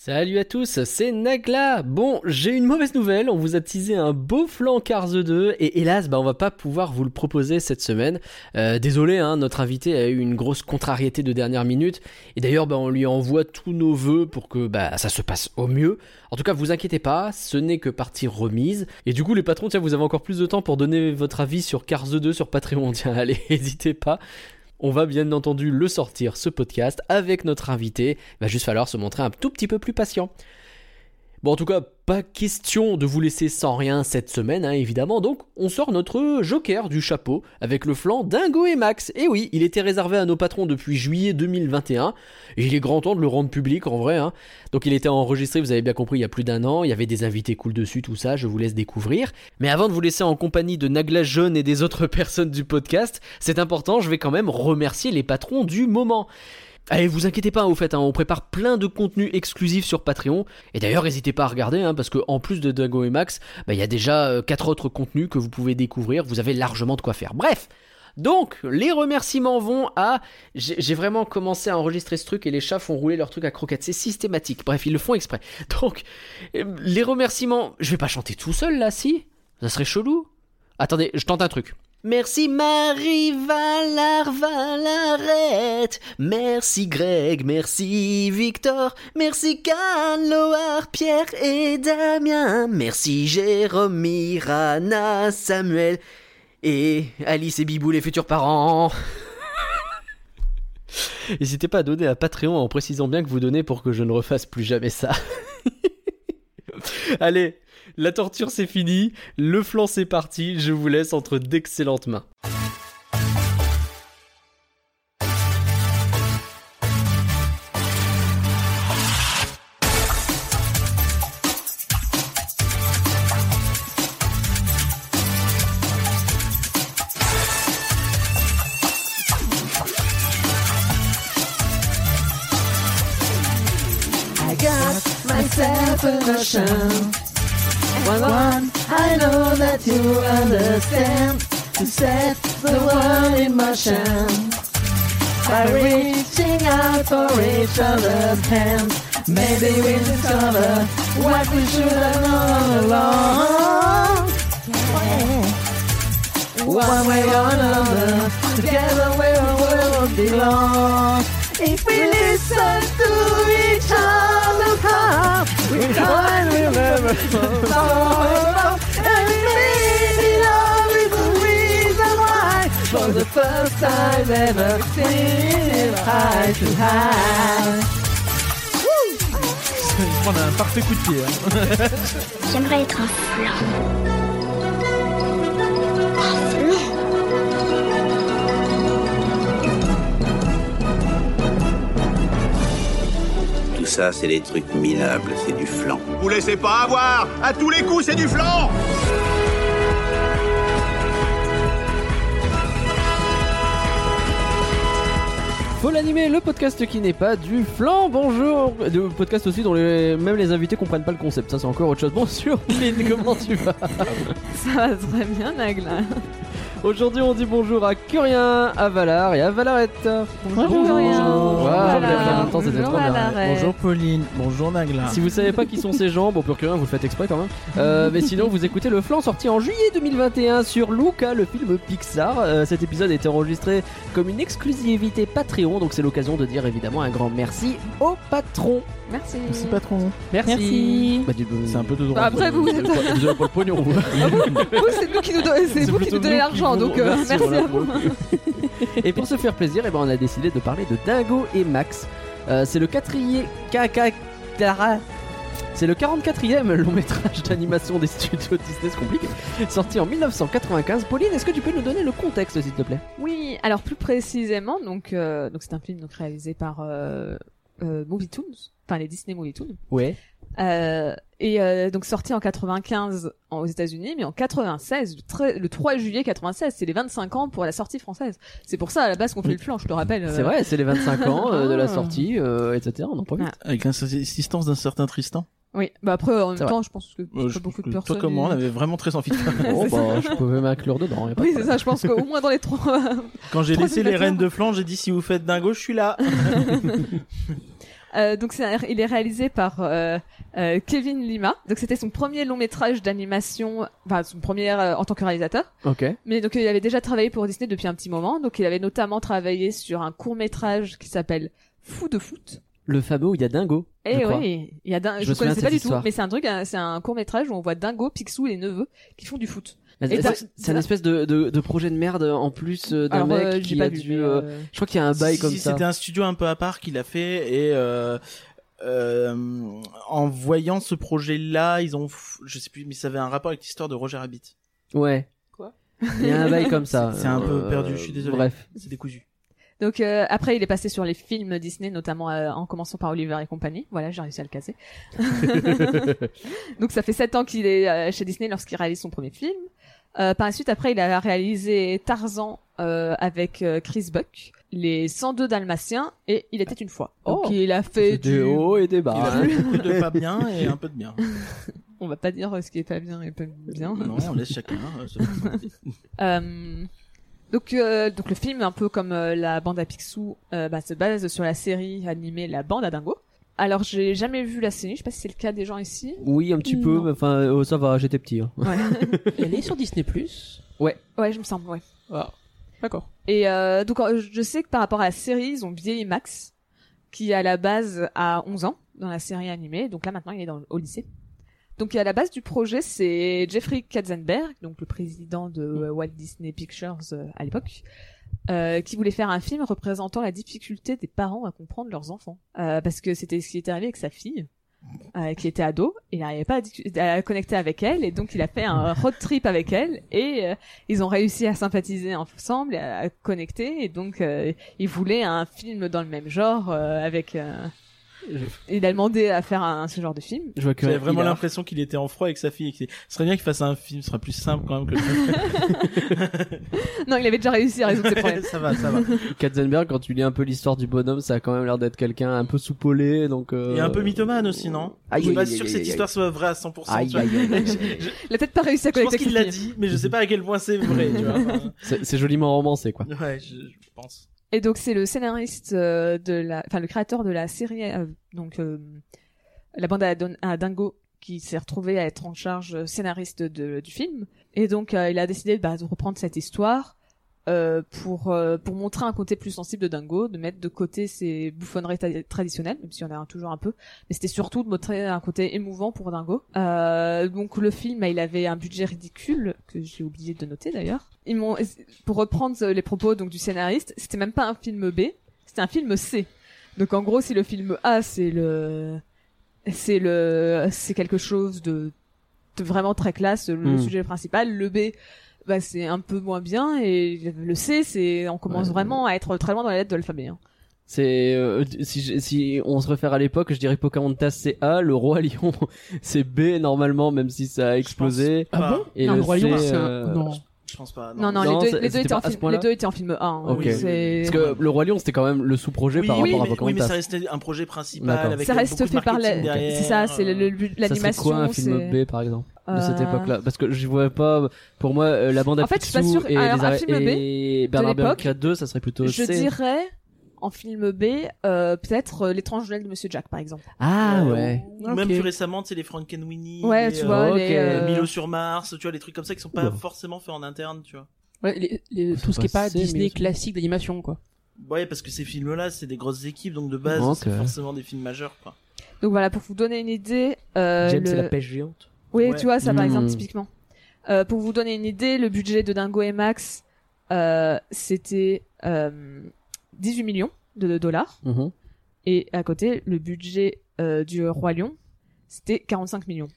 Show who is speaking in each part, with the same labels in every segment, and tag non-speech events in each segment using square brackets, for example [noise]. Speaker 1: Salut à tous, c'est Nagla. Bon, j'ai une mauvaise nouvelle, on vous a teasé un beau flanc Cars 2 et hélas, bah on va pas pouvoir vous le proposer cette semaine. Euh, désolé, hein, notre invité a eu une grosse contrariété de dernière minute et d'ailleurs, bah, on lui envoie tous nos voeux pour que bah ça se passe au mieux. En tout cas, vous inquiétez pas, ce n'est que partie remise et du coup, les patrons, tiens, vous avez encore plus de temps pour donner votre avis sur Cars 2 sur Patreon. [laughs] Tiens, allez, n'hésitez pas. On va bien entendu le sortir, ce podcast, avec notre invité. Il va juste falloir se montrer un tout petit peu plus patient. Bon, en tout cas, pas question de vous laisser sans rien cette semaine, hein, évidemment. Donc, on sort notre joker du chapeau avec le flanc Dingo et Max. Et oui, il était réservé à nos patrons depuis juillet 2021. Et il est grand temps de le rendre public en vrai. hein. Donc, il était enregistré, vous avez bien compris, il y a plus d'un an. Il y avait des invités cool dessus, tout ça. Je vous laisse découvrir. Mais avant de vous laisser en compagnie de Nagla Jaune et des autres [laughs] personnes du podcast, c'est important, je vais quand même remercier les patrons du moment. Allez, Eh, vous inquiétez pas, au fait, hein, on prépare plein de contenus exclusifs sur Patreon. Et d'ailleurs, n'hésitez pas à regarder, hein, parce que en plus de Dingo et Max, bah, il y a déjà euh, quatre autres contenus que vous pouvez découvrir. Vous avez largement de quoi faire. Bref. Donc, les remerciements vont à. J'ai j'ai vraiment commencé à enregistrer ce truc et les chats font rouler leur truc à croquettes. C'est systématique. Bref, ils le font exprès. [laughs] Donc, euh, les remerciements. Je vais pas chanter tout seul là, si Ça serait chelou. Attendez, je tente un truc. Merci Marie Valar Valarette, merci Greg, merci Victor, merci Carloar, Pierre et Damien, merci Jérôme, Mirana, Samuel et Alice et Bibou les futurs parents. [laughs] N'hésitez pas à donner à Patreon en précisant bien que vous donnez pour que je ne refasse plus jamais ça. [laughs] Allez, la torture c'est fini, le flanc c'est parti, je vous laisse entre d'excellentes mains.
Speaker 2: I got myself a notion. One, one, I know that you understand. To set the world in motion. By reaching out for each other's hands, maybe we'll discover what we should have known all along. One way or another, together where the world belongs. If we listen to each other, we
Speaker 1: Ah,
Speaker 2: can remember oh, And we made it love is the reason why. For the first time ever, seen high to high.
Speaker 3: prendre un parfait coup de pied. hein.
Speaker 4: J'aimerais être un flan.
Speaker 5: Tout ça, c'est des trucs minables, c'est du flan.
Speaker 6: Vous laissez pas avoir À tous les coups, c'est du flanc
Speaker 1: Faut l'animer, le podcast qui n'est pas du flan, bonjour Le podcast aussi dont les- même les invités comprennent pas le concept, ça c'est encore autre chose. [laughs] Bonjour Lynn, comment tu vas
Speaker 7: Ça va très bien, Nagla.
Speaker 1: Aujourd'hui on dit bonjour à Curien, à Valar et à Valarette.
Speaker 7: Bonjour, Curien.
Speaker 1: Wow,
Speaker 7: Voilà.
Speaker 1: bien, en même temps, c'était
Speaker 7: Bonjour,
Speaker 1: trop bien.
Speaker 7: Valarette.
Speaker 3: Bonjour Pauline, bonjour Nagla.
Speaker 1: Ah. Si vous savez pas qui sont ces gens, bon pour Curien vous le faites exprès quand même. Euh, mais sinon vous écoutez le flan sorti en juillet 2021 sur Luca, le film Pixar. Euh, cet épisode a été enregistré comme une exclusivité Patreon, donc c'est l'occasion de dire évidemment un grand merci au patron.
Speaker 7: Merci.
Speaker 3: Merci patron.
Speaker 1: Merci.
Speaker 7: Merci.
Speaker 1: Bah, dis- bah,
Speaker 3: C'est un peu de droit.
Speaker 7: Après, vous, vous êtes-
Speaker 1: Vous avez pas le pognon, vous. [laughs]
Speaker 7: vous, c'est nous qui nous donnez, c'est vous qui nous
Speaker 1: plutôt
Speaker 7: donnez
Speaker 1: nous
Speaker 7: l'argent,
Speaker 1: vous-
Speaker 7: donc euh, merci.
Speaker 1: voilà,
Speaker 7: à vous.
Speaker 1: pour le coup. [laughs] et pour se faire plaisir, eh ben, on a décidé de parler de Dingo et Max. Euh, c'est le quatrième. Caca. Tara- C'est le 44e long métrage d'animation des studios Disney, c'est compliqué, sorti en 1995. Pauline, est-ce que tu peux nous donner le contexte, s'il te plaît
Speaker 7: Oui, alors plus précisément, donc euh, donc c'est un film donc réalisé par euh, euh, Movie Toons, enfin les Disney Movie Toons,
Speaker 1: Ouais.
Speaker 7: euh, et euh, donc sorti en 95 en- aux États-Unis, mais en 96, le, tre- le 3 juillet 96, c'est les 25 ans pour la sortie française. C'est pour ça à la base qu'on fait le plan, je te rappelle. euh,
Speaker 1: C'est vrai, c'est les 25 ans euh, de la
Speaker 7: Ah.
Speaker 1: sortie, euh, etc. On en profite.
Speaker 7: Bah.
Speaker 3: Avec l'assistance d'un certain Tristan.
Speaker 7: Oui, bah après en même
Speaker 1: C'est
Speaker 7: temps, je pense que
Speaker 3: Euh,
Speaker 7: pas
Speaker 3: je-
Speaker 7: beaucoup de
Speaker 3: je-
Speaker 7: personnes.
Speaker 3: toi comme moi, on avait vraiment très envie
Speaker 7: [laughs]
Speaker 3: de faire.
Speaker 1: Oh, bah, je pouvais m'inclure dedans. y a pas de
Speaker 7: Oui, c'est
Speaker 1: problème.
Speaker 7: ça, je pense
Speaker 3: [laughs]
Speaker 7: qu'au moins dans les trois euh,
Speaker 3: Quand j'ai
Speaker 7: Trois
Speaker 3: laissé les
Speaker 7: animateurs.
Speaker 3: rênes de flanc, j'ai dit si vous faites dingo, je suis là.
Speaker 7: Euh, donc c'est un- il est réalisé par euh, euh, Kevin Lima. Donc c'était son premier long métrage d'animation, enfin son premier euh, en tant que réalisateur.
Speaker 1: Ok.
Speaker 7: Mais donc il avait déjà travaillé pour Disney depuis un petit moment. Donc il avait notamment travaillé sur un court métrage qui s'appelle Fou de foot.
Speaker 1: Le fameux où il y a Dingo. je
Speaker 7: Eh
Speaker 1: crois.
Speaker 7: oui, il y a Ding-
Speaker 1: Je
Speaker 7: je,
Speaker 1: me souviens
Speaker 7: ne
Speaker 1: de
Speaker 7: connaissais pas
Speaker 1: cette
Speaker 7: du
Speaker 1: histoire.
Speaker 7: tout, mais c'est un truc, hein, c'est un court métrage où on voit Dingo, Picsou et les neveux qui font du foot.
Speaker 1: Mais
Speaker 7: Et
Speaker 1: C'est
Speaker 7: t'as-
Speaker 1: c'est un espèce de, de, de projet de merde en plus euh, d'un
Speaker 7: Alors,
Speaker 1: mec
Speaker 7: euh, j'ai
Speaker 1: qui
Speaker 7: pas
Speaker 1: a
Speaker 7: vu,
Speaker 1: dû,
Speaker 7: mais,
Speaker 1: euh,
Speaker 7: euh,
Speaker 1: Je crois qu'il y a un bail
Speaker 3: Si,
Speaker 1: comme
Speaker 3: si,
Speaker 1: ça.
Speaker 3: C'était un studio un peu à part qui l'a fait et euh, euh, en voyant ce projet-là, ils ont, f- je sais plus, mais ça avait un rapport avec l'histoire de Roger Rabbit.
Speaker 1: Ouais.
Speaker 7: Quoi
Speaker 1: Il y a un bail comme ça.
Speaker 3: [laughs] C'est un peu
Speaker 1: Euh,
Speaker 3: perdu, je suis désolé.
Speaker 1: Bref.
Speaker 3: C'est décousu.
Speaker 7: Donc euh, après, il est passé sur les films Disney, notamment euh, en commençant par Oliver et compagnie. Voilà, j'ai réussi à
Speaker 1: [laughs]
Speaker 7: le casser. [laughs] Donc ça fait sept ans qu'il est euh, chez Disney lorsqu'il réalise son premier film. Euh, par la suite, après, il a réalisé Tarzan euh, avec euh, Chris Buck, Les 102 Dalmatiens et Il était une fois. Donc
Speaker 1: Oh.
Speaker 7: il a fait
Speaker 1: C'est
Speaker 7: du...
Speaker 1: des hauts et
Speaker 7: Bah.
Speaker 1: des
Speaker 3: Il
Speaker 1: bas.
Speaker 3: a un
Speaker 7: [laughs]
Speaker 3: peu de pas bien et un peu de bien.
Speaker 7: On va pas dire euh, ce qui est pas bien et pas bien.
Speaker 3: Non, on laisse chacun. euh, se faire son idée.
Speaker 7: Euh, donc, euh, donc le film, un peu comme euh, la bande à Picsou, euh, bah, se base sur la série animée La Bande à Dingo. Alors j'ai jamais vu la série, je sais pas si c'est le cas des gens ici.
Speaker 1: Oui, un petit peu,
Speaker 7: Non.
Speaker 1: mais enfin, euh, ça va, j'étais petit. hein.
Speaker 7: Ouais,
Speaker 8: Elle est sur Disney Plus.
Speaker 7: ouais je me semble, ouais.
Speaker 8: D'accord.
Speaker 7: Et euh, donc euh, je sais que par rapport à la série, ils ont vieilli Max, qui à la base a 11 ans dans la série animée, donc là maintenant il est dans, au lycée. Donc à la base du projet, c'est Jeffrey Katzenberg, donc le président de euh, Walt Disney Pictures euh, à l'époque, euh, qui voulait faire un film représentant la difficulté des parents à comprendre leurs enfants, Euh, parce que c'était ce qui était arrivé avec sa fille. euh, qui était ado, il n'arrivait pas à, discu- à connecter avec elle, et donc il a fait un road trip avec elle, et euh, ils ont réussi à sympathiser ensemble, à, à connecter, et donc euh, ils voulaient un film dans le même genre, euh, avec... euh, Il a demandé à faire un, ce genre de film.
Speaker 1: Je vois que.
Speaker 3: J'avais vraiment
Speaker 1: il a-
Speaker 3: l'impression qu'il était en froid avec sa fille. et que c'est- Ce serait bien qu'il fasse un film, ce sera plus simple quand même que le film.
Speaker 7: Non, il avait déjà réussi à
Speaker 3: [laughs]
Speaker 7: résoudre ses problèmes.
Speaker 3: ça va, ça va.
Speaker 1: Katzenberg, quand tu lis un peu l'histoire du bonhomme, ça a quand même l'air d'être quelqu'un un peu soupolé, donc. euh,
Speaker 3: Et un peu mythomane aussi, non
Speaker 1: Aïe,
Speaker 3: Je suis
Speaker 1: aïe,
Speaker 3: pas
Speaker 1: aïe,
Speaker 3: sûr que
Speaker 1: aïe,
Speaker 3: cette
Speaker 1: aïe,
Speaker 3: histoire soit vraie à 100%.
Speaker 1: Aïe,
Speaker 3: tu vois.
Speaker 1: aïa, aïa, aïe,
Speaker 3: Je-
Speaker 7: Il a peut-être pas réussi à
Speaker 3: Je pense
Speaker 7: connecter avec
Speaker 3: qu'il
Speaker 7: sa
Speaker 3: l'a
Speaker 7: fille.
Speaker 3: dit, mais je sais pas à quel point c'est vrai, tu vois.
Speaker 7: [laughs]
Speaker 3: Enfin,
Speaker 1: C'est c'est joliment romancé, quoi.
Speaker 3: Ouais, je, je pense.
Speaker 7: Et donc c'est le scénariste euh, de la, enfin le créateur de la série, euh, donc euh, la bande à, Don- à Dingo, qui s'est retrouvé à être en charge euh, scénariste de- du film. Et donc euh, il a décidé bah, de reprendre cette histoire euh, pour euh, pour montrer un côté plus sensible de Dingo, de mettre de côté ses bouffonneries tra- traditionnelles, même s'il y en a un- toujours un peu. Mais c'était surtout de montrer un côté émouvant pour Dingo. Euh, donc le film, il avait un budget ridicule que j'ai oublié de noter d'ailleurs. Ils m'ont pour reprendre euh, les propos donc du scénariste, c'était même pas un film B, c'était un film C. Donc en gros, si le film A c'est le c'est le c'est quelque chose de, de vraiment très classe, le
Speaker 1: Mm.
Speaker 7: sujet principal, le B bah c'est un peu moins bien et le C c'est on commence
Speaker 1: Ouais.
Speaker 7: vraiment à être très loin dans les lettres de l'alphabet. hein.
Speaker 1: C'est euh, si, je- si on se réfère à l'époque, je dirais Pocahontas c'est A, le roi [laughs] lion c'est B normalement, même si ça a explosé.
Speaker 8: Ah
Speaker 3: Pas-
Speaker 8: bon
Speaker 1: Et
Speaker 8: Non,
Speaker 1: le
Speaker 8: le Roi Lion,
Speaker 1: C,
Speaker 8: c'est un-
Speaker 1: euh,
Speaker 8: Non.
Speaker 3: Je pense pas.
Speaker 7: Non non,
Speaker 1: Non,
Speaker 7: les
Speaker 1: c'est-
Speaker 7: deux les deux
Speaker 1: c'était
Speaker 7: étaient en
Speaker 1: pas à ce
Speaker 7: film
Speaker 1: point-là
Speaker 7: les deux étaient en film A. hein.
Speaker 1: Ok.
Speaker 7: C'est-
Speaker 1: Parce que le roi lion c'était quand même le sous-projet
Speaker 3: Oui,
Speaker 1: par
Speaker 3: oui,
Speaker 1: rapport
Speaker 3: mais,
Speaker 1: à
Speaker 3: oui, mais ça
Speaker 1: Pocahontas.
Speaker 3: restait un projet principal
Speaker 1: D'accord. Ah,
Speaker 3: avec
Speaker 7: ça
Speaker 3: beaucoup
Speaker 7: reste
Speaker 3: de
Speaker 7: fait par la...
Speaker 3: marketing derrière. Euh,
Speaker 7: c'est ça c'est le- le but-
Speaker 1: ça serait
Speaker 7: l'animation
Speaker 1: quoi un film
Speaker 7: c'est-
Speaker 1: B par exemple de cette
Speaker 7: Euh,
Speaker 1: époque-là Parce que je vois pas. Pour moi, euh, la bande à
Speaker 7: En fait, je suis pas
Speaker 1: Picsou
Speaker 7: sûre.
Speaker 1: et,
Speaker 7: Alors,
Speaker 1: les
Speaker 7: un
Speaker 1: arrêts-
Speaker 7: film B
Speaker 1: et Bernard
Speaker 7: l'époque,
Speaker 1: Bernicot 2, ça serait plutôt
Speaker 7: Je
Speaker 1: C.
Speaker 7: dirais en film B euh, peut-être euh, l'étrange Noël de Monsieur Jack par exemple.
Speaker 1: Ah
Speaker 3: Euh,
Speaker 1: ouais.
Speaker 3: ou Même
Speaker 1: Ok.
Speaker 3: plus récemment, tu sais, les Frankenweenie.
Speaker 7: Ouais
Speaker 3: les,
Speaker 7: tu
Speaker 3: euh,
Speaker 7: vois
Speaker 1: ok.
Speaker 7: les, euh,
Speaker 3: Milo sur Mars, tu vois, les trucs comme ça qui sont pas
Speaker 1: Ouh.
Speaker 3: forcément faits en interne, tu vois.
Speaker 8: Ouais, Euh, les-
Speaker 7: euh,
Speaker 8: les-
Speaker 1: C'est
Speaker 8: tout ce qui est
Speaker 1: pas
Speaker 8: pas
Speaker 1: C, mais
Speaker 8: Disney
Speaker 1: tout.
Speaker 8: classique d'animation, quoi.
Speaker 3: Ouais, parce que ces films-là, c'est des grosses équipes, donc de base,
Speaker 1: Ok.
Speaker 3: c'est forcément des films majeurs, quoi.
Speaker 7: donc voilà pour vous donner une idée. Euh,
Speaker 1: James
Speaker 7: le-
Speaker 1: et la pêche géante.
Speaker 7: Oui
Speaker 3: Ouais.
Speaker 7: tu vois ça par
Speaker 1: Hmm.
Speaker 7: exemple typiquement. Euh, pour vous donner une idée le budget de Dingo et Max euh, c'était euh, 18 millions de dollars
Speaker 1: Mhm.
Speaker 7: et à côté le budget euh, du Roi Lion c'était 45 millions.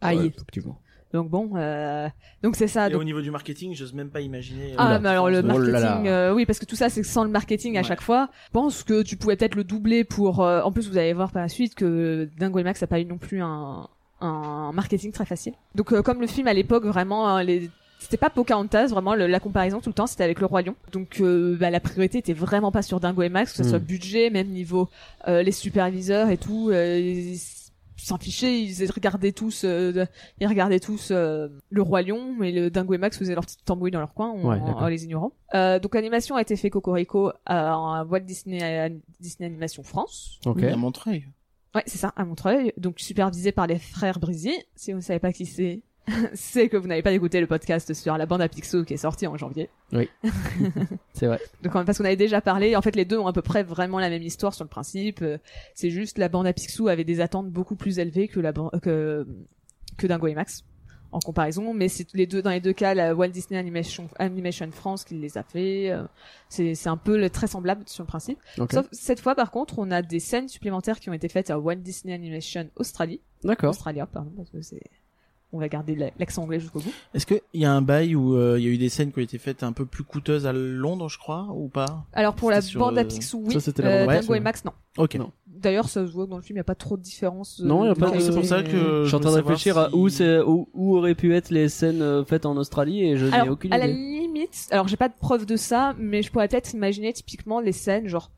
Speaker 8: Aïe.
Speaker 1: Ah Ouais, effectivement.
Speaker 7: Donc bon euh, donc c'est ça.
Speaker 3: Et
Speaker 7: Donc-
Speaker 3: au niveau du marketing, j'ose même pas imaginer.
Speaker 7: Ah,
Speaker 1: Oula.
Speaker 3: euh,
Speaker 7: mais alors le
Speaker 1: Oh là
Speaker 7: marketing,
Speaker 1: là.
Speaker 7: euh, oui, parce que tout ça, c'est sans le marketing à
Speaker 3: Ouais.
Speaker 7: chaque fois. Je pense que tu pouvais peut-être le doubler pour. euh, en plus, vous allez voir par la suite que Dingo et Max n'a pas eu non plus un, un marketing très facile. Donc, euh, comme le film à l'époque, vraiment, hein, les... c'était pas Pocahontas, vraiment, le- la comparaison tout le temps, c'était avec le Roi Lion. Donc, euh, bah, la priorité était vraiment pas sur Dingo et Max, que ce
Speaker 1: Hmm.
Speaker 7: soit budget, même niveau euh, les superviseurs et tout. euh, ils- s'en fichaient, ils regardaient tous, euh, ils regardaient tous euh, le roi lion, mais le dingo et Max faisaient leur petite tambouille dans leur coin en,
Speaker 1: Ouais,
Speaker 7: en-
Speaker 1: d'accord.
Speaker 7: en les ignorant. Euh, donc l'animation a été fait Cocorico à, à Walt Disney, à Disney Animation France.
Speaker 1: Ok.
Speaker 3: Il a montré.
Speaker 7: Ouais, c'est ça, à Montreuil, donc supervisé par les frères Brisier. Si vous ne savez pas qui c'est, [laughs] c'est que vous n'avez pas écouté le podcast sur la bande à Picsou qui est sorti en janvier.
Speaker 1: C'est vrai.
Speaker 7: Donc en- parce qu'on avait déjà parlé, en fait les deux ont à peu près vraiment la même histoire sur le principe. Euh, C'est juste la bande à Picsou avait des attentes beaucoup plus élevées que la ban- euh, que que Dingo et Max en comparaison, mais c'est les deux dans les deux cas la Walt Disney Animation Animation France qui les a fait. euh, C'est c'est un peu le- très semblable sur le principe.
Speaker 1: Ok.
Speaker 7: Sauf cette fois par contre, on a des scènes supplémentaires qui ont été faites à Walt Disney Animation Australie,
Speaker 1: D'accord.
Speaker 7: Australia pardon parce que c'est on va garder la- l'accent anglais jusqu'au bout.
Speaker 3: Est-ce qu'il y a un bail où euh, il y a eu des scènes qui ont été faites un peu plus coûteuses à Londres, je crois, ou pas
Speaker 7: Alors pour la
Speaker 3: C'était sur,
Speaker 7: bande à
Speaker 3: euh,
Speaker 7: Picsou, oui.
Speaker 9: ça, c'était la
Speaker 7: Euh,
Speaker 3: bande à
Speaker 7: Dingo
Speaker 3: Picsou,
Speaker 7: et Max non.
Speaker 3: Ok.
Speaker 1: Non.
Speaker 7: D'ailleurs, ça se voit que dans le film, il n'y a pas trop de différence. euh,
Speaker 1: Non, y a pas
Speaker 3: Non,
Speaker 1: de-
Speaker 3: c'est pour ça que
Speaker 1: Je suis en train de
Speaker 3: voulais savoir
Speaker 1: réfléchir à
Speaker 3: si-
Speaker 1: où, c'est- où, où auraient pu être les scènes euh, faites en Australie et je n'ai
Speaker 7: Alors,
Speaker 1: aucune
Speaker 7: à la
Speaker 1: idée.
Speaker 7: limite, alors j'ai pas de preuve de ça, mais je pourrais peut-être imaginer typiquement les scènes, genre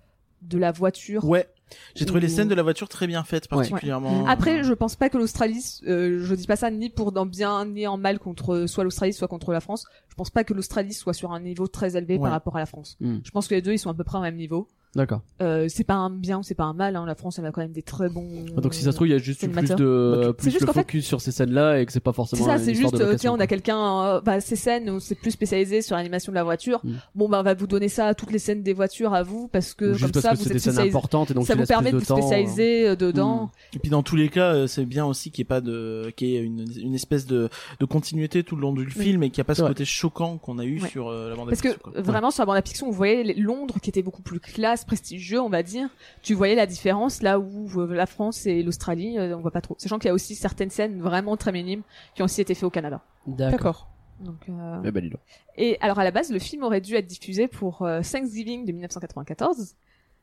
Speaker 7: de la voiture.
Speaker 3: Ouais. J'ai trouvé les
Speaker 7: Ou-
Speaker 3: scènes de la voiture très bien faites,
Speaker 1: Ouais.
Speaker 3: particulièrement.
Speaker 7: Après, je pense pas que l'Australie, euh, je dis pas ça ni pour dans bien ni en mal contre soit l'Australie soit contre la France. Je pense pas que l'Australie soit sur un niveau très élevé
Speaker 3: Ouais.
Speaker 7: par rapport à la France.
Speaker 1: Hmm.
Speaker 7: Je pense que les deux ils sont à peu près au même niveau.
Speaker 1: D'accord.
Speaker 7: Euh, c'est pas un bien ou c'est pas un mal. Hein. La France elle a quand même des très bons.
Speaker 1: Ah, Donc si ça se trouve, il y a juste eu plus
Speaker 7: Animateur.
Speaker 1: de
Speaker 7: C'est
Speaker 1: plus
Speaker 7: juste
Speaker 1: le
Speaker 7: qu'en fait-
Speaker 1: focus sur ces scènes-là et que c'est pas forcément
Speaker 7: C'est ça,
Speaker 1: une
Speaker 7: c'est
Speaker 1: histoire
Speaker 7: juste,
Speaker 1: de
Speaker 7: euh, tiens,
Speaker 1: location.
Speaker 7: on a quelqu'un, euh, bah, ces scènes, où c'est plus spécialisé sur l'animation de la voiture.
Speaker 1: Mm.
Speaker 7: Bon, bah, on va vous donner ça à toutes les scènes des voitures à vous, parce que
Speaker 1: Ou juste
Speaker 7: comme
Speaker 1: parce
Speaker 7: ça,
Speaker 1: que
Speaker 7: vous
Speaker 1: c'est
Speaker 7: êtes
Speaker 1: des scènes
Speaker 7: spécialisé.
Speaker 1: importantes et donc
Speaker 7: ça
Speaker 1: il
Speaker 7: vous
Speaker 1: laisse plus
Speaker 7: permet de
Speaker 1: de
Speaker 7: vous
Speaker 1: temps, euh. Mm.
Speaker 7: spécialiser euh, dedans.
Speaker 3: Et puis dans tous les cas, euh, c'est bien aussi qu'il n'y ait pas de, qu'il y ait une, une espèce de, de continuité tout le long du film et qu'il n'y a pas ce
Speaker 1: Ouais.
Speaker 3: côté choquant qu'on a eu
Speaker 7: Ouais.
Speaker 3: sur euh, la bande
Speaker 7: Parce que euh, vraiment sur la bande à Picsou, on voyait les- Londres qui était beaucoup plus classe, prestigieux, on va dire. Tu voyais la différence là où euh, la France et l'Australie, euh, on voit pas trop. Sachant qu'il y a aussi certaines scènes vraiment très minimes qui ont aussi été faites au Canada.
Speaker 1: D'accord.
Speaker 8: D'accord.
Speaker 7: Donc, euh,
Speaker 1: Eh ben, dis donc.
Speaker 7: Et alors à la base, le film aurait dû être diffusé pour euh, Thanksgiving de 1994,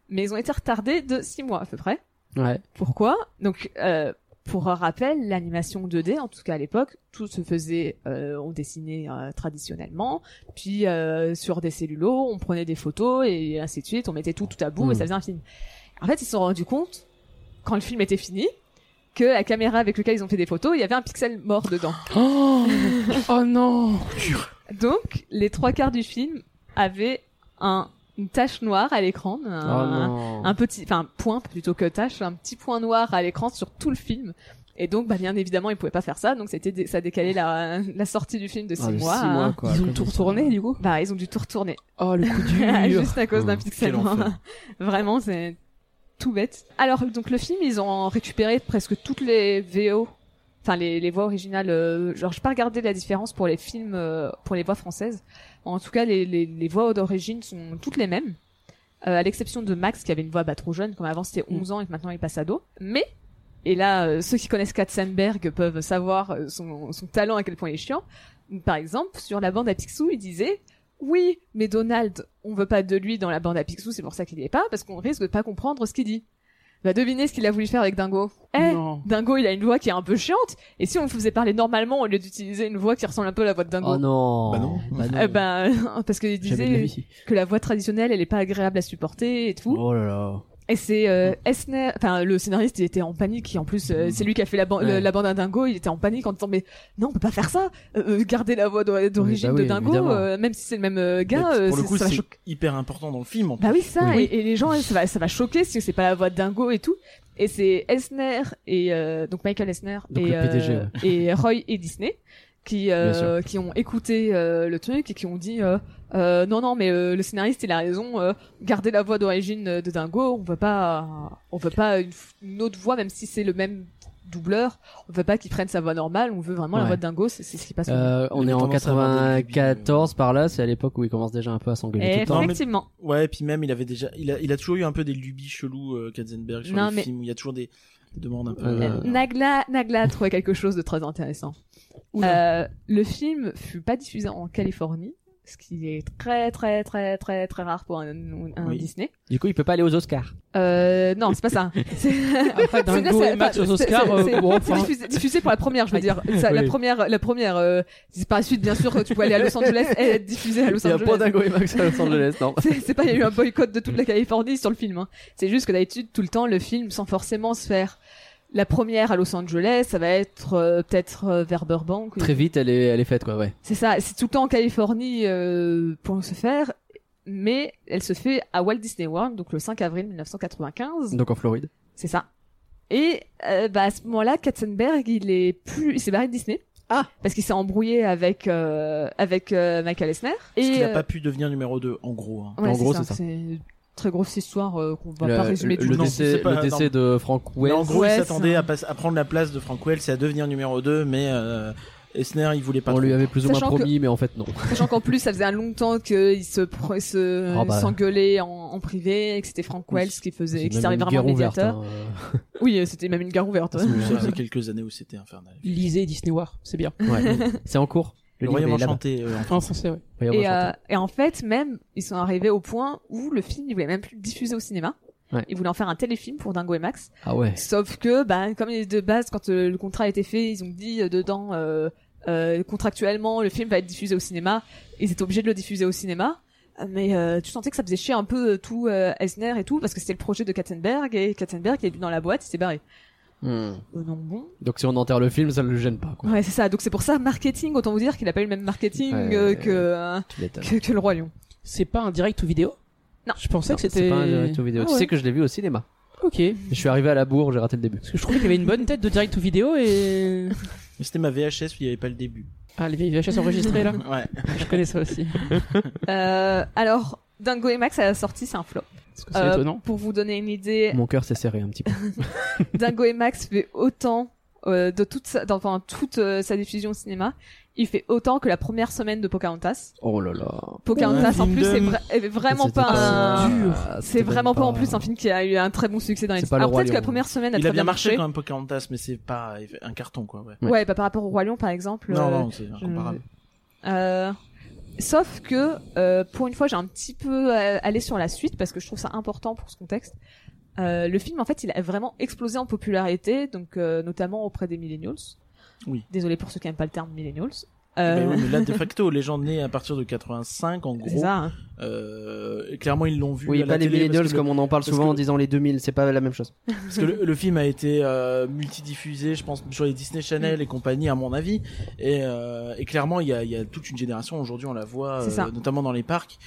Speaker 7: mais ils ont été retardés de six mois à peu près.
Speaker 1: Ouais.
Speaker 7: Pourquoi Donc, euh, pour un rappel, l'animation 2D, en tout cas à l'époque, tout se faisait, euh, on dessinait euh, traditionnellement, puis euh, sur des cellulos, on prenait des photos et ainsi de suite, on mettait tout tout à bout et
Speaker 1: Mm.
Speaker 7: ça faisait un film. En fait, ils se sont rendus compte quand le film était fini que la caméra avec laquelle ils ont fait des photos, il y avait un pixel mort dedans.
Speaker 8: Oh, oh non
Speaker 7: Donc, les trois quarts du film avaient un, une tache noire à l'écran, un,
Speaker 1: oh non.
Speaker 7: un petit, enfin point plutôt que tache, un petit point noir à l'écran sur tout le film. Et donc, bah, bien évidemment, ils pouvaient pas faire ça, donc c'était dé- ça décalait la, la sortie du film de six
Speaker 1: Ah, de
Speaker 7: mois.
Speaker 1: six
Speaker 7: à-
Speaker 1: mois, quoi.
Speaker 8: Ils ont
Speaker 1: Comme
Speaker 8: tout
Speaker 1: ça.
Speaker 8: retourné du coup
Speaker 7: Bah, ils ont dû tout retourner
Speaker 8: Oh le coup
Speaker 7: [laughs]
Speaker 8: dur
Speaker 7: juste à cause d'un
Speaker 1: Hum,
Speaker 7: pixel.
Speaker 3: quel
Speaker 7: noir.
Speaker 3: enfer.
Speaker 7: [laughs] Vraiment, c'est tout bête. Alors, donc le film, ils ont récupéré presque toutes les VO, enfin les, les voix originales. euh, genre, j'ai pas regardé la différence pour les films, euh, pour les voix françaises. En tout cas, les, les, les voix d'origine sont toutes les mêmes. euh, à l'exception de Max qui avait une voix bah, trop jeune, comme avant c'était 11 ans et que maintenant il passe ado. Mais, et là, euh, ceux qui connaissent Katzenberg peuvent savoir euh, son, son talent à quel point il est chiant. Par exemple, sur la bande à Picsou, il disait oui, mais Donald, on veut pas de lui dans la bande à Picsou, c'est pour ça qu'il y est pas, parce qu'on risque de pas comprendre ce qu'il dit. Va deviner ce qu'il a voulu faire avec Dingo. Eh,
Speaker 8: Non.
Speaker 7: Dingo, il a une voix qui est un peu chiante, et si on le faisait parler normalement au lieu d'utiliser une voix qui ressemble un peu à la voix de Dingo
Speaker 1: Oh non.
Speaker 3: Bah non.
Speaker 7: Eh ben, [laughs] parce qu'il
Speaker 8: Jamais de la
Speaker 7: disait
Speaker 8: vie.
Speaker 7: que la voix traditionnelle, elle est pas agréable à supporter et tout.
Speaker 1: Oh là là.
Speaker 7: Et c'est euh, Esner, enfin le scénariste, il était en panique. Et en plus, euh, c'est lui qui a fait la, ban-
Speaker 1: Ouais.
Speaker 7: le- la bande à Dingo. Il était en panique en disant mais non, on peut pas faire ça. Euh, euh, garder la voix d'o- d'origine
Speaker 1: Oui, bah oui,
Speaker 7: de Dingo,
Speaker 1: évidemment.
Speaker 7: euh, même si c'est le même euh,
Speaker 3: Et
Speaker 7: gars, euh,
Speaker 3: Bah, pour le
Speaker 7: c'est-
Speaker 3: coup,
Speaker 7: ça va
Speaker 3: c'est
Speaker 7: choquer.
Speaker 3: hyper important dans le film. en
Speaker 7: Bah oui, ça.
Speaker 1: Oui.
Speaker 7: Et, et les gens, ça va, ça va choquer si c'est pas la voix de Dingo et tout. Et c'est Esner et euh, donc Michael Esner
Speaker 1: Donc
Speaker 7: et,
Speaker 1: le PDG,
Speaker 7: euh, et Roy et Disney qui euh, qui ont écouté euh, le truc et qui ont dit euh, euh, non non mais euh, le scénariste il a raison euh, garder la voix d'origine euh, de Dingo on veut pas euh, on veut pas une, f- une autre voix même si c'est le même doubleur on veut pas qu'il prenne sa voix normale on veut vraiment la
Speaker 1: Ouais.
Speaker 7: voix de Dingo c'est c'est ce qui passe
Speaker 1: Euh, on
Speaker 3: Il
Speaker 1: est
Speaker 3: avait
Speaker 1: en
Speaker 3: tendance à avoir des pubis, euh.
Speaker 1: 94 par là, c'est à l'époque où il commence déjà un peu à s'engueuler tout le temps.
Speaker 7: effectivement
Speaker 3: Ouais, et puis même, il avait déjà, il a, il a toujours eu un peu des lubies chelous, euh, Katzenberg, sur
Speaker 7: Non,
Speaker 3: les
Speaker 7: mais-
Speaker 3: films, où il y a toujours des, des demandes un peu.
Speaker 1: Euh,
Speaker 3: euh,
Speaker 7: Nagla Nagla a trouvé quelque chose de très intéressant
Speaker 8: Oula.
Speaker 7: Euh, le film fut pas diffusé en Californie, ce qui est très très très très très rare pour un, un
Speaker 3: Oui.
Speaker 7: Disney.
Speaker 1: Du coup, il peut pas aller aux Oscars.
Speaker 7: Euh, non, c'est
Speaker 1: [laughs]
Speaker 7: pas ça. C'est
Speaker 8: Après,
Speaker 7: [laughs] c'est-
Speaker 8: Dingo
Speaker 7: c'est-
Speaker 8: et Max
Speaker 7: c'est-
Speaker 8: aux
Speaker 7: c'est-
Speaker 8: Oscars,
Speaker 7: c'est-
Speaker 8: euh,
Speaker 7: c'est-
Speaker 8: bon,
Speaker 7: c'est
Speaker 8: enfin.
Speaker 7: diffusé, diffusé pour la première, je veux dire. Ça, La
Speaker 1: Oui.
Speaker 7: première, la première. euh, c'est par la suite, bien sûr, tu peux aller à Los Angeles et être diffusé à Los
Speaker 1: Il y a
Speaker 7: Angeles.
Speaker 1: pas Dingo et Max à Los Angeles, non.
Speaker 7: [laughs] C'est c'est pas, il y a eu un boycott de toute la Californie sur le film. hein. C'est juste que d'habitude, tout le temps, le film, sans forcément se faire La première à Los Angeles, ça va être euh, peut-être euh, vers Burbank.
Speaker 9: Très vite, elle est, elle est faite, quoi, ouais.
Speaker 7: C'est ça, c'est tout le temps en Californie euh, pour se faire, mais elle se fait à Walt Disney World, donc le 5 avril 1995.
Speaker 3: Mm.
Speaker 9: Donc en Floride.
Speaker 7: C'est ça. Et euh, bah, à ce moment-là, Katzenberg, il est plus, il s'est barré de Disney.
Speaker 3: Ah.
Speaker 7: Parce qu'il s'est embrouillé avec euh, avec euh, Michael Esner.
Speaker 3: Parce qu'il
Speaker 7: Et
Speaker 3: a pas pu devenir numéro 2, en gros. hein.
Speaker 7: euh, ouais,
Speaker 9: en gros,
Speaker 7: c'est
Speaker 9: c'est ça.
Speaker 7: ça. C'est une très grosse histoire euh, qu'on va
Speaker 9: le,
Speaker 7: pas résumer
Speaker 9: le-
Speaker 7: tout
Speaker 9: le
Speaker 3: Non,
Speaker 9: décès,
Speaker 3: c'est pas-
Speaker 9: le décès de Frank
Speaker 3: Mais
Speaker 9: Wells.
Speaker 3: en gros,
Speaker 7: ouais,
Speaker 3: il s'attendait
Speaker 7: c'est un-
Speaker 3: à, pas- à prendre la place de Frank Wells et à devenir numéro 2, mais euh, Esner, il voulait pas.
Speaker 9: on
Speaker 3: trop.
Speaker 9: lui avait plus ou moins
Speaker 7: Sachant que-
Speaker 9: promis, mais en fait, non.
Speaker 7: Sachant qu'en plus, ça faisait un longtemps qu'ils se pre- se
Speaker 9: Ah bah.
Speaker 7: s'engueulaient en, en privé, et que c'était Frank Wells qui faisait, qui servait vraiment de médiateur.
Speaker 9: hein.
Speaker 7: Oui, euh, c'était même une gare ouverte. ouais.
Speaker 3: Ça faisait [laughs] quelques années où c'était infernal.
Speaker 8: Lisez Disney War, c'est bien.
Speaker 9: C'est en cours.
Speaker 3: Le
Speaker 9: livre
Speaker 3: Royaume
Speaker 9: est là-bas.
Speaker 3: Enchanté. euh, en
Speaker 8: En
Speaker 3: France.
Speaker 8: français, ouais.
Speaker 9: Royaume
Speaker 7: Et,
Speaker 9: Enchanté.
Speaker 7: euh, et en fait, même, ils sont arrivés au point où le film, ils voulaient même plus le diffuser au cinéma.
Speaker 9: Ouais.
Speaker 7: Ils voulaient en faire un téléfilm pour Dingo et Max.
Speaker 9: Ah ouais.
Speaker 7: Sauf que, bah, comme il- de base, quand euh, le contrat a été fait, ils ont dit euh, dedans, euh, euh, contractuellement, le film va être diffusé au cinéma. Ils étaient obligés de le diffuser au cinéma. Euh, Mais euh, tu sentais que ça faisait chier un peu euh, tout euh, Eisner et tout, parce que c'était le projet de Katzenberg, et Katzenberg, il est dans la boîte, il s'est barré.
Speaker 9: Hmm.
Speaker 7: Euh, donc bon.
Speaker 9: Donc si on enterre le film, ça le gêne pas, quoi.
Speaker 7: Ouais, c'est ça. Donc c'est pour ça, marketing, autant vous dire qu'il a pas eu le même marketing
Speaker 9: Ouais,
Speaker 7: euh,
Speaker 9: ouais,
Speaker 7: que, euh,
Speaker 9: Tu m'étonnes.
Speaker 7: que, que le Roi Lion.
Speaker 8: C'est pas un direct ou vidéo
Speaker 7: Non.
Speaker 8: Je pensais
Speaker 9: Non,
Speaker 8: que c'était.
Speaker 9: C'est pas un direct ou vidéo.
Speaker 8: Ah
Speaker 9: tu
Speaker 8: ouais.
Speaker 9: sais que je l'ai vu au cinéma.
Speaker 8: Ok.
Speaker 9: Je suis arrivé à la bourre, j'ai raté le début.
Speaker 8: Parce que je trouvais qu'il avait une bonne tête de direct ou vidéo et.
Speaker 3: Mais c'était ma VHS, il n'y avait pas le début.
Speaker 8: [laughs] Ah, les vieilles VHS enregistrées là
Speaker 3: Ouais.
Speaker 8: [laughs] Je connais ça aussi.
Speaker 7: Euh, alors, Dingo et Max à la sortie, c'est un flop.
Speaker 8: Parce que c'est
Speaker 7: Euh,
Speaker 8: étonnant.
Speaker 7: Pour vous donner une idée,
Speaker 9: Mon cœur s'est serré un petit peu.
Speaker 7: Dingo et Max fait autant euh, de toute sa, enfin toute euh, sa diffusion au cinéma, il fait autant que la première semaine de Pocahontas.
Speaker 9: [laughs] Oh là là.
Speaker 7: Pocahontas
Speaker 3: Ouais,
Speaker 7: en plus c'est
Speaker 3: Kingdom.
Speaker 7: vra- est vraiment
Speaker 9: C'était
Speaker 7: pas un- Ah,
Speaker 9: dur.
Speaker 7: c'est
Speaker 9: C'était
Speaker 7: vraiment
Speaker 9: même
Speaker 7: pas en plus un film qui a eu un très bon succès dans les
Speaker 9: C'est pas le
Speaker 7: Alors
Speaker 9: Roi
Speaker 7: peut-être que la
Speaker 9: Lion.
Speaker 7: première semaine a
Speaker 3: Il
Speaker 7: très
Speaker 3: a bien marché quand même, Pocahontas, mais c'est pas un carton, quoi. Ouais.
Speaker 9: ouais.
Speaker 7: Ouais, bah, par rapport au Roi Lion par exemple.
Speaker 3: Non,
Speaker 7: euh,
Speaker 3: non, c'est incomparable.
Speaker 7: Euh, sauf que, euh, pour une fois, j'ai un petit peu euh, allé sur la suite parce que je trouve ça important pour ce contexte. Euh, le film, en fait, il a vraiment explosé en popularité, donc euh, notamment auprès des millennials.
Speaker 3: Oui.
Speaker 7: Désolé pour ceux qui n'aiment pas le terme millennials.
Speaker 3: Mais,
Speaker 7: Euh,
Speaker 3: Eh ben oui, mais là, de facto, les gens nés à partir de 85, en
Speaker 7: c'est
Speaker 3: gros,
Speaker 7: ça. hein.
Speaker 3: euh, clairement, ils l'ont vu.
Speaker 9: Oui,
Speaker 3: à
Speaker 9: pas
Speaker 3: la
Speaker 9: les
Speaker 3: télé, parce
Speaker 9: millennials
Speaker 3: que le-
Speaker 9: comme on en parle
Speaker 3: parce
Speaker 9: souvent
Speaker 3: que-
Speaker 9: en disant les 2000, c'est pas la même chose.
Speaker 3: [laughs] Parce que le, le film a été euh, multidiffusé, je pense, sur les Disney Channel et compagnie, à mon avis. Et, euh, et clairement, il y a, il y a toute une génération, aujourd'hui, on la voit,
Speaker 7: C'est
Speaker 3: euh,
Speaker 7: ça.
Speaker 3: notamment dans les parcs,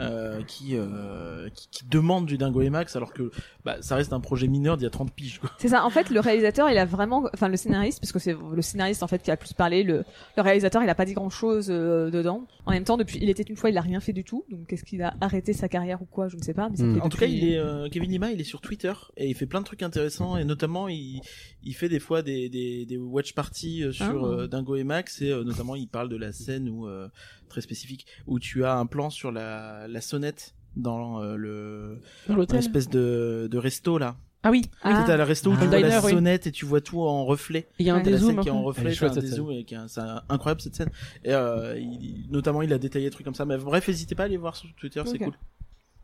Speaker 3: euh, qui, euh, qui, qui demande du Dingo et Max, alors que bah, ça reste un projet mineur d'il y a 30 piges. Quoi.
Speaker 7: C'est ça. En fait, le réalisateur, il a vraiment, enfin le scénariste, parce que c'est le scénariste en fait qui a le plus parlé. Le, le réalisateur, il a pas dit grand chose dedans. En même temps, depuis, il était une fois, il a rien fait du tout. Donc, est-ce qu'il a arrêté sa carrière ou quoi Je ne sais pas. Mais ça
Speaker 9: Mm.
Speaker 7: fait
Speaker 3: Hmm. En tout cas,
Speaker 7: depuis-
Speaker 3: il est, euh, Kevin Lima, il est sur Twitter et il fait plein de trucs intéressants et notamment il, il fait des fois des, des, des watch parties euh, sur
Speaker 7: Ah.
Speaker 3: euh, Dingo et Max et euh, notamment il parle de la scène où euh, très spécifique où tu as un plan sur la, la sonnette dans euh, le
Speaker 8: Dans
Speaker 3: dans
Speaker 8: l'hôtel.
Speaker 3: l'espèce de, de resto là.
Speaker 8: Ah oui,
Speaker 7: Ah.
Speaker 3: T'as le resto où
Speaker 9: Ah.
Speaker 3: tu vois
Speaker 8: Diner,
Speaker 3: la
Speaker 8: oui.
Speaker 3: sonnette et tu vois tout en reflet.
Speaker 8: il y a un
Speaker 7: Ouais.
Speaker 8: hein.
Speaker 3: T'as la
Speaker 8: dézoom.
Speaker 3: scène qui est en
Speaker 8: après.
Speaker 9: Elle est
Speaker 3: reflet,
Speaker 9: chouette,
Speaker 3: t'as un
Speaker 9: cette
Speaker 3: dézoom et qui est un- c'est un- incroyable cette scène. Et euh, il- il- notamment il a détaillé des trucs comme ça. Mais bref, n'hésitez pas à aller voir sur Twitter, c'est
Speaker 7: Ok.
Speaker 3: cool.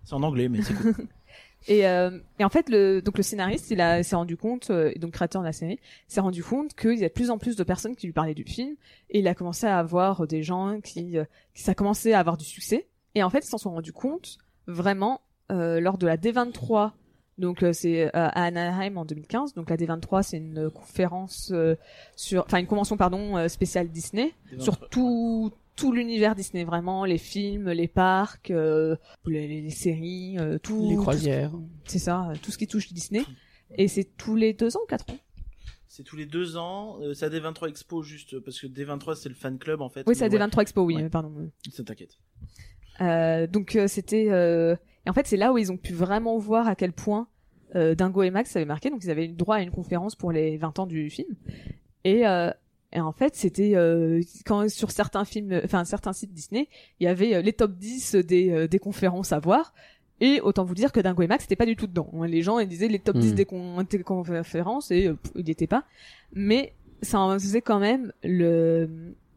Speaker 3: C'est en anglais, mais c'est cool.
Speaker 7: Et, euh, et en fait, le, donc le scénariste, il a s'est rendu compte, euh, et donc créateur de la série, s'est rendu compte qu'il y a de plus en plus de personnes qui lui parlaient du film, et il a commencé à avoir des gens qui, euh, qui ça commençait à avoir du succès. Et en fait, ils s'en sont rendus compte vraiment euh, lors de la D23. Donc euh, c'est euh, à Anaheim en 2015. Donc la D23, c'est une conférence euh, sur, enfin une convention pardon euh, spéciale Disney sur tout tout l'univers Disney vraiment les films les parcs euh, les, les- les séries euh, tout
Speaker 8: Les
Speaker 7: tout ce
Speaker 8: croisières.
Speaker 7: c'est ça, euh, tout ce qui touche Disney. Et c'est tous les deux ans, quatre ans.
Speaker 3: C'est tous les deux ans. Euh, c'est à D23 Expo, juste euh, parce que D23, c'est le fan club en fait.
Speaker 7: Oui, c'est à
Speaker 3: Mais
Speaker 7: D23 Expo, oui,
Speaker 3: Ouais.
Speaker 7: euh, pardon.
Speaker 3: ouais, Ça t'inquiète.
Speaker 7: Euh, donc euh, c'était, euh, et en fait c'est là où ils ont pu vraiment voir à quel point euh, Dingo et Max avaient marqué. Donc ils avaient eu droit à une conférence pour les 20 ans du film. Et, euh, et en fait c'était euh, quand sur certains films, euh, enfin certains sites Disney, il y avait euh, les top 10 des, euh, des conférences à voir. Et autant vous dire que Dingo et Max n'étaient pas du tout dedans. Hein, Les gens ils disaient les top 10
Speaker 9: Hmm.
Speaker 7: des, con- des conférences et euh, pff, ils n'y étaient pas. Mais ça en faisait quand même le,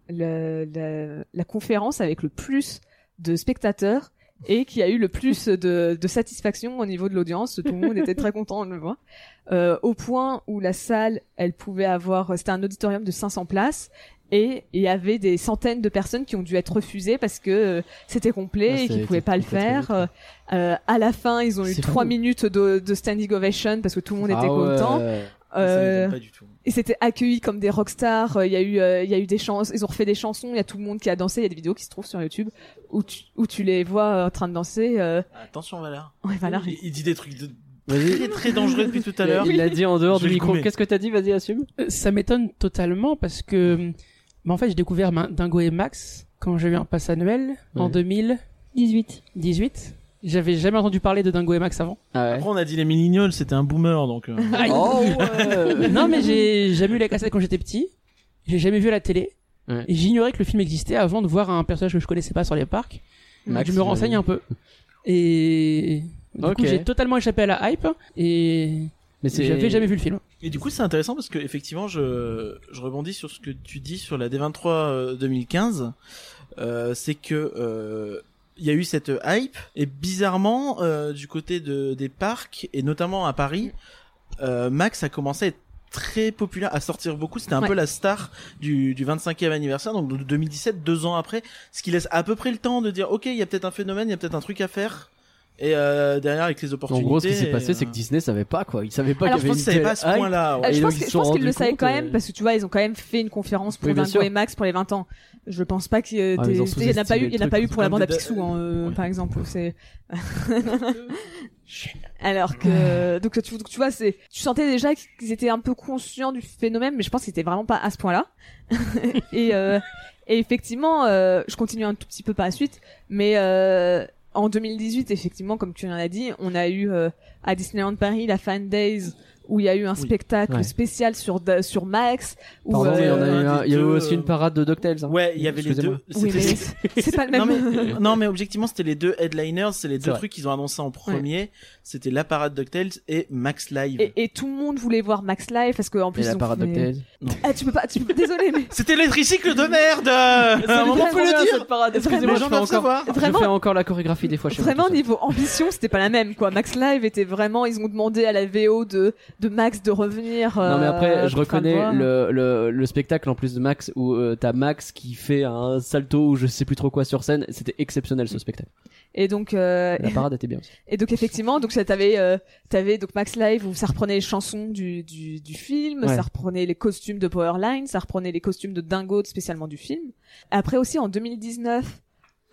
Speaker 7: le- la, la conférence avec le plus de spectateurs et qui a eu le
Speaker 9: [laughs]
Speaker 7: plus de, de satisfaction au niveau de l'audience. Tout le monde était très content de le voir. Euh, au point où la salle, elle pouvait avoir... C'était un auditorium de 500 places et il y avait des centaines de personnes qui ont dû être refusées parce que euh, c'était complet
Speaker 9: Ouais,
Speaker 7: et
Speaker 9: ça
Speaker 7: qu'ils
Speaker 9: a
Speaker 7: ne pouvaient
Speaker 9: été
Speaker 7: pas le
Speaker 9: complet très
Speaker 7: faire.
Speaker 9: vite,
Speaker 7: Euh,
Speaker 9: ouais.
Speaker 7: euh, à la fin, ils ont eu
Speaker 9: C'est
Speaker 7: trois
Speaker 9: fou.
Speaker 7: minutes de, de standing ovation parce que tout le monde était
Speaker 9: Ah ouais.
Speaker 7: content.
Speaker 3: Ça
Speaker 7: Euh,
Speaker 3: m'étonne pas du tout.
Speaker 7: et c'était accueilli comme des rockstars. Il y a eu, euh, il y a eu des chans, ils ont refait des chansons. Il y a tout le monde qui a dansé. Il y a des vidéos qui se trouvent sur YouTube où tu, où tu les vois euh, en train de danser. euh, [laughs]
Speaker 3: Attention, Valar.
Speaker 7: Ouais, voilà.
Speaker 3: Il, il dit des trucs de...
Speaker 9: Vas-y.
Speaker 3: très très dangereux depuis tout à l'heure.
Speaker 9: Il l'a dit en dehors
Speaker 3: Je
Speaker 9: du
Speaker 3: vais
Speaker 9: micro.
Speaker 3: gommer.
Speaker 9: Qu'est-ce que t'as dit Vas-y, assume.
Speaker 8: Euh, Ça m'étonne totalement parce que. Mais en fait, j'ai découvert ma- Dingo et Max quand j'ai eu un pass annuel en
Speaker 9: Ouais.
Speaker 8: 2018.
Speaker 10: 18.
Speaker 8: J'avais jamais entendu parler de Dingo et Max avant.
Speaker 9: Ah
Speaker 3: Après, on a dit les millennials, c'était un boomer, donc... euh,
Speaker 8: Aïe.
Speaker 9: Oh
Speaker 8: [laughs] [laughs]
Speaker 9: ouais.
Speaker 8: non, mais j'ai jamais eu la cassette quand j'étais petit. J'ai jamais vu à la télé.
Speaker 9: Ouais.
Speaker 8: Et J'ignorais que le film existait avant de voir un personnage que je connaissais pas sur les parcs.
Speaker 9: Max,
Speaker 8: je me renseigne un peu. Et. Du
Speaker 9: Ok.
Speaker 8: coup, j'ai totalement échappé à la hype et
Speaker 9: Mais c'est.
Speaker 8: j'avais jamais vu le film.
Speaker 3: Et du coup, c'est intéressant parce que effectivement, je, je rebondis sur ce que tu dis sur la D23 euh, 2015. Euh, c'est que euh, il y a eu cette hype et bizarrement, euh, du côté de des parcs et notamment à Paris, euh, Max a commencé à être très populaire, à sortir beaucoup. C'était un
Speaker 8: Ouais.
Speaker 3: peu la star du, du 25e anniversaire, donc de 2017, deux ans après, ce qui laisse à peu près le temps de dire, ok, il y a peut-être un phénomène, il y a peut-être un truc à faire. Et euh, derrière, avec les
Speaker 9: En
Speaker 3: opportunités.
Speaker 9: gros, ce qui
Speaker 3: et,
Speaker 9: s'est passé,
Speaker 3: euh,
Speaker 9: c'est que Disney savait pas quoi. Il savait pas
Speaker 7: Alors,
Speaker 9: qu'il
Speaker 3: Alors, je pense
Speaker 9: y avait une
Speaker 3: que savait
Speaker 9: telle
Speaker 3: pas à ce
Speaker 9: hype.
Speaker 3: point-là.
Speaker 7: Euh,
Speaker 3: ouais.
Speaker 9: Ah, Et
Speaker 7: je
Speaker 9: donc,
Speaker 7: pense,
Speaker 9: ils
Speaker 7: que-
Speaker 9: se
Speaker 7: je
Speaker 9: sont
Speaker 7: pense qu'ils
Speaker 9: rendus
Speaker 7: le savaient
Speaker 9: compte,
Speaker 7: quand même
Speaker 9: euh,
Speaker 7: parce que tu vois, ils ont quand même fait une conférence pour
Speaker 9: Oui, bien
Speaker 7: Dingo
Speaker 9: sûr.
Speaker 7: et Max pour les 20 ans. Je pense pas qu'il y ait-
Speaker 9: Ah, mais ils ont
Speaker 7: il y en a pas eu, il y en a pas
Speaker 9: sous-estimé
Speaker 7: eu
Speaker 9: le
Speaker 7: pour la
Speaker 3: truc,
Speaker 7: bande à
Speaker 3: comme des-
Speaker 7: Picsou, hein, euh,
Speaker 3: Ouais.
Speaker 7: par exemple.
Speaker 9: [laughs]
Speaker 7: C'est alors que donc tu, donc, tu vois, c'est tu sentais déjà qu'ils étaient un peu conscients du phénomène, mais je pense qu'ils étaient vraiment pas à ce point-là. [laughs] et euh, et effectivement, euh, je continue un tout petit peu par la suite, mais euh, en 2018, effectivement, comme tu en as dit, on a eu euh, à Disneyland Paris la Fan Days où il y a eu un
Speaker 3: Oui.
Speaker 7: spectacle
Speaker 9: Ouais.
Speaker 7: spécial sur Da- sur Max. Où,
Speaker 9: Pardon, mais
Speaker 7: euh,
Speaker 9: on a eu
Speaker 3: un
Speaker 9: un-
Speaker 3: des
Speaker 9: il y a eu
Speaker 3: deux,
Speaker 9: aussi
Speaker 3: euh,
Speaker 9: une parade de DuckTales. hein.
Speaker 3: Ouais, il y avait les
Speaker 9: Excusez-moi.
Speaker 7: [laughs]
Speaker 3: deux.
Speaker 7: Oui, mais
Speaker 3: c'était-
Speaker 7: c'est
Speaker 9: [laughs]
Speaker 7: pas le
Speaker 3: non,
Speaker 7: même.
Speaker 3: mais, non, mais objectivement, c'était les deux headliners, c'est les deux
Speaker 9: vrai.
Speaker 3: trucs qu'ils ont annoncé en premier. C'était la parade DuckTales et Max Live.
Speaker 7: Et, et tout le monde voulait voir Max Live parce que en
Speaker 9: Et
Speaker 7: plus
Speaker 9: la
Speaker 7: on
Speaker 9: parade
Speaker 7: fait-
Speaker 9: DuckTales.
Speaker 7: Ah, tu peux pas, tu peux... désolé
Speaker 9: [laughs]
Speaker 7: mais
Speaker 3: C'était les tricycles de
Speaker 7: [laughs]
Speaker 3: merde À un moment, faut le dire
Speaker 9: Excusez-moi,
Speaker 3: Les
Speaker 9: je
Speaker 3: gens
Speaker 9: fais
Speaker 3: doivent
Speaker 9: encore.
Speaker 3: savoir
Speaker 7: vraiment
Speaker 9: Je fais encore la chorégraphie des fois chez moi,
Speaker 7: Vraiment
Speaker 9: tout seul.
Speaker 7: niveau ambition, c'était pas la même quoi. Max Live était vraiment, ils ont demandé à la VO de de Max de revenir. euh,
Speaker 9: Non mais après, je
Speaker 7: pour faire
Speaker 9: reconnais
Speaker 7: voir.
Speaker 9: le, le, le spectacle en plus de Max où euh, t'as Max qui fait un salto ou je sais plus trop quoi sur scène. C'était exceptionnel ce spectacle.
Speaker 7: Et donc euh,
Speaker 9: La parade était bien aussi.
Speaker 7: et donc effectivement, donc ça t'avais euh, t'avais donc Max Live où ça reprenait les chansons du du, du film,
Speaker 9: Ouais.
Speaker 7: ça reprenait les costumes de Powerline, ça reprenait les costumes de Dingo spécialement du film. Après aussi en 2019,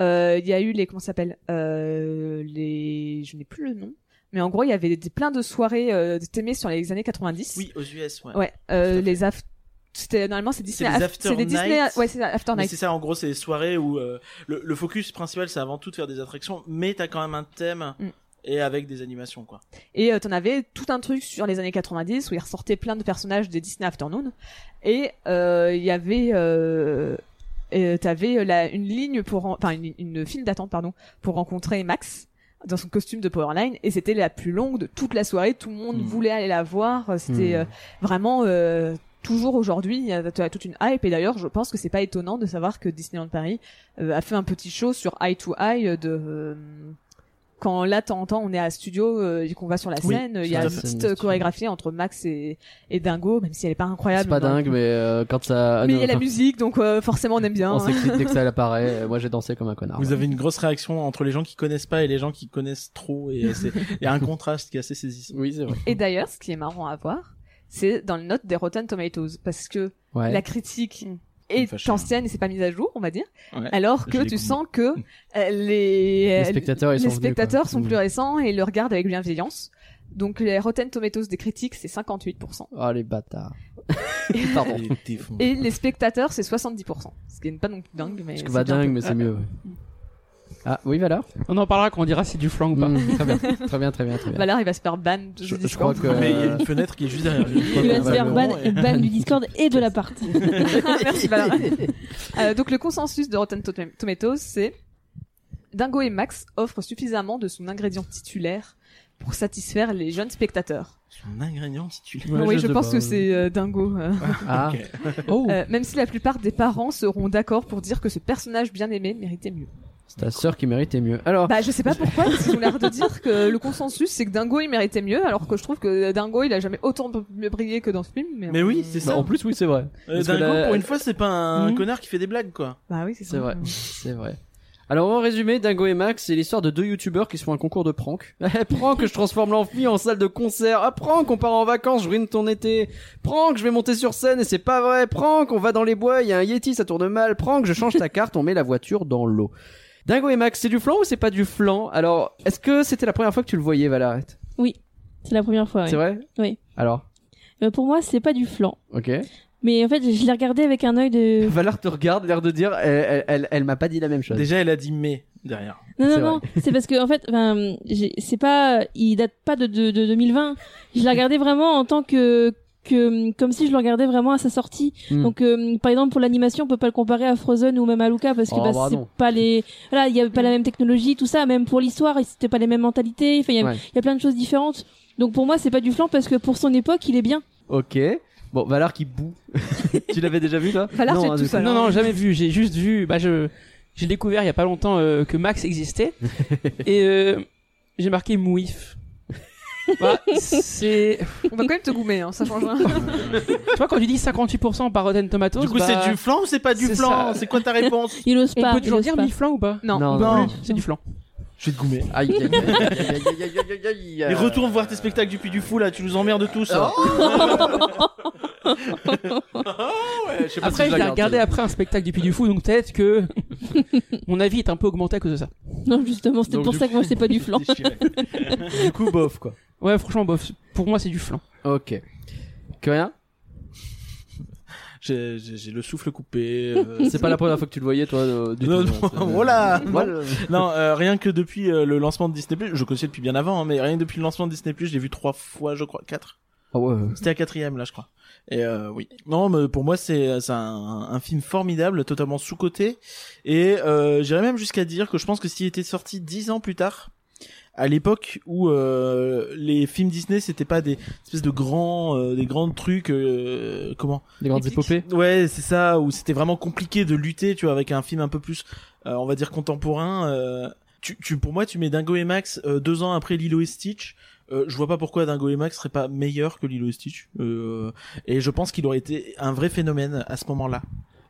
Speaker 7: euh, il y a eu les comment ça s'appelle euh, les je n'ai plus le nom, mais en gros il y avait des, plein de soirées euh, thésées sur les années 90.
Speaker 3: Oui, aux US, ouais.
Speaker 7: Ouais,
Speaker 3: Tout
Speaker 7: euh,
Speaker 3: à
Speaker 7: les af... c'était normalement c'est Disney
Speaker 3: C'est des
Speaker 7: af-
Speaker 3: After
Speaker 7: c'est des Disney
Speaker 3: Night.
Speaker 7: ouais c'est After
Speaker 3: Mais
Speaker 7: Night.
Speaker 3: c'est ça, en gros, c'est les soirées où euh, le, le focus principal, c'est avant tout de faire des attractions, mais t'as quand même un thème
Speaker 7: Mm.
Speaker 3: et avec des animations, quoi.
Speaker 7: Et euh, t'en avais tout un truc sur les années 90 où il ressortait plein de personnages des Disney Afternoon et euh, il y avait euh, euh, t'avais la une ligne pour en- enfin une, une file d'attente pardon pour rencontrer Max dans son costume de Powerline et c'était la plus longue de toute la soirée tout le monde
Speaker 3: Mm.
Speaker 7: voulait aller la voir c'était
Speaker 9: Mm.
Speaker 7: euh, vraiment euh, toujours aujourd'hui il y a t'as toute une hype et d'ailleurs je pense que c'est pas étonnant de savoir que Disneyland Paris euh, a fait un petit show sur Eye to Eye euh, de euh, quand là t'entends on est à studio euh, et qu'on va sur la
Speaker 3: Oui,
Speaker 7: scène euh, il
Speaker 9: sur
Speaker 7: y a
Speaker 9: la
Speaker 7: une
Speaker 9: scène,
Speaker 7: petite
Speaker 9: bien
Speaker 7: euh,
Speaker 9: sûr.
Speaker 7: chorégraphie entre Max et, et Dingo même si elle est pas incroyable
Speaker 9: C'est pas
Speaker 7: mais-
Speaker 9: dingue, [laughs] mais euh, quand ça. ah
Speaker 7: mais il
Speaker 9: non,
Speaker 7: y a la
Speaker 9: enfin,
Speaker 7: musique donc euh, forcément on aime bien
Speaker 9: On
Speaker 7: hein.
Speaker 9: s'excite dès que ça apparaît. Euh, Moi j'ai dansé comme un connard.
Speaker 3: Vous
Speaker 9: ouais.
Speaker 3: avez une grosse réaction entre les gens qui connaissent pas et les gens qui connaissent trop, et c'est- il y a un contraste qui est assez saisissant.
Speaker 9: Oui c'est vrai.
Speaker 7: et d'ailleurs ce qui est marrant à voir c'est dans le note des Rotten Tomatoes parce que
Speaker 9: Ouais.
Speaker 7: la critique
Speaker 9: Mm.
Speaker 3: me
Speaker 7: est
Speaker 3: fâche, hein.
Speaker 7: ancienne et c'est pas mise à jour on va dire
Speaker 3: Ouais.
Speaker 7: alors
Speaker 3: Je
Speaker 7: que
Speaker 3: l'ai
Speaker 7: tu
Speaker 3: gommé.
Speaker 7: sens
Speaker 3: [laughs]
Speaker 7: que euh, les,
Speaker 9: Les spectateurs, ils
Speaker 7: les
Speaker 9: sont venus,
Speaker 7: spectateurs
Speaker 9: quoi.
Speaker 7: sont
Speaker 9: Mm.
Speaker 7: plus récents et le regardent avec bienveillance donc les Rotten Tomatoes des critiques c'est 58%
Speaker 9: Oh les bâtards. Pardon.
Speaker 3: Et t'es fond.
Speaker 7: et les spectateurs c'est 70% ce qui n'est pas non plus dingue mais
Speaker 9: Parce que
Speaker 7: c'est
Speaker 9: bah
Speaker 7: bien
Speaker 9: dingue mais c'est mieux. ouais. Ah oui Valor.
Speaker 8: On en parlera quand on dira si c'est du flanc ou pas.
Speaker 9: Mm, Très bien très bien très bien très bien.
Speaker 7: Valère, il va se faire ban de
Speaker 9: Je,
Speaker 7: ce
Speaker 9: je crois
Speaker 7: Discord.
Speaker 9: que.
Speaker 3: Mais il y a une Euh, fenêtre qui est juste derrière lui.
Speaker 9: ben,
Speaker 10: Il va se faire
Speaker 9: Probablement,
Speaker 10: ban,
Speaker 9: [laughs]
Speaker 10: ban du Discord et de l'appart.
Speaker 7: [laughs] Merci, Valère. Euh, donc, le consensus de Rotten Tom- Tomatoes, c'est Dingo et Max offrent suffisamment de son ingrédient titulaire pour satisfaire les jeunes spectateurs.
Speaker 3: Son ingrédient titulaire.
Speaker 9: Ouais,
Speaker 7: oui,
Speaker 9: je
Speaker 7: je,
Speaker 9: sais
Speaker 7: pense
Speaker 9: pas.
Speaker 7: que c'est euh, Dingo. euh.
Speaker 9: Ah.
Speaker 3: Ok.
Speaker 8: Oh,
Speaker 7: Euh, même si la plupart des parents seront d'accord pour dire que ce personnage bien aimé méritait mieux.
Speaker 9: C'est ta sœur qui méritait mieux. Alors.
Speaker 7: Bah, je sais pas pourquoi, parce qu'ils ont l'air de dire que le consensus, c'est que Dingo, il méritait mieux, alors que je trouve que Dingo, il a jamais autant mieux brillé que dans ce film. Mais,
Speaker 3: Mais oui, c'est ça.
Speaker 9: Bah, en plus oui c'est vrai.
Speaker 3: Euh,
Speaker 9: Parce que
Speaker 3: Dingo,
Speaker 9: la-
Speaker 3: pour une fois, c'est pas un
Speaker 9: Mhm.
Speaker 3: connard qui fait des blagues, quoi.
Speaker 7: Bah oui, c'est
Speaker 9: C'est
Speaker 7: ça.
Speaker 9: vrai, c'est vrai. Alors en résumé, Dingo et Max, c'est l'histoire de deux youtubeurs qui se font un concours de prank. [laughs] Eh, prank, je transforme l'amphi en salle de concert. Ah prank, on part en vacances, je ruine ton été. Prank, je vais monter sur scène et c'est pas vrai. Prank, on va dans les bois, il y a un yeti, ça tourne mal. Prank, je change [laughs] ta carte, on met la voiture dans l'eau. Dingo et Max, c'est du flan ou c'est pas du flan Alors, est-ce que c'était la première fois que tu le voyais, Valarette
Speaker 10: Oui, c'est la première fois. oui.
Speaker 9: C'est vrai
Speaker 10: Oui.
Speaker 9: Alors,
Speaker 10: Euh, pour moi, c'est pas du flan.
Speaker 9: ok.
Speaker 10: Mais en fait, je l'ai regardé avec un œil de.
Speaker 9: Valar te regarde, l'air de dire, elle, elle, elle, elle m'a pas dit la même chose.
Speaker 3: Déjà, elle a dit mais derrière.
Speaker 10: Non,
Speaker 9: C'est
Speaker 10: non, non. C'est parce que en fait, ben, j'ai- c'est pas. Il date pas de, de, de 2020. Je l'ai regardé vraiment en tant que que comme si je le regardais vraiment à sa sortie.
Speaker 9: Hmm.
Speaker 10: Donc, euh, par exemple, pour l'animation, on peut pas le comparer à Frozen ou même à Luca parce que
Speaker 9: Oh,
Speaker 10: bah,
Speaker 9: bah,
Speaker 10: c'est
Speaker 9: non.
Speaker 10: pas les. Voilà, il y avait pas la même technologie, tout ça. Même pour l'histoire, et c'était pas les mêmes mentalités. Enfin, il y a-
Speaker 9: Ouais.
Speaker 10: il y a plein de choses différentes. Donc pour moi, c'est pas du flan parce que pour son époque, il est bien.
Speaker 9: Ok. Bon, Valar qui boue. [laughs] tu l'avais déjà vu, toi
Speaker 7: Valar, tu es
Speaker 9: hein,
Speaker 7: tout
Speaker 9: du coup.
Speaker 7: seul.
Speaker 8: Non, non, jamais vu. J'ai juste vu. Bah, je j'ai découvert il y a pas longtemps euh, que Max existait
Speaker 9: [laughs]
Speaker 8: et euh, j'ai marqué Mouif. Voilà, c'est.
Speaker 7: On va quand même te goumer, hein, ça change rien.
Speaker 8: Tu vois quand tu dis 58% par Rotten Tomatoes.
Speaker 3: Du coup,
Speaker 8: bah,
Speaker 3: c'est du flan ou c'est pas du
Speaker 8: c'est
Speaker 3: flan
Speaker 8: ça.
Speaker 3: C'est quoi ta
Speaker 9: [laughs]
Speaker 3: réponse
Speaker 10: Il ose
Speaker 8: On
Speaker 10: pas.
Speaker 8: peut
Speaker 10: il
Speaker 8: toujours
Speaker 10: ose
Speaker 8: dire
Speaker 10: pas.
Speaker 8: mi-flan ou pas
Speaker 7: Non.
Speaker 9: Non,
Speaker 3: Non.
Speaker 8: C'est du flan.
Speaker 3: Je vais te goumer.
Speaker 9: [laughs] Aïe, aïe, aïe, aïe, aïe, aïe, aïe, aïe, aïe,
Speaker 3: Et
Speaker 9: euh,
Speaker 3: retourne voir tes spectacles du Puy du Fou là, tu nous emmerdes tous. hein.
Speaker 9: Oh. ouais, je sais pas
Speaker 8: Après,
Speaker 9: si
Speaker 8: je l'ai
Speaker 9: la garde,
Speaker 8: regardé après un spectacle du Puy du Fou, donc peut-être que mon avis est un peu augmenté à cause de ça.
Speaker 10: [laughs] Non, justement, c'est
Speaker 9: Donc,
Speaker 10: pour
Speaker 9: du
Speaker 10: ça que moi, c'est pas du
Speaker 3: [laughs]
Speaker 10: flan.
Speaker 3: Déchiré.
Speaker 9: Du coup, bof, quoi.
Speaker 8: Ouais, franchement, bof. Pour moi, c'est du flan.
Speaker 9: Ok. Que rien
Speaker 3: J'ai j'ai- j'ai le souffle coupé. euh,
Speaker 9: [laughs] C'est pas la première fois que tu le voyais, toi, euh, du
Speaker 3: Non,
Speaker 9: tout,
Speaker 3: non, [laughs]
Speaker 9: hein, c'est-
Speaker 3: voilà.
Speaker 9: Voilà.
Speaker 3: Non, euh, rien que depuis euh, le lancement de Disney+, je connaissais depuis bien avant, hein, mais rien que depuis le lancement de Disney+, je l'ai vu trois fois, je crois, quatre.
Speaker 9: Ah ouais. ouais.
Speaker 3: C'était la quatrième, là, je crois. Et euh, oui. Non, mais pour moi, c'est c'est un, un film formidable, totalement sous-coté. Et euh, j'irais même jusqu'à dire que je pense que s'il était sorti dix ans plus tard, à l'époque où euh, les films Disney, c'était pas des espèces de grands, euh, des grands trucs, euh, comment
Speaker 9: Des grandes
Speaker 7: Explique.
Speaker 9: épopées
Speaker 3: Ouais, c'est ça, où c'était vraiment compliqué de lutter, tu vois, avec un film un peu plus, euh, on va dire, contemporain. euh, tu, tu, pour moi, tu mets Dingo et Max euh, deux ans après Lilo et Stitch. euh, je vois pas pourquoi Dingo et Max serait pas meilleur que Lilo et Stitch. euh, et je pense qu'il aurait été un vrai phénomène à ce moment-là.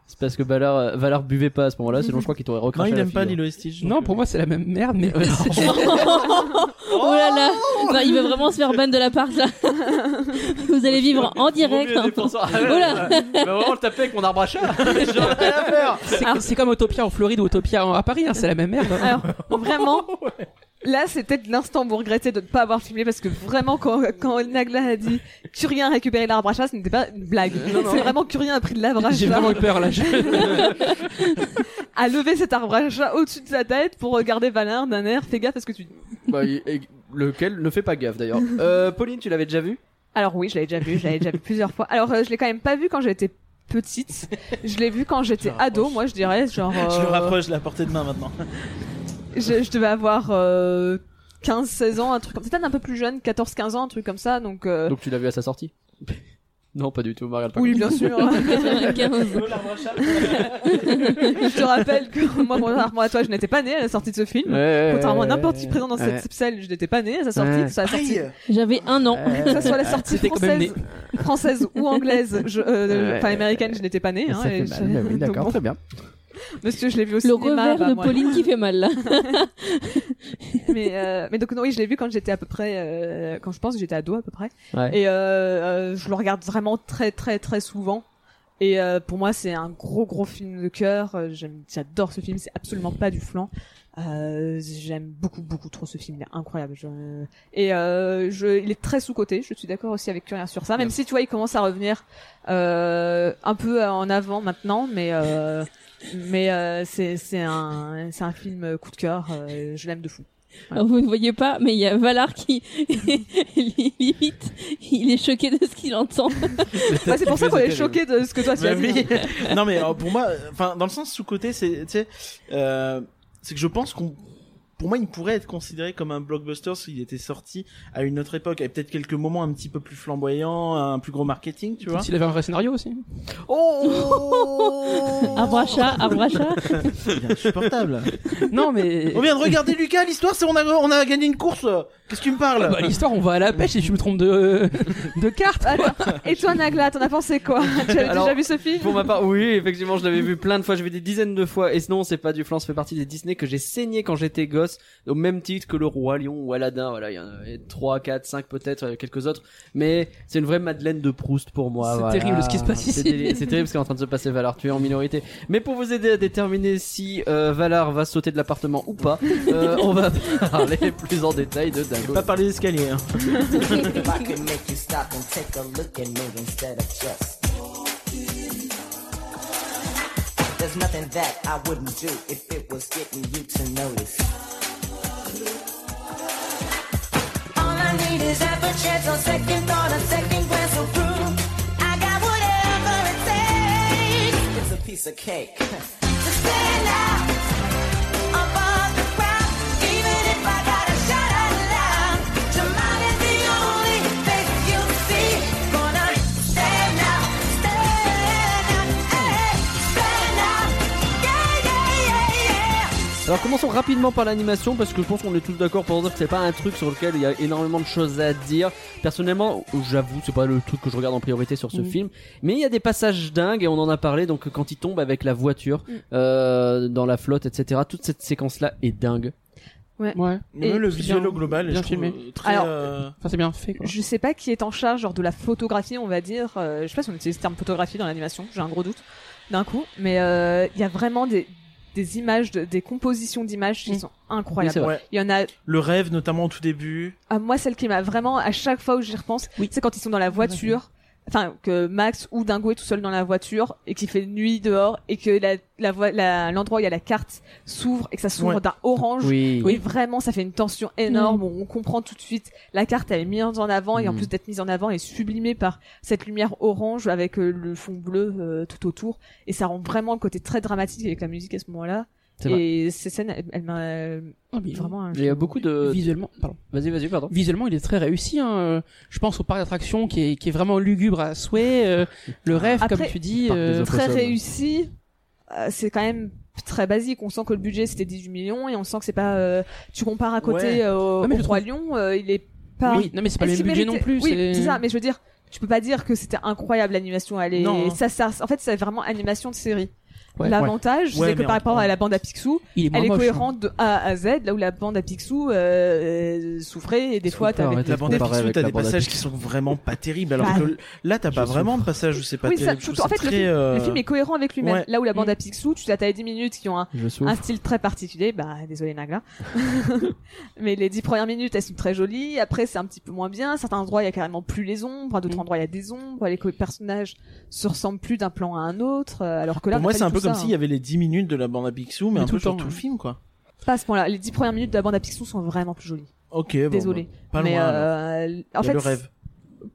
Speaker 9: C'est parce que Valar, euh, Valar buvait pas à ce moment-là, sinon je crois qu'il t'aurait
Speaker 3: Non,
Speaker 9: recraché.
Speaker 3: il
Speaker 9: la
Speaker 3: aime pas
Speaker 9: figure.
Speaker 3: Lilo et Stitch. donc,
Speaker 8: Non,
Speaker 3: euh,
Speaker 8: pour moi, c'est la même merde, [laughs] mais.
Speaker 10: Oh là là Non, Il veut vraiment se faire ban de la part là. [laughs] Vous allez vivre en direct. hein. [laughs] Oh là
Speaker 9: Mais vraiment, le tapait avec mon arbre à chat
Speaker 7: Ah.
Speaker 8: C'est- C'est comme Autopia en Floride ou Autopia en- à Paris, hein, c'est la même merde. hein.
Speaker 7: [laughs] Alors, vraiment, là, c'est peut-être l'instant où vous regrettez de ne pas avoir filmé parce que vraiment, quand, quand Nagla a dit Curien a récupéré l'arbre à chat, ce n'était pas une blague. C'est vraiment Curien a pris de l'arbre à
Speaker 8: J'ai
Speaker 7: chat,
Speaker 8: vraiment eu peur là. Je-
Speaker 7: a levé cet arbre à chat au-dessus de sa tête pour regarder Valin d'un air. Fais gaffe parce que tu.
Speaker 9: [laughs] Bah, il- et- Lequel ne fait pas gaffe d'ailleurs. Euh, Pauline, tu l'avais déjà vu
Speaker 7: Alors, oui, je l'avais déjà vu, je l'avais déjà vu plusieurs fois. Alors, euh, je l'ai quand même pas vu quand j'étais petite. Je l'ai vu quand j'étais
Speaker 3: le
Speaker 7: ado,
Speaker 3: rapproches.
Speaker 7: moi, je dirais.
Speaker 9: [laughs]
Speaker 7: Genre,
Speaker 3: Je le
Speaker 7: euh,
Speaker 3: rapproche de la portée de main maintenant.
Speaker 7: je, je devais avoir. euh, 15-16 ans, un truc comme ça. Peut-être un peu plus jeune, 14-15 ans, un truc comme ça. Donc, euh,
Speaker 9: Donc tu l'as vu à sa sortie [laughs] Non, pas du tout, Marielle. pas
Speaker 7: oui,
Speaker 9: comme
Speaker 7: bien
Speaker 9: ça.
Speaker 7: sûr.
Speaker 10: [laughs]
Speaker 9: [laughs]
Speaker 10: 95.
Speaker 7: Je te rappelle que moi, contrairement à toi, je n'étais pas née à la sortie de ce film.
Speaker 9: Ouais, ouais,
Speaker 7: contrairement à
Speaker 9: ouais,
Speaker 7: n'importe qui
Speaker 9: ouais,
Speaker 7: présent dans
Speaker 9: ouais.
Speaker 7: cette salle, je n'étais pas née à sa sortie.
Speaker 9: Ouais.
Speaker 7: Que, ça sortie
Speaker 10: J'avais un
Speaker 9: Euh,
Speaker 10: an.
Speaker 7: que ça
Speaker 9: Ah,
Speaker 7: soit la sortie
Speaker 8: C'était quand même
Speaker 7: française, française ou anglaise, je- euh,
Speaker 9: Ouais.
Speaker 7: enfin américaine, je n'étais pas née. hein,
Speaker 9: Ça fait
Speaker 7: et
Speaker 9: mal,
Speaker 7: je-
Speaker 9: mais
Speaker 7: [laughs]
Speaker 9: oui,
Speaker 7: donc
Speaker 9: d'accord,
Speaker 7: bon.
Speaker 9: très bien.
Speaker 7: Monsieur, je l'ai vu au
Speaker 10: Le
Speaker 7: cinéma.
Speaker 10: revers
Speaker 7: bah,
Speaker 10: de
Speaker 7: moi.
Speaker 10: Pauline qui fait mal là.
Speaker 7: [laughs] Mais, euh, mais donc non, oui, je l'ai vu quand j'étais à peu près, euh, quand je pense que j'étais ado à peu près.
Speaker 9: Ouais.
Speaker 7: Et euh, euh, je le regarde vraiment très très très souvent. Et euh, pour moi, c'est un gros gros film de cœur. Euh, j'aime- J'adore ce film. C'est absolument pas du flan. Euh, J'aime beaucoup beaucoup trop ce film. Il est incroyable. Je- Et euh, je, il est très sous coté. Je suis d'accord aussi avec Curien sur ça. Même si tu vois, il commence à revenir euh, un peu en avant maintenant, mais euh, mais euh, c'est c'est un c'est un film coup de cœur. Euh, je l'aime de fou.
Speaker 10: Alors, vous ne voyez pas, mais il y a Valar qui [laughs] limite, il est choqué de ce qu'il entend.
Speaker 7: Ouais, Bah, c'est pour ça qu'on est choqué de ce que
Speaker 9: Bah
Speaker 7: toi tu as
Speaker 3: Mais
Speaker 7: dit.
Speaker 3: oui. non mais euh, pour moi, enfin dans le sens sous côté, c'est tu sais, euh, c'est que je pense qu'on pour moi, il pourrait être considéré comme un blockbuster s'il était sorti à une autre époque, avec peut-être quelques moments un petit peu plus flamboyants, un plus gros marketing, tu vois.
Speaker 8: S'il avait un vrai scénario
Speaker 7: [laughs]
Speaker 8: aussi.
Speaker 3: Oh
Speaker 10: Arbre à chat, arbre à chat.
Speaker 3: C'est insupportable.
Speaker 8: Non, mais. [laughs]
Speaker 3: On vient de regarder Lucas, l'histoire, c'est on a, on a gagné une course. Qu'est-ce que tu me parles
Speaker 8: Bah, l'histoire, on va à la pêche et je me trompe de, de carte.
Speaker 9: [laughs]
Speaker 7: Attends, et toi, Nagla, t'en as pensé quoi Tu avais
Speaker 9: Alors,
Speaker 7: déjà vu ce film
Speaker 9: Pour ma part, oui, effectivement, je l'avais vu plein de fois, je vu des dizaines de fois. Et sinon, c'est pas du flan, ça fait partie des Disney que j'ai saigné quand j'étais gosse, au même titre que le Roi Lion ou Aladdin. Voilà, il y en a 3, 4, 5 peut-être, euh, quelques autres. Mais c'est une vraie Madeleine de Proust pour moi.
Speaker 8: C'est
Speaker 9: voilà.
Speaker 8: terrible ce qui se passe
Speaker 9: C'est
Speaker 8: ici.
Speaker 9: déli- C'est terrible ce qui est en train de se passer, Valar, tu es en minorité. Mais pour vous aider à déterminer si euh, Valar va sauter de l'appartement ou pas, euh, on va [laughs] parler plus en détail de Dingo.
Speaker 3: Pas par les escaliers. hein.
Speaker 2: If I could make you stop and take a look at me instead of just. There's nothing that I wouldn't do if it was getting you to notice. All I need is half a chance, a second thought, a second glance, so prove I got whatever it takes. It's a piece of cake. to stand out above the crowd, even if I gotta shout out loud. Your mind is the only face you see. Gonna stand out, stand out, hey, stand out. Yeah, yeah, yeah, yeah.
Speaker 9: Alors commençons rapidement par l'animation parce que je pense qu'on est tous d'accord pour dire que c'est pas un truc sur lequel il y a énormément de choses à dire. Personnellement, j'avoue, c'est pas le truc que je regarde en priorité sur ce
Speaker 10: Mm.
Speaker 9: film, mais il y a des passages dingues et on en a parlé. Donc quand il tombe avec la voiture euh, dans la flotte, etc. Toute cette séquence là est dingue.
Speaker 8: [laughs] Ouais.
Speaker 3: Mais
Speaker 7: Et
Speaker 3: même le
Speaker 8: bien-
Speaker 3: visuel au global,
Speaker 8: bien
Speaker 3: je trouve,
Speaker 8: filmé.
Speaker 3: euh, très.
Speaker 7: Alors,
Speaker 3: euh,
Speaker 8: Enfin, c'est bien fait, quoi.
Speaker 7: Je sais pas qui est en charge genre de la photographie, on va dire. Euh, je sais pas si on utilise le terme photographie dans l'animation, j'ai un gros doute d'un coup. Mais euh, il y a vraiment des, des images, de- des compositions d'images qui
Speaker 8: Mm.
Speaker 7: sont
Speaker 9: Oui, c'est
Speaker 7: incroyables.
Speaker 9: vrai.
Speaker 3: Ouais.
Speaker 7: Il y en a,
Speaker 3: Le rêve, notamment au tout début.
Speaker 7: à Ah, moi, celle qui m'a vraiment, à chaque fois où j'y repense,
Speaker 8: Oui.
Speaker 7: c'est quand ils sont dans la voiture. Enfin, que Max ou Dingo est tout seul dans la voiture et qu'il fait nuit dehors et que la- la voie- la- l'endroit où il y a la carte s'ouvre et que ça s'ouvre
Speaker 3: Ouais.
Speaker 7: d'un orange.
Speaker 9: Oui.
Speaker 7: Et vraiment, ça fait une tension énorme. On comprend tout de suite. La carte, elle est mise en avant et en
Speaker 9: Mm.
Speaker 7: plus d'être mise en avant, elle est sublimée par cette lumière orange avec euh, le fond bleu euh, tout autour. Et ça rend vraiment le côté très dramatique avec la musique à ce moment-là.
Speaker 9: C'est vrai.
Speaker 7: Et ces scènes, elles, elles m'a elles-
Speaker 8: Ah, mais
Speaker 7: vraiment. un-
Speaker 9: Il y a beaucoup de.
Speaker 8: Visuellement, pardon.
Speaker 9: Vas-y, vas-y, pardon.
Speaker 8: Visuellement, il est très réussi. Hein. Euh, Je pense au parc d'attractions qui est, qui est vraiment lugubre à souhait. euh, le rêve,
Speaker 7: Après-
Speaker 8: comme tu dis.
Speaker 9: Parc des
Speaker 8: euh,
Speaker 9: Opéras.
Speaker 7: Très
Speaker 9: Impossible.
Speaker 7: réussi. Euh, c'est quand même très basique. On sent que le budget c'était 18 millions et on sent que c'est pas. euh, tu compares à côté euh, au,
Speaker 8: Ouais, mais
Speaker 7: au
Speaker 8: je
Speaker 7: Roi Lion, euh, il est pas.
Speaker 8: Oui, non, mais c'est pas le
Speaker 7: Est-ce
Speaker 8: même budget
Speaker 7: qu'il
Speaker 8: non
Speaker 7: méritait-
Speaker 8: plus.
Speaker 7: Oui, c'est ça, mais je veux dire, tu peux pas dire que c'était incroyable l'animation. Elle est...
Speaker 3: Non.
Speaker 7: ça, ça, en fait, c'est vraiment animation de série.
Speaker 8: Ouais,
Speaker 7: L'avantage,
Speaker 3: Ouais,
Speaker 7: c'est que
Speaker 3: mais
Speaker 7: par
Speaker 3: on-
Speaker 7: rapport à la bande à Picsou,
Speaker 8: Il est moins
Speaker 7: elle est
Speaker 8: moche, hein.
Speaker 7: cohérente de A à Z, là où la bande à Picsou euh, souffrait et des
Speaker 9: Est-ce
Speaker 7: fois
Speaker 9: qu'on peut
Speaker 7: t'avais.
Speaker 9: arrêter
Speaker 3: La bande à
Speaker 9: comparer
Speaker 3: Picsou,
Speaker 9: avec
Speaker 3: t'as
Speaker 9: la
Speaker 3: des
Speaker 9: bande à
Speaker 3: passages
Speaker 9: Picsou.
Speaker 3: qui sont vraiment pas terribles. Alors
Speaker 7: Bah,
Speaker 3: que là, t'as pas
Speaker 9: je
Speaker 3: vraiment de passage où c'est pas
Speaker 7: Oui, ça,
Speaker 3: terrible. je
Speaker 7: tout-
Speaker 3: trouve
Speaker 7: en
Speaker 3: que
Speaker 7: fait,
Speaker 3: c'est très, euh,
Speaker 7: Le film est cohérent avec lui-même.
Speaker 3: ouais.
Speaker 7: Là où la bande
Speaker 8: Mm.
Speaker 7: à Picsou, tu as t'as les 10 minutes qui ont un,
Speaker 9: Je souffre.
Speaker 7: un style très particulier. Bah, désolé
Speaker 3: [laughs]
Speaker 7: Nagla. Mais les 10 premières minutes, elles sont très jolies. Après, c'est un petit peu moins bien. Certains endroits, il y a carrément plus les ombres. À d'autres
Speaker 8: Mm.
Speaker 7: endroits, il y a des ombres. Les co- personnages se ressemblent plus d'un plan à un autre. euh, Alors que là,
Speaker 3: Pour
Speaker 7: on
Speaker 3: moi,
Speaker 7: n'a pas du
Speaker 3: c'est un peu
Speaker 7: tout
Speaker 3: comme
Speaker 7: ça,
Speaker 3: s'il y avait les 10 minutes de la bande à Picsou, mais,
Speaker 8: Mais
Speaker 3: un
Speaker 8: tout
Speaker 3: peu
Speaker 8: le
Speaker 3: sur
Speaker 8: temps,
Speaker 3: tout le
Speaker 8: ouais.
Speaker 3: film, quoi.
Speaker 7: hein. Pas à ce point-là. Les 10 premières minutes de la bande à Picsou sont vraiment plus jolies.
Speaker 3: Ok, bon,
Speaker 7: Désolé.
Speaker 3: bah, pas
Speaker 7: Mais
Speaker 3: loin. alors.
Speaker 7: euh, en
Speaker 3: Il y a
Speaker 7: fait,
Speaker 3: le rêve.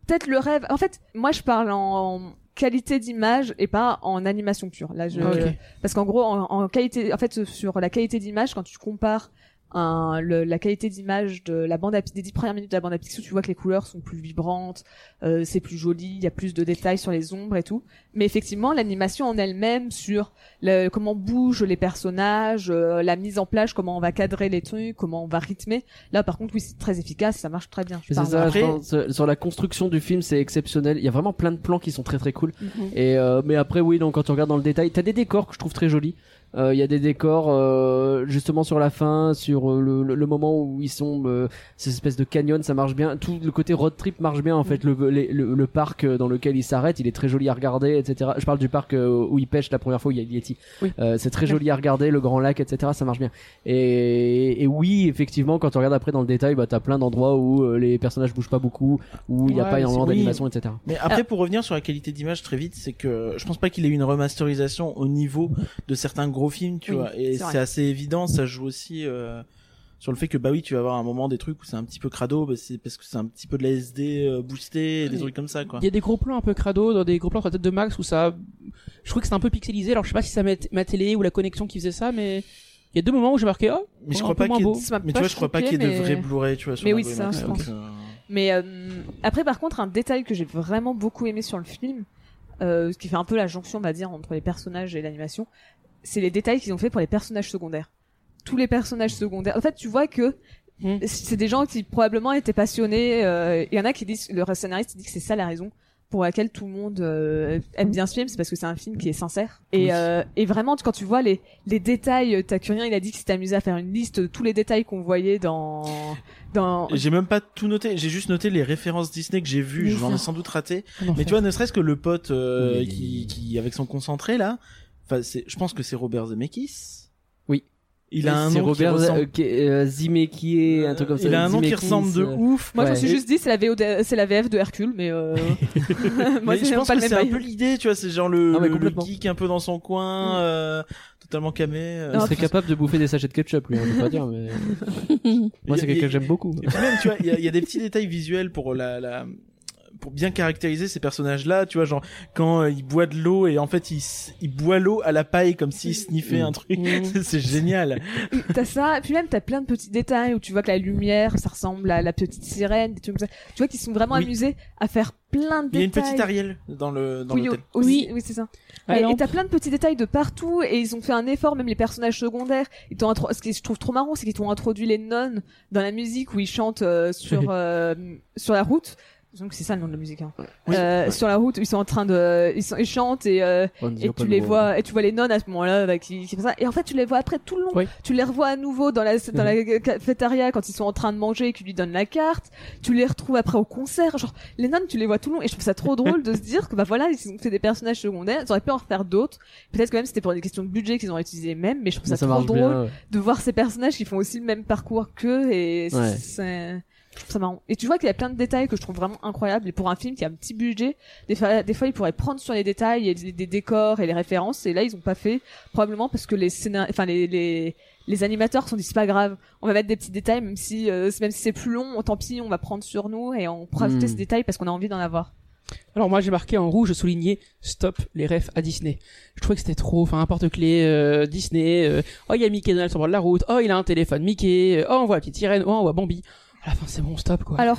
Speaker 7: peut-être le rêve. En fait, moi, je parle en qualité d'image et pas en animation pure. Là, je
Speaker 8: Ok.
Speaker 7: parce qu'en gros, en, en qualité, en fait, sur la qualité d'image, quand tu compares un, le- la qualité d'image de la bande à, des dix premières minutes de la bande à Picsou, tu vois que les couleurs sont plus vibrantes, euh, c'est plus joli, il y a plus de détails sur les ombres et tout. Mais effectivement, l'animation en elle-même sur le- comment bougent les personnages, euh, la mise en plage, comment on va cadrer les trucs, comment on va rythmer. Là, par contre, oui, c'est très efficace, ça marche très bien. Je
Speaker 9: C'est
Speaker 7: parle-
Speaker 9: ça,
Speaker 3: Après-
Speaker 9: je pense, euh, sur la construction du film, c'est exceptionnel. Il y a vraiment plein de plans qui sont très très cool. Et euh, mais après, oui, donc quand tu regardes dans le détail, t'as des décors que je trouve très jolis. Euh, Il y a des décors euh, justement sur la fin, sur euh, le, le- le moment où ils sont, euh, ces espèces de canyon, ça marche bien. Tout le côté road trip marche bien en fait. Le, les- le, le parc euh, dans lequel ils s'arrêtent, il est très joli à regarder, etc. Je parle du parc euh, où ils pêchent la première fois où il y a le Yeti.
Speaker 8: Oui.
Speaker 9: Euh, c'est très joli à regarder, le grand lac, etc. Ça marche bien. Et, et oui, effectivement, quand tu regardes après dans le détail, bah t'as plein d'endroits où euh, les personnages bougent pas beaucoup, où il y a
Speaker 8: Ouais,
Speaker 9: pas
Speaker 8: mais
Speaker 9: énormément
Speaker 8: c'est- oui.
Speaker 9: d'animation, etc.
Speaker 3: Mais
Speaker 7: Ah.
Speaker 3: après, pour revenir sur la qualité d'image très vite, c'est que je pense pas qu'il ait eu une remasterisation au niveau de certains gros films, tu
Speaker 7: Oui,
Speaker 3: vois. Et
Speaker 7: c'est vrai.
Speaker 3: c'est assez évident, ça joue aussi euh, sur le fait que, bah oui, tu vas avoir un moment des trucs où c'est un petit peu crado, bah, c'est parce que c'est un petit peu de la SD euh, boostée, des
Speaker 8: Oui.
Speaker 3: trucs comme ça, quoi.
Speaker 8: Il y a des gros plans un peu crado, dans des gros plans sur la tête de Max où ça. Je trouvais que c'était un peu pixelisé, alors je sais pas si ça met ma télé ou la connexion qui faisait ça, mais Il y a deux moments où j'ai marqué, oh,
Speaker 3: Mais je
Speaker 8: un
Speaker 3: crois
Speaker 8: peu
Speaker 3: pas
Speaker 8: moins
Speaker 3: qu'il y ait-
Speaker 8: beau.
Speaker 7: Ça m'a
Speaker 3: mais tu
Speaker 7: pas
Speaker 3: vois, je crois pas
Speaker 7: choqué,
Speaker 3: qu'il y ait de
Speaker 7: mais-
Speaker 3: vrais Blu-ray, tu vois. sur
Speaker 7: mais
Speaker 3: la
Speaker 7: oui,
Speaker 3: Blu-ray
Speaker 7: ça,
Speaker 3: Max,
Speaker 7: je
Speaker 3: donc,
Speaker 7: pense.
Speaker 3: euh,
Speaker 7: Mais euh, après, par contre, un détail que j'ai vraiment beaucoup aimé sur le film, euh, ce qui fait un peu la jonction, on va dire, entre les personnages et l'animation, c'est les détails qu'ils ont fait pour les personnages secondaires. Tous les personnages secondaires. En fait, tu vois que
Speaker 8: Mm.
Speaker 7: c'est des gens qui probablement étaient passionnés. euh, Il y en a qui disent, le scénariste dit que c'est ça la raison pour laquelle tout le monde euh, aime bien ce film, c'est parce que c'est un film qui est sincère. Et,
Speaker 8: Oui.
Speaker 7: euh, et vraiment, quand tu vois les, les détails, euh, t'as que rien, il a dit qu'il s'est amusé à faire une liste de tous les détails qu'on voyait dans... dans...
Speaker 3: J'ai même pas tout noté, j'ai juste noté les références Disney que j'ai vues,
Speaker 7: Mais
Speaker 3: je j'en ai
Speaker 7: ça-
Speaker 3: sans doute raté.
Speaker 8: Un enfer.
Speaker 3: Mais tu vois, ne serait-ce que le pote euh,
Speaker 1: Oui.
Speaker 3: qui, qui, avec son concentré là, enfin, c'est, je pense que c'est Robert Zemeckis.
Speaker 1: Oui.
Speaker 3: Il a un
Speaker 1: C'est
Speaker 3: nom
Speaker 1: Robert
Speaker 3: qui ressemble. Euh,
Speaker 1: euh, qui- euh, Zemeckis, un truc comme ça.
Speaker 3: Il a un nom qui
Speaker 1: Zemeckis,
Speaker 3: ressemble de
Speaker 1: euh,
Speaker 3: ouf.
Speaker 7: Moi, je me
Speaker 1: Ouais.
Speaker 7: suis juste dit, c'est la, VOD c'est la VF de Hercule, mais
Speaker 3: [laughs]
Speaker 7: euh... [laughs] moi,
Speaker 3: mais
Speaker 7: c'est
Speaker 3: je
Speaker 7: même
Speaker 3: pense
Speaker 7: pas
Speaker 3: que
Speaker 7: le même
Speaker 3: c'est un
Speaker 7: bail.
Speaker 3: peu l'idée, tu vois, c'est genre le,
Speaker 1: Ah, mais
Speaker 3: le- le
Speaker 1: complètement.
Speaker 3: geek un peu dans son coin, euh, totalement camé. euh.
Speaker 1: Il serait capable de bouffer des sachets de ketchup,
Speaker 9: hein,
Speaker 1: lui, on peut pas dire, mais. Moi, c'est quelqu'un que j'aime beaucoup.
Speaker 3: Et puis même, tu vois, il y, a- il y a des petits détails visuels pour la, la pour bien caractériser ces personnages-là, tu vois, genre quand euh, il boit de l'eau et en fait il, s- il boit l'eau à la paille comme s'il sniffait
Speaker 1: Mm.
Speaker 3: un truc,
Speaker 8: Mm.
Speaker 3: C'est- [laughs] c'est génial.
Speaker 7: T'as ça, puis même t'as plein de petits détails où tu vois que la lumière, ça ressemble à la petite sirène, des trucs comme ça. Tu vois qu'ils sont vraiment
Speaker 3: Oui.
Speaker 7: amusés à faire plein de
Speaker 3: Il y a une
Speaker 7: détails.
Speaker 3: petite Ariel dans le dans
Speaker 7: oui,
Speaker 3: l'hôtel.
Speaker 7: au- aussi-
Speaker 10: Oui.
Speaker 7: oui, c'est ça.
Speaker 8: Ah,
Speaker 7: Et-
Speaker 8: non.
Speaker 7: et t'as plein de petits détails de partout, et ils ont fait un effort, même les personnages secondaires. Ils t'ont intro- Ce que je trouve trop marrant, c'est qu'ils t'ont introduit les nonnes dans la musique où ils chantent euh,
Speaker 3: [laughs]
Speaker 7: sur euh, sur la route. Donc c'est ça le nom de la musique. Hein.
Speaker 1: Oui.
Speaker 7: Euh, Sur la route, ils sont en train de, ils, sont... ils chantent et euh, et tu les vois et tu vois les nonnes à ce moment-là bah, qui, qui font ça et en fait tu les vois après tout le long
Speaker 1: Oui. Mhm.
Speaker 7: tu les revois à nouveau dans la dans la cafétéria quand ils sont en train de manger et qu'ils lui donnent la carte tu les retrouves après au concert genre les nonnes tu les vois tout le long et je trouve ça trop drôle de se dire que bah voilà ils ont fait des personnages secondaires ils auraient pu en refaire d'autres peut-être que même c'était pour des questions de budget qu'ils auraient utilisé les mêmes mais je trouve ça,
Speaker 1: Ça
Speaker 7: trop
Speaker 1: marche
Speaker 7: drôle
Speaker 1: bien. ouais.
Speaker 7: de voir ces personnages qui font aussi le même parcours qu'eux et
Speaker 1: Ouais.
Speaker 7: c'est je trouve ça marrant. Et tu vois qu'il y a plein de détails que je trouve vraiment incroyables. Et pour un film qui a un petit budget, des fois, des fois ils pourraient prendre sur les détails et des, des décors et les références. Et là, ils ont pas fait, probablement parce que les scénar... enfin les, les les animateurs se sont dit c'est pas grave, on va mettre des petits détails même si euh, même si c'est plus long, tant pis, on va prendre sur nous et on pourra
Speaker 1: Hmm.
Speaker 7: ajouter ces détails parce qu'on a envie d'en avoir.
Speaker 8: Alors moi j'ai marqué en rouge souligné stop les refs à Disney. Je trouvais que c'était trop, enfin n'importe clé euh, Disney. euh, oh il y a Mickey Donald sur le bord de la route. Oh il a un téléphone Mickey. euh, Oh on voit la petite sirène. Oh on voit Bambi. À la fin c'est bon stop quoi. [laughs]
Speaker 7: Alors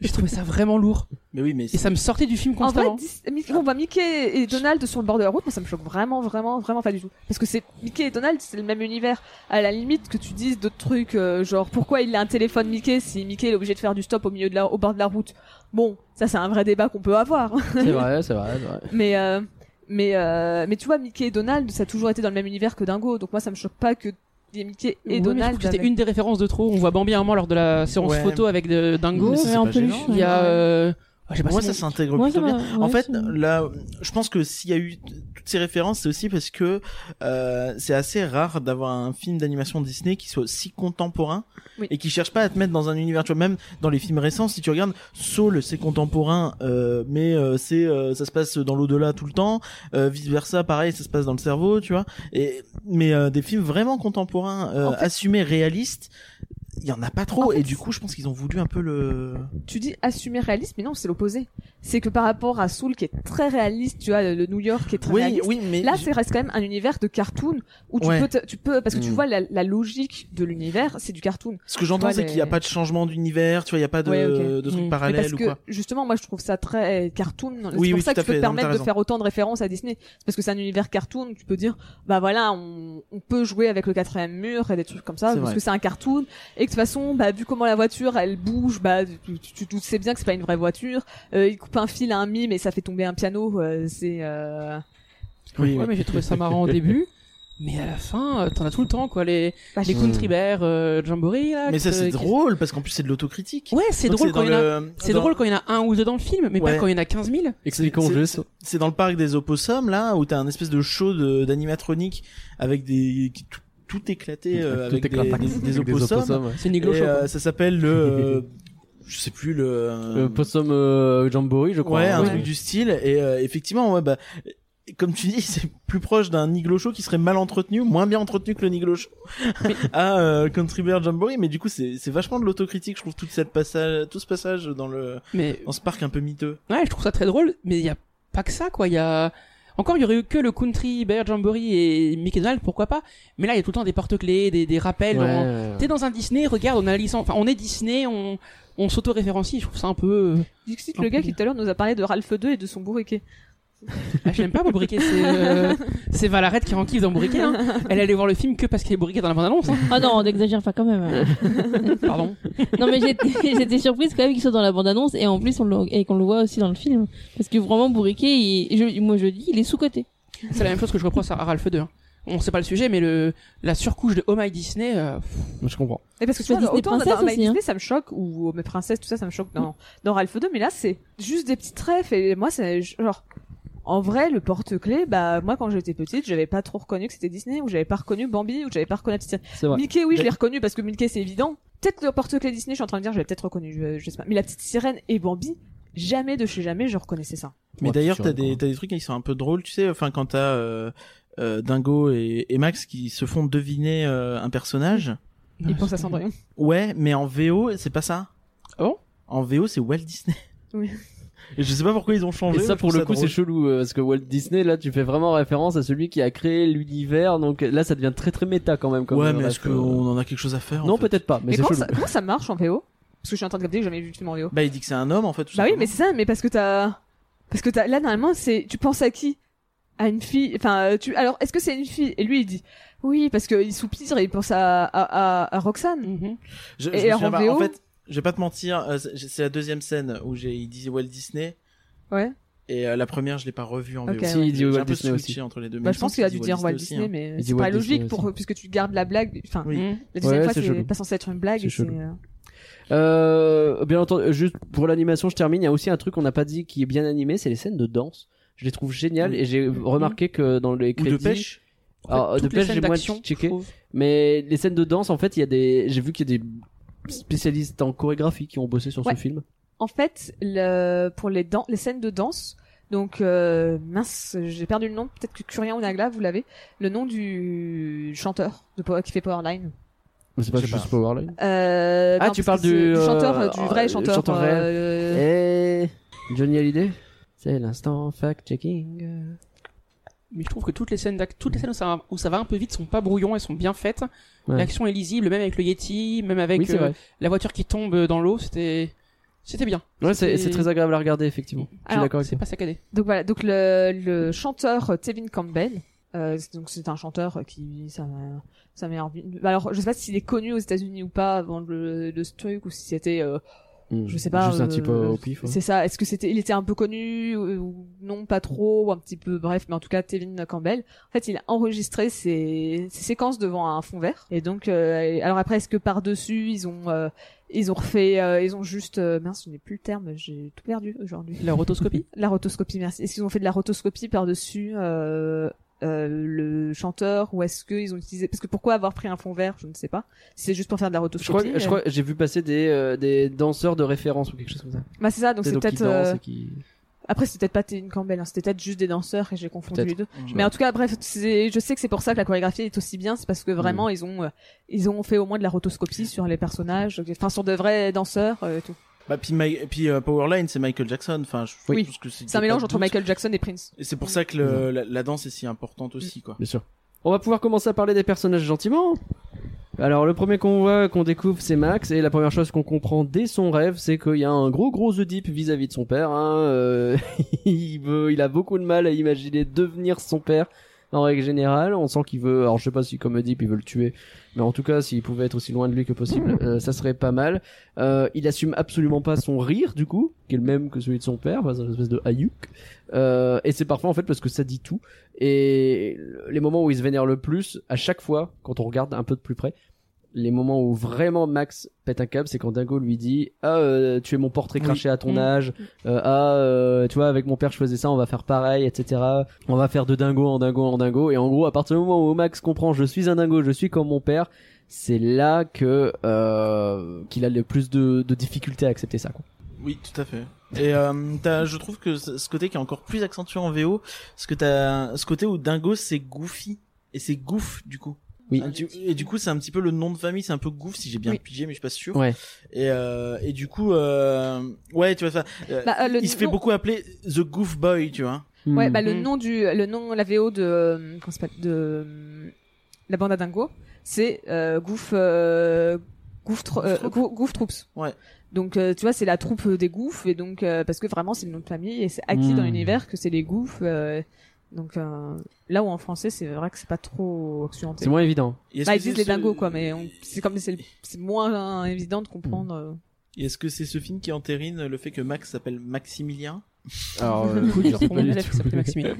Speaker 8: J'ai trouvé ça vraiment lourd
Speaker 3: Mais oui, mais
Speaker 8: et ça me sortait du film
Speaker 7: en vrai,
Speaker 8: constamment.
Speaker 7: Dis- Mickey- on voit Mickey et Donald sur le bord de la route, mais ça me choque vraiment, vraiment, vraiment pas du tout. Parce que c'est Mickey et Donald, c'est le même univers. À la limite que tu dises d'autres trucs, euh, genre pourquoi il a un téléphone Mickey si Mickey est obligé de faire du stop au milieu de la, au bord de la route. Bon, ça c'est un vrai débat qu'on peut avoir. [laughs]
Speaker 1: C'est vrai, c'est vrai, c'est vrai.
Speaker 7: mais euh, mais euh, mais tu vois, Mickey et Donald, ça a toujours été dans le même univers que Dingo, donc moi ça me choque pas que il y ait Mickey et
Speaker 8: Ouais, mais je trouve
Speaker 7: Donald.
Speaker 8: que c'était
Speaker 7: avec-
Speaker 8: une des références de trop. On voit Bambi à un moment lors de la séance
Speaker 3: Ouais.
Speaker 8: photo avec de- Dingo.
Speaker 3: Mais ça, c'est
Speaker 10: en
Speaker 3: pas
Speaker 10: peluche.
Speaker 3: gênant.
Speaker 8: Il y a. Euh... ah, j'ai pas
Speaker 3: Moi, ça
Speaker 8: son nom.
Speaker 3: s'intègre
Speaker 10: hein. Moi, ça
Speaker 3: plutôt bien.
Speaker 10: m'a-
Speaker 3: en
Speaker 10: ouais,
Speaker 3: fait,
Speaker 10: ça m'a-
Speaker 3: là, je pense que s'il y a eu t- toutes ces références, c'est aussi parce que euh, c'est assez rare d'avoir un film d'animation Disney qui soit si contemporain
Speaker 7: Oui.
Speaker 3: et qui cherche pas à te mettre dans un univers. Tu vois, même dans les films récents, si tu regardes Soul, c'est contemporain, euh, mais euh, c'est euh, ça se passe dans l'au-delà tout le temps. Euh, vice versa, pareil, ça se passe dans le cerveau, tu vois. Et mais euh, des films vraiment contemporains, euh,
Speaker 7: En fait-
Speaker 3: assumés, réalistes. Il y en a pas trop
Speaker 7: En fait,
Speaker 3: et du coup je pense qu'ils ont voulu un peu le
Speaker 7: tu dis assumer réaliste, mais non, c'est l'opposé. C'est que par rapport à Soul qui est très réaliste, tu vois, le New York qui est très
Speaker 3: oui
Speaker 7: réaliste.
Speaker 3: oui mais
Speaker 7: Là, c'est reste quand même un univers de cartoon où tu
Speaker 3: Ouais.
Speaker 7: peux, te- tu peux, parce que tu
Speaker 1: Mm.
Speaker 7: vois la, la logique de l'univers, c'est du cartoon.
Speaker 3: Ce que j'entends,
Speaker 7: Ouais,
Speaker 3: c'est
Speaker 7: les-
Speaker 3: qu'il n'y a pas de changement d'univers, tu vois, il n'y a pas de, euh,
Speaker 7: Ouais, ok.
Speaker 3: de
Speaker 8: Mm.
Speaker 3: trucs
Speaker 8: Mais
Speaker 7: Mais parce
Speaker 3: parallèles ou
Speaker 7: que
Speaker 3: quoi.
Speaker 7: justement, moi, je trouve ça très cartoon. C'est
Speaker 3: Oui,
Speaker 7: pour
Speaker 3: oui,
Speaker 7: ça
Speaker 3: tout
Speaker 7: que
Speaker 3: à
Speaker 7: tu peux
Speaker 3: fait.
Speaker 7: te
Speaker 3: Non,
Speaker 7: permettre
Speaker 3: t'as
Speaker 7: de
Speaker 3: raison.
Speaker 7: faire autant de références à Disney, c'est parce que c'est un univers cartoon. Tu peux dire, bah voilà, on, on peut jouer avec le quatrième mur et des trucs comme ça,
Speaker 3: C'est
Speaker 7: parce
Speaker 3: vrai.
Speaker 7: que c'est un cartoon. Et que de toute façon, bah vu comment la voiture, elle bouge, bah tu, tu, tu- tu sais bien que c'est pas une vraie voiture. Euh, il coupe un fil à un mime et ça fait tomber un piano. euh, c'est euh,
Speaker 3: Oui,
Speaker 8: Ouais, mais j'ai trouvé ça marrant au début. Mais à la fin, euh, t'en as tout le temps quoi. Les, les Country Bear, euh, Jamboree là.
Speaker 3: Mais ça,
Speaker 8: que-
Speaker 3: c'est
Speaker 8: qui-
Speaker 3: drôle, parce qu'en plus, c'est de l'autocritique.
Speaker 8: Ouais, c'est
Speaker 3: Donc,
Speaker 8: drôle quand
Speaker 3: dans
Speaker 8: il y en a.
Speaker 3: le-
Speaker 8: C'est
Speaker 3: dans-
Speaker 8: drôle quand il y en a un ou deux dans le film, mais
Speaker 3: Ouais.
Speaker 8: pas quand il y en a 15 000.
Speaker 1: Expliquons
Speaker 3: c'est-
Speaker 1: juste.
Speaker 3: C'est dans le parc des opossums, là, où t'as un espèce de show de- d'animatronique avec des, qui- tout, tout éclaté, euh, avec des,
Speaker 1: éclate.
Speaker 3: des- des
Speaker 1: Avec
Speaker 3: opossums.
Speaker 1: opossums, ouais.
Speaker 8: C'est
Speaker 3: Et,
Speaker 8: Niglo Show.
Speaker 3: euh,
Speaker 8: quoi.
Speaker 3: ça s'appelle le, euh, [laughs] je sais plus, le, euh,
Speaker 1: Le possum euh, jamboree, je crois.
Speaker 3: Ouais, un
Speaker 1: hein.
Speaker 3: truc du style. Et euh, effectivement, ouais, bah, comme tu dis, [laughs] c'est plus proche d'un iglo show qui serait mal entretenu, moins bien entretenu que le iglo show à euh, Country Bear Jamboree. Mais du coup, c'est c'est vachement de l'autocritique, je trouve, tout, cette passage, tout ce passage dans, le,
Speaker 8: Mais
Speaker 3: dans ce parc un peu miteux.
Speaker 8: ouais, je trouve ça très drôle, mais il y a pas que ça quoi. Il y a. Encore, il y aurait eu que le Country Bear Jamboree et Mickey Donald, pourquoi pas. Mais là, il y a tout le temps des porte-clés, des, des rappels.
Speaker 1: Ouais,
Speaker 8: dans-
Speaker 1: ouais,
Speaker 9: Euh,
Speaker 1: ouais.
Speaker 8: T'es dans un Disney, regarde, on a la licence. Enfin, on est Disney, on, on s'auto-référencie. Je trouve ça un peu. euh,
Speaker 7: Dixit, le gars qui tout à l'heure nous a parlé de Ralph 2 et de son bourriquet.
Speaker 8: Ah, je l'aime pas, Bobriquet. C'est euh, c'est Valarette qui rend kiff dans Bobriquet. Hein. Elle allait voir le film que parce qu'il est Bobriquet dans la bande-annonce. hein.
Speaker 10: Ah non, on n'exagère pas quand même. hein.
Speaker 8: Pardon.
Speaker 10: [laughs] non mais j'étais [laughs] j'étais surprise quand même qu'il soit dans la bande-annonce et en plus on le- et qu'on le voit aussi dans le film parce que vraiment Bourriquet, il- je- moi je dis, il est sous coté.
Speaker 8: C'est la même chose que je reproche à Ralph 2. hein. On sait pas le sujet, mais le, la surcouche de Oh My Disney, euh, pff, moi, je comprends.
Speaker 7: Et parce que tu
Speaker 10: Sur
Speaker 7: vois,
Speaker 10: Disney
Speaker 7: autant dans
Speaker 10: Princess
Speaker 7: dans My
Speaker 10: aussi, hein.
Speaker 7: Disney, ça me choque, ou mes princesses, tout ça, ça me choque dans, dans Ralph 2, mais là, c'est juste des petites trèfles, et moi, c'est genre, en vrai, le porte-clé, bah, moi, quand j'étais petite, j'avais pas trop reconnu que c'était Disney, ou j'avais pas reconnu Bambi, ou j'avais pas reconnu la petite sirène.
Speaker 1: C'est vrai.
Speaker 7: Mickey, oui, je l'ai reconnu parce que Mickey, c'est évident. Peut-être le porte-clé Disney, je suis en train de dire, je l'ai peut-être reconnu, je, je sais pas. Mais la petite sirène et Bambi, jamais de chez jamais, je reconnaissais ça.
Speaker 3: Mais
Speaker 1: Ouais,
Speaker 3: d'ailleurs,
Speaker 1: c'est
Speaker 3: t'as
Speaker 1: sûr,
Speaker 3: des,
Speaker 1: quoi.
Speaker 3: t'as des trucs qui sont un peu drôles, tu sais. Enfin, quand t'as euh, euh, Dingo et, et Max qui se font deviner euh, un personnage.
Speaker 7: Il pense à Cendrillon.
Speaker 3: Ouais, mais en VO, c'est pas ça.
Speaker 8: Ah bon
Speaker 3: En VO, c'est Walt Disney.
Speaker 7: Oui.
Speaker 3: Et je sais pas pourquoi ils ont changé.
Speaker 9: Et ça,
Speaker 3: je
Speaker 9: pour
Speaker 3: trouve
Speaker 9: le coup, c'est
Speaker 3: drôle.
Speaker 9: chelou, euh, parce que Walt Disney, là, tu fais vraiment référence à celui qui a créé l'univers, donc là, ça devient très très méta quand même. Comme
Speaker 3: Ouais,
Speaker 9: euh,
Speaker 3: mais
Speaker 9: reste,
Speaker 3: est-ce
Speaker 9: euh,
Speaker 3: qu'on en a quelque chose à faire en
Speaker 9: Non,
Speaker 3: fait
Speaker 9: peut-être pas, mais,
Speaker 7: Mais
Speaker 9: c'est
Speaker 7: comment
Speaker 9: chelou.
Speaker 7: ça, comment ça marche en VO Parce que je suis en train de capter que j'ai jamais vu le film en VO.
Speaker 3: Bah, il dit que c'est un homme, en fait. tout
Speaker 7: Bah oui,
Speaker 3: simplement.
Speaker 7: mais c'est ça, mais parce que t'as. Parce que t'as. Là, normalement, c'est. Tu penses à qui À une fille. Enfin, euh, tu. Alors, est-ce que c'est une fille Et lui, il dit. Oui, parce qu'il soupire et il pense à, à, à, à Roxane.
Speaker 8: Mhm.
Speaker 3: Je, je
Speaker 7: Et
Speaker 3: me
Speaker 7: en
Speaker 3: souviens pas.
Speaker 7: VO?
Speaker 3: en fait, je vais pas te mentir, euh, c'est c'est la deuxième scène où j'ai, il dit Walt Disney.
Speaker 7: Ouais.
Speaker 9: Et,
Speaker 3: Et euh, la première, je l'ai pas revue en
Speaker 7: Ok,
Speaker 3: VO.
Speaker 7: ouais.
Speaker 9: Si, il dit
Speaker 3: J'ai
Speaker 9: Walt
Speaker 3: un peu
Speaker 9: Disney
Speaker 3: switché
Speaker 9: aussi.
Speaker 3: entre les deux. mais
Speaker 7: Bah,
Speaker 3: il
Speaker 7: je
Speaker 3: me
Speaker 7: pense
Speaker 3: semble
Speaker 7: qu'il a dû dire Walt Disney,
Speaker 3: aussi, hein.
Speaker 7: mais
Speaker 9: Il dit
Speaker 7: c'est pas
Speaker 9: Walt Disney
Speaker 7: logique pour, puisque tu gardes la blague. Enfin,
Speaker 3: Oui.
Speaker 8: Mhm.
Speaker 7: la deuxième
Speaker 9: Ouais,
Speaker 7: fois,
Speaker 9: c'est
Speaker 7: c'est
Speaker 9: chelou.
Speaker 7: pas censé être une blague.
Speaker 9: C'est
Speaker 7: et c'est,
Speaker 9: chelou.
Speaker 7: euh,
Speaker 9: Euh, bien entendu, euh, juste pour l'animation, je termine. Il y a aussi un truc qu'on n'a pas dit qui est bien animé, c'est les scènes de danse. Je les trouve géniales et j'ai remarqué que dans les
Speaker 3: Ou
Speaker 9: crédits.
Speaker 3: de pêche.
Speaker 9: Alors,
Speaker 8: Toutes
Speaker 9: de
Speaker 8: les
Speaker 9: pêche,
Speaker 8: scènes
Speaker 9: j'ai moins
Speaker 8: d'action, je
Speaker 9: checké.
Speaker 8: trouve.
Speaker 9: Mais les scènes de danse, en fait, il y a des. J'ai vu qu'il y a des spécialistes en chorégraphie qui ont bossé sur
Speaker 7: Ouais.
Speaker 9: ce film.
Speaker 7: En fait, le, pour les, dan- les scènes de danse, donc euh, mince, j'ai perdu le nom. Peut-être que Curien ou Nagla, vous l'avez. Le nom du chanteur de Power- qui fait Powerline.
Speaker 9: Mais c'est pas
Speaker 3: Je sais
Speaker 9: juste Powerline.
Speaker 7: Euh,
Speaker 9: Ah,
Speaker 7: non,
Speaker 9: tu
Speaker 7: parce
Speaker 9: parles
Speaker 7: que c'est
Speaker 9: du, euh,
Speaker 7: chanteur, euh, du
Speaker 9: euh,
Speaker 7: vrai
Speaker 9: le
Speaker 7: chanteur.
Speaker 9: chanteur réel.
Speaker 7: euh,
Speaker 9: Et Johnny Hallyday. C'est l'instant fact checking.
Speaker 8: Mais je trouve que toutes les scènes, d'ac- toutes les scènes où, ça va, où ça va un peu vite sont pas brouillons, elles sont bien faites.
Speaker 9: Ouais.
Speaker 8: L'action est lisible, même avec le Yeti, même avec
Speaker 9: Oui, c'est
Speaker 8: euh,
Speaker 9: vrai.
Speaker 8: la voiture qui tombe dans l'eau, c'était, c'était bien.
Speaker 9: Ouais, c'est
Speaker 8: c'était-
Speaker 9: c'est très agréable à regarder, effectivement. Je suis
Speaker 7: Alors,
Speaker 9: d'accord avec
Speaker 8: C'est
Speaker 9: toi.
Speaker 8: pas saccadé.
Speaker 7: Donc voilà, donc le, le chanteur euh, Tevin Campbell, euh, c'est- donc c'est un chanteur euh, qui ça m'a- ça m'est revenu- Alors je sais pas s'il est connu aux États-Unis ou pas avant le, de ce truc ou si c'était euh,
Speaker 9: Mm.
Speaker 7: je sais pas
Speaker 9: Juste un
Speaker 7: euh,
Speaker 9: petit peu au pif. hein. ouais.
Speaker 7: C'est ça, est-ce que c'était il était un peu connu ou, ou non pas trop ou un petit peu bref mais en tout cas Tevin Campbell en fait il a enregistré ses, ses séquences devant un fond vert et donc euh, alors après est-ce que par-dessus ils ont euh, ils ont refait euh, ils ont juste euh, mince je n'ai plus le terme, j'ai tout perdu aujourd'hui.
Speaker 8: La rotoscopie.
Speaker 7: [laughs] La rotoscopie, merci. Est-ce qu'ils ont fait de la rotoscopie par-dessus euh, euh, le chanteur ou est-ce qu'ils ont utilisé... Parce que pourquoi avoir pris un fond vert Je ne sais pas. Si c'est juste pour faire de la
Speaker 9: Je crois,
Speaker 7: rotoscopie. euh,
Speaker 9: je crois, j'ai vu passer des, euh, des danseurs de référence ou quelque chose comme ça.
Speaker 7: Bah c'est ça, donc c'est
Speaker 9: donc
Speaker 7: peut-être...
Speaker 9: qui dansent
Speaker 7: euh,
Speaker 9: et qui-
Speaker 7: Après c'était peut-être pas Tevin Campbell, hein, c'était peut-être juste des danseurs et j'ai confondu
Speaker 9: Peut-être.
Speaker 7: les deux.
Speaker 3: Mhm.
Speaker 7: Mais en tout cas, bref, c'est- je sais que c'est pour ça que la chorégraphie est aussi bien, c'est parce que vraiment ils ont euh, ils ont fait au moins de la rotoscopie sur les personnages, enfin sur de vrais danseurs euh, et tout.
Speaker 3: Bah, puis, Mi- et puis euh, Powerline, c'est Michael Jackson. Enfin, je
Speaker 7: Oui.
Speaker 3: pense que c'est.
Speaker 7: C'est un
Speaker 3: pas
Speaker 7: mélange
Speaker 3: de
Speaker 7: entre
Speaker 3: doute.
Speaker 7: Michael Jackson et Prince.
Speaker 3: Et c'est pour ça que le- la, la danse est si importante
Speaker 7: Mm.
Speaker 3: aussi, quoi.
Speaker 9: Bien sûr. On va pouvoir commencer à parler des personnages gentiment. Alors, le premier qu'on voit, qu'on découvre, c'est Max. Et la première chose qu'on comprend dès son rêve, c'est qu'il y a un gros, gros Oedipe vis-à-vis de son père. hein. Euh, [laughs] il, veut, il a beaucoup de mal à imaginer devenir son père. En règle générale, on sent qu'il veut. Alors, je sais pas si, comme Oedipe, il veut le tuer. Mais en tout cas, s'il pouvait être aussi loin de lui que possible, euh, ça serait pas mal. Euh, il assume absolument pas son rire, du coup, qui est le même que celui de son père, enfin, c'est une espèce de hayuk. Euh, et c'est parfois, en fait, parce que ça dit tout. Et les moments où il se vénère le plus, à chaque fois, quand on regarde un peu de plus près, les moments où vraiment Max pète un câble, c'est quand Dingo lui dit Ah, euh, tu es mon portrait craché à ton
Speaker 8: Mm.
Speaker 9: âge. Euh, ah, euh, tu vois, avec mon père, je faisais ça, on va faire pareil, etc. On va faire de dingo en dingo en dingo. Et en gros, à partir du moment où Max comprend Je suis un dingo, je suis comme mon père, c'est là que euh, qu'il a le plus de, de difficultés à accepter ça. Quoi.
Speaker 3: Oui, tout à fait. Et euh, t'as- je trouve que ce ce côté qui est encore plus accentué en VO, parce que t'as ce côté où Dingo c'est Goofy et c'est Goof du coup.
Speaker 9: Oui.
Speaker 3: Un petit- et du coup, c'est un petit peu le nom de famille, c'est un peu Goof si j'ai bien
Speaker 7: Oui.
Speaker 3: pigé, mais je suis pas sûr.
Speaker 9: Ouais.
Speaker 3: Et euh, et du coup, euh, ouais, tu vois ça. euh,
Speaker 7: Bah, euh, le
Speaker 3: il se fait
Speaker 7: nom-
Speaker 3: beaucoup appeler The Goof Boy, tu vois.
Speaker 7: Ouais, bah, le
Speaker 8: Mm-hmm.
Speaker 7: nom du, le nom, la VO de, euh, comment ça s'appelle, de euh, la bande à Dingo, c'est euh, Goof, euh, Goof, Tro- euh, Goo- Goof Troops.
Speaker 3: Ouais.
Speaker 7: Donc, euh, tu vois, c'est la troupe des Goofs, et donc, euh, parce que vraiment, c'est le nom de famille, et c'est acquis
Speaker 8: Mm.
Speaker 7: dans l'univers que c'est les Goofs. euh, donc, euh, là où en français, c'est vrai que c'est pas trop occidental.
Speaker 8: C'est moins évident.
Speaker 3: Et est-ce
Speaker 7: Bah,
Speaker 3: que
Speaker 7: ils disent
Speaker 3: c'est
Speaker 7: les
Speaker 3: ce-
Speaker 7: dingos, quoi, mais on- c'est comme c'est c'est moins euh, évident de comprendre.
Speaker 8: Mm.
Speaker 7: euh.
Speaker 3: Et est-ce que c'est ce film qui entérine le fait que Max s'appelle Maximilien
Speaker 9: Alors, euh,
Speaker 8: Coup dur
Speaker 9: je sais
Speaker 8: pour
Speaker 9: pas
Speaker 8: mon
Speaker 9: du
Speaker 8: élève qui s'appelait Maximilien.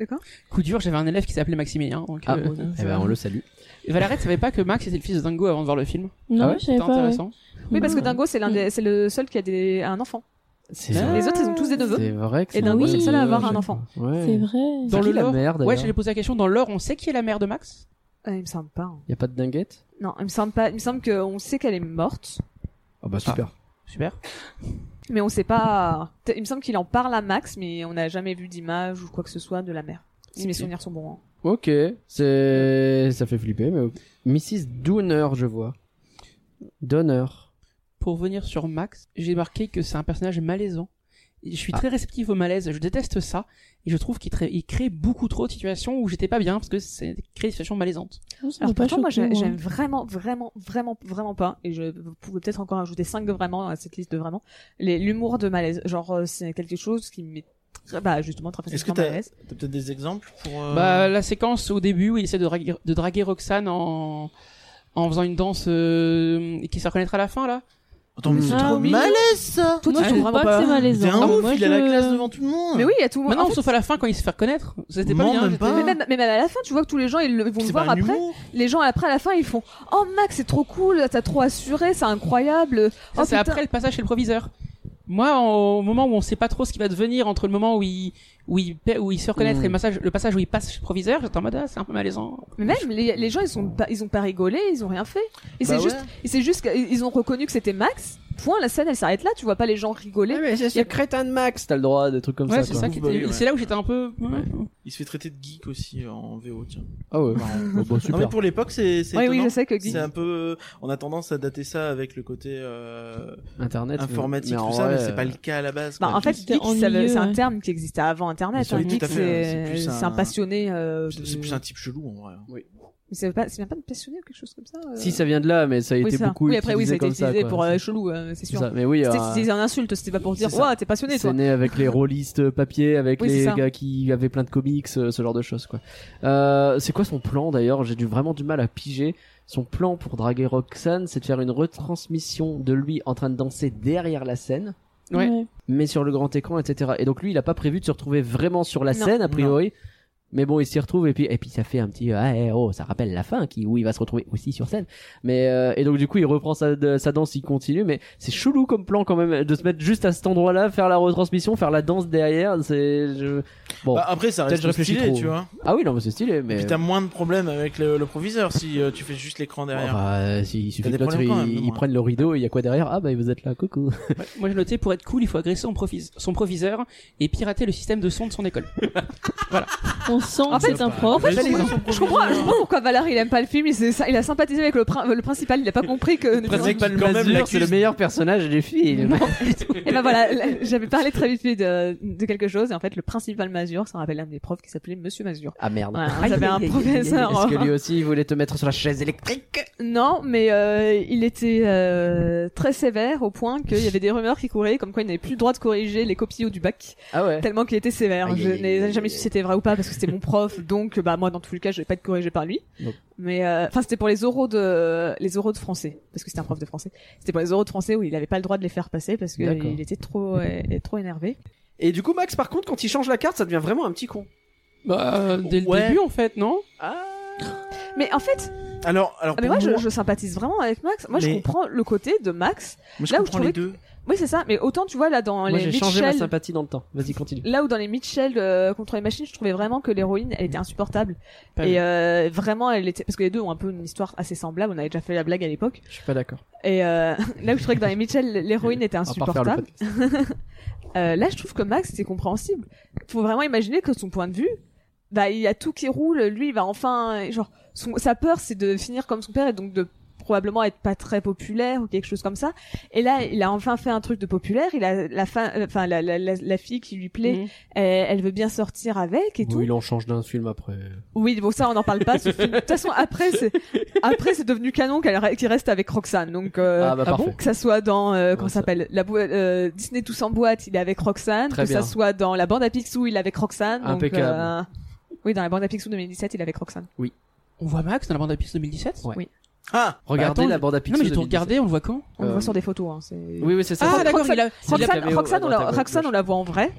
Speaker 7: D'accord.
Speaker 8: Coup dur, j'avais un élève qui s'appelait Maximilien. Donc,
Speaker 1: Ah,
Speaker 8: euh,
Speaker 1: eh ben, on le
Speaker 7: [laughs]
Speaker 1: salue.
Speaker 8: Valérette savait pas que Max était le fils de Dingo avant de voir le film.
Speaker 10: Non,
Speaker 1: Ah ouais
Speaker 10: je
Speaker 8: C'était
Speaker 10: savais pas. ouais.
Speaker 8: intéressant.
Speaker 7: Oui, parce que Dingo, c'est l'un des- c'est le seul qui a des, un enfant.
Speaker 1: C'est
Speaker 8: Ah,
Speaker 1: vrai.
Speaker 7: Les autres, ils ont tous des neveux.
Speaker 1: C'est vrai que
Speaker 7: Et Dingo,
Speaker 1: vrai
Speaker 7: Eh ben c'est le seul à avoir
Speaker 1: jeu.
Speaker 7: un enfant.
Speaker 1: Ouais.
Speaker 10: C'est vrai.
Speaker 1: Dans
Speaker 8: Dans
Speaker 1: le
Speaker 8: le
Speaker 1: la
Speaker 8: lore-
Speaker 1: merde.
Speaker 8: Ouais, j'allais poser la question. Dans l'or, on sait qui est la mère de Max
Speaker 7: Ah, il me semble pas. hein.
Speaker 1: Y a pas de dinguette
Speaker 7: Non, il me semble pas. Il me semble qu'on sait qu'elle est morte,
Speaker 1: Ah bah super.
Speaker 8: Super.
Speaker 7: mais on sait pas. T- Il me semble qu'il en parle à Max, mais on n'a jamais vu d'image ou quoi que ce soit de la mère. Si mes
Speaker 1: Ok.
Speaker 7: souvenirs sont bons. hein.
Speaker 1: Ok, c'est ça fait flipper,
Speaker 9: oh.
Speaker 1: mais Mrs. Dooner, je vois. Donner.
Speaker 8: Pour venir sur Max, j'ai marqué que c'est un personnage malaisant. Je suis très réceptif au malaise, je déteste ça, et je trouve qu'il tra- il crée beaucoup trop de situations où j'étais pas bien, parce que c'est crée des situations malaisantes.
Speaker 10: Non, ça m'a
Speaker 7: Alors
Speaker 10: pas hein.
Speaker 7: pourtant, moi,
Speaker 10: choqué,
Speaker 7: j'ai-
Speaker 8: hein.
Speaker 7: j'aime vraiment, vraiment, vraiment, vraiment pas. Et je pouvais peut-être encore ajouter 5 de vraiment à cette liste de vraiment. Les- L'humour de malaise. Genre, euh, c'est quelque chose qui m'est très, bah, justement, très
Speaker 3: Est-ce que
Speaker 7: facilement mal à
Speaker 3: t'as,
Speaker 7: l'aise.
Speaker 3: t'as peut-être des exemples pour euh,
Speaker 8: Bah, la séquence au début où il essaie de draguer, de draguer Roxane en, en faisant une danse euh, qui se reconnaîtra à la fin, là.
Speaker 3: Attends, mais c'est
Speaker 10: Ah
Speaker 3: trop
Speaker 10: oui.
Speaker 3: malaise ça
Speaker 10: Moi, je
Speaker 7: trouve
Speaker 10: trouve pas que c'est malaisant.
Speaker 3: C'est un
Speaker 10: Moi,
Speaker 3: ouf,
Speaker 10: je-
Speaker 3: il a la classe devant tout le monde
Speaker 7: Mais oui, il y a tout le
Speaker 8: Mais
Speaker 7: monde.
Speaker 8: non,
Speaker 7: en fait,
Speaker 8: sauf à la fin quand il se fait reconnaître. C'était pas
Speaker 3: Non,
Speaker 8: bien.
Speaker 3: même
Speaker 8: j'étais-
Speaker 3: pas.
Speaker 7: mais même, même à la fin, tu vois que tous les gens, ils, le- ils vont le
Speaker 3: C'est
Speaker 7: voir
Speaker 3: pas un
Speaker 7: après.
Speaker 3: humour.
Speaker 7: Les gens après à la fin ils font Oh Max c'est trop cool, t'as trop assuré, c'est incroyable.
Speaker 8: Ça,
Speaker 7: oh,
Speaker 8: c'est
Speaker 7: putain.
Speaker 8: après le passage chez le proviseur. Moi, en- au moment où on sait pas trop ce qui va devenir, entre le moment où il, où il, paie- où il se reconnaît
Speaker 1: Mm.
Speaker 8: et
Speaker 3: Hmm.
Speaker 8: le, passage, le passage où il passe chez le proviseur, j'étais en mode, ah, c'est un peu malaisant.
Speaker 7: Mais même les, les gens ils sont pas, ils ont pas rigolé, ils ont rien fait. Et
Speaker 3: Bah
Speaker 7: c'est juste,
Speaker 3: ouais.
Speaker 7: et c'est juste qu'ils ont reconnu que c'était Max. Point, la scène elle s'arrête là, tu vois pas les gens rigoler.
Speaker 1: mais c'est ce crétin de Max, t'as le droit à des trucs comme
Speaker 8: ouais,
Speaker 1: ça.
Speaker 8: c'est
Speaker 1: quoi.
Speaker 8: ça qui
Speaker 3: Bah
Speaker 8: était-
Speaker 3: oui, ouais.
Speaker 8: c'est là où j'étais un peu,
Speaker 3: Il se fait traiter de geek aussi euh, en VO, tiens.
Speaker 1: Ah
Speaker 3: [laughs]
Speaker 1: ouais. Oh, bah,
Speaker 3: Non,
Speaker 1: super.
Speaker 3: mais pour l'époque, c'est c'est
Speaker 7: oui oui
Speaker 3: étonnant.
Speaker 7: je sais que Guy-
Speaker 3: C'est un peu, on a tendance à dater ça avec le côté euh,
Speaker 1: Internet.
Speaker 3: informatique
Speaker 1: mais en
Speaker 3: tout ça, mais euh,
Speaker 1: vrai,
Speaker 3: c'est pas le cas à la base.
Speaker 7: Bah,
Speaker 3: quoi.
Speaker 7: en fait,
Speaker 10: C'était
Speaker 7: geek, ça veut-
Speaker 10: ennuyeux,
Speaker 7: c'est un
Speaker 10: ouais.
Speaker 7: terme qui existait avant Internet. hein.
Speaker 3: Oui, tout
Speaker 7: Geek,
Speaker 3: à fait, c'est
Speaker 7: c'est
Speaker 3: plus
Speaker 7: c'est
Speaker 3: un-
Speaker 7: un passionné. euh,
Speaker 3: c'est c'est
Speaker 7: de-
Speaker 3: plus un type chelou en vrai.
Speaker 7: Mais c'est pas, c'est même pas de passionné ou quelque chose comme ça. euh.
Speaker 1: Si ça vient de là, mais ça a
Speaker 7: oui,
Speaker 1: été
Speaker 7: ça.
Speaker 1: beaucoup
Speaker 7: oui, après, oui, ça a
Speaker 1: utilisé
Speaker 7: été
Speaker 1: comme ça.
Speaker 7: utilisé
Speaker 1: quoi.
Speaker 7: pour euh, chelou, euh, c'est
Speaker 1: C'est
Speaker 7: sûr.
Speaker 1: ça. Mais oui,
Speaker 7: C'était
Speaker 1: euh,
Speaker 7: c'était une insulte, c'était pas pour dire,
Speaker 1: c'est ça.
Speaker 7: ouah, t'es passionné,
Speaker 1: c'est
Speaker 7: toi.
Speaker 1: né avec les rôlistes euh, papier, avec
Speaker 7: Oui,
Speaker 1: les
Speaker 7: c'est ça.
Speaker 1: gars qui avaient plein de comics, euh, ce genre de choses quoi. Euh, c'est quoi son plan d'ailleurs J'ai du, vraiment du mal à piger. Son plan pour draguer Roxane, c'est de faire une retransmission de lui en train de danser derrière la scène.
Speaker 8: Ouais.
Speaker 1: mais sur le grand écran, etc. Et donc lui, il a pas prévu de se retrouver vraiment sur la
Speaker 7: Non.
Speaker 1: scène a priori. Mais bon, il s'y retrouve et puis et puis ça fait un petit euh, ah eh, oh, ça rappelle la fin qui où il va se retrouver aussi sur scène. Mais euh, et donc du coup, il reprend sa, de- sa danse, il continue. Mais c'est chelou comme plan quand même de se mettre juste à cet endroit-là, faire la retransmission, faire la danse derrière. C'est je... bon.
Speaker 3: Bah, après, ça
Speaker 1: Peut-être je
Speaker 3: reste
Speaker 1: réfléchis
Speaker 3: stylé,
Speaker 1: trop.
Speaker 3: tu vois.
Speaker 1: ah oui, non, mais c'est stylé.
Speaker 3: Et
Speaker 1: Mais
Speaker 3: Puis t'as moins de problèmes avec le, le proviseur si euh, tu fais juste l'écran derrière.
Speaker 1: Enfin, euh, si- il suffit
Speaker 3: des
Speaker 1: que l'autre,
Speaker 3: problèmes quand
Speaker 1: il-
Speaker 3: même, hein.
Speaker 1: ils
Speaker 3: moi.
Speaker 1: prennent le rideau et il y a quoi derrière Ah bah vous êtes là, coucou.
Speaker 8: Moi, j'ai noté, pour être cool, il faut agresser son, provis- son proviseur et pirater le système de son de son école.
Speaker 10: On sent
Speaker 7: En
Speaker 3: bah.
Speaker 10: que
Speaker 7: fait,
Speaker 10: c'est un
Speaker 3: pas-
Speaker 10: prof.
Speaker 3: Ouais,
Speaker 7: je
Speaker 3: c'est-
Speaker 7: comprends, je comprends, je comprends pourquoi Valérie il aime pas le film. Il, s'est- ça- il a sympathisé avec le, prin- le principal. Il a pas compris que.
Speaker 3: Presque pas le
Speaker 1: Quand même,
Speaker 3: mesure,
Speaker 1: c'est le meilleur personnage du [laughs] film.
Speaker 7: Et ben voilà, là, j'avais parlé très vite fait de, de quelque chose. Et en fait, le principal Mazur, ça rappelle un des profs qui s'appelait Monsieur Mazur.
Speaker 1: Ah merde.
Speaker 7: Voilà,
Speaker 1: [laughs]
Speaker 7: j'avais un professeur.
Speaker 1: Est-ce
Speaker 9: hein.
Speaker 1: que lui aussi il voulait te mettre sur la chaise électrique
Speaker 7: Non, mais euh, il était euh, très sévère au point qu'il y avait des rumeurs qui couraient comme quoi il n'avait plus le droit de corriger les copilots du bac
Speaker 1: Ah ouais.
Speaker 7: tellement qu'il était sévère.
Speaker 1: Aïe,
Speaker 7: Je
Speaker 1: aïe, aïe,
Speaker 7: n'ai
Speaker 1: aïe,
Speaker 7: jamais
Speaker 1: aïe.
Speaker 7: su si c'était vrai ou pas parce que c'était mon prof, donc bah moi dans tous les cas je vais pas être corrigé par lui.
Speaker 1: Nope.
Speaker 7: Mais euh, enfin c'était pour les oraux de les oraux de français parce que c'était un prof de français. C'était pour les oraux de français où il avait pas le droit de les faire passer parce que
Speaker 1: D'accord.
Speaker 7: il était trop euh, trop énervé.
Speaker 9: Et du coup, Max, par contre, quand il change la carte, ça devient vraiment un petit con.
Speaker 8: Bah, euh, dès le
Speaker 3: Ouais.
Speaker 8: début, en fait, non?
Speaker 3: Ah.
Speaker 7: Mais en fait,
Speaker 3: Alors, alors
Speaker 7: ah, mais
Speaker 3: pour
Speaker 7: moi,
Speaker 3: moi,
Speaker 7: je, je sympathise vraiment avec Max. Moi je
Speaker 3: Mais-
Speaker 7: comprends le côté de Max.
Speaker 3: moi, je
Speaker 7: là où je
Speaker 3: comprends les
Speaker 7: trouvais
Speaker 3: deux.
Speaker 7: Oui c'est ça. Mais autant tu vois là dans
Speaker 1: Moi
Speaker 7: les
Speaker 1: j'ai changé ma
Speaker 7: Mitchell-
Speaker 1: sympathie dans le temps. Vas-y continue.
Speaker 7: là où dans les Mitchell euh, contre les machines, je trouvais vraiment que l'héroïne, elle était insupportable.
Speaker 8: Pas
Speaker 7: et
Speaker 8: bien.
Speaker 7: euh, vraiment, elle était parce que les deux ont un peu une histoire assez semblable. On avait déjà fait la blague à l'époque.
Speaker 1: Je suis pas d'accord.
Speaker 7: Et euh, [laughs] là où je trouvais que dans les Mitchell, l'héroïne était
Speaker 1: On va pas refaire le
Speaker 7: insupportable. Euh, là, je trouve que Max, c'est compréhensible. Faut vraiment imaginer que son point de vue, bah, il y a tout qui roule. Lui, il va enfin, genre, son, sa peur, c'est de finir comme son père et donc de probablement être pas très populaire ou quelque chose comme ça. Et là, il a enfin fait un truc de populaire. Il a la fin, euh, enfin la, la, la, la fille qui lui plaît,
Speaker 10: Mhm.
Speaker 7: elle, elle veut bien sortir avec et tout.
Speaker 1: Oui, il en change d'un film après.
Speaker 7: Oui, bon ça on n'en parle pas. ce film. De toute façon après c'est après c'est devenu canon qu'elle re- qu'il reste avec Roxane. Donc euh,
Speaker 1: Ah bah, Ah bon parfait.
Speaker 7: que ça soit dans euh, comment
Speaker 1: Ouais,
Speaker 7: ça s'appelle la boi- euh, Disney tous en boîte, il est avec Roxane.
Speaker 1: Très
Speaker 7: que
Speaker 1: bien.
Speaker 7: ça soit dans la bande à Picsou, il est avec Roxane. donc,
Speaker 1: Impeccable.
Speaker 7: euh, oui, dans la bande à Picsou 2017, il est avec Roxane.
Speaker 8: On voit Max dans la bande à Picsou 2017
Speaker 1: Ouais.
Speaker 7: Oui.
Speaker 3: Ah
Speaker 9: Regardez
Speaker 8: Bah, attends,
Speaker 9: la bande à
Speaker 8: Non,
Speaker 9: Picsou
Speaker 8: mais j'ai tout
Speaker 9: 2017.
Speaker 8: regardé, on le voit quand
Speaker 7: On le
Speaker 9: Euh,
Speaker 7: voit sur des photos. Hein, c'est-
Speaker 9: Oui, oui, c'est ça.
Speaker 8: Ah, d'accord,
Speaker 7: Roxane-
Speaker 8: il a- il a
Speaker 7: Roxane,
Speaker 9: caméo à
Speaker 7: Roxane, on,
Speaker 9: droite, à
Speaker 7: la,
Speaker 9: gauche.
Speaker 7: Roxane, on la voit en vrai,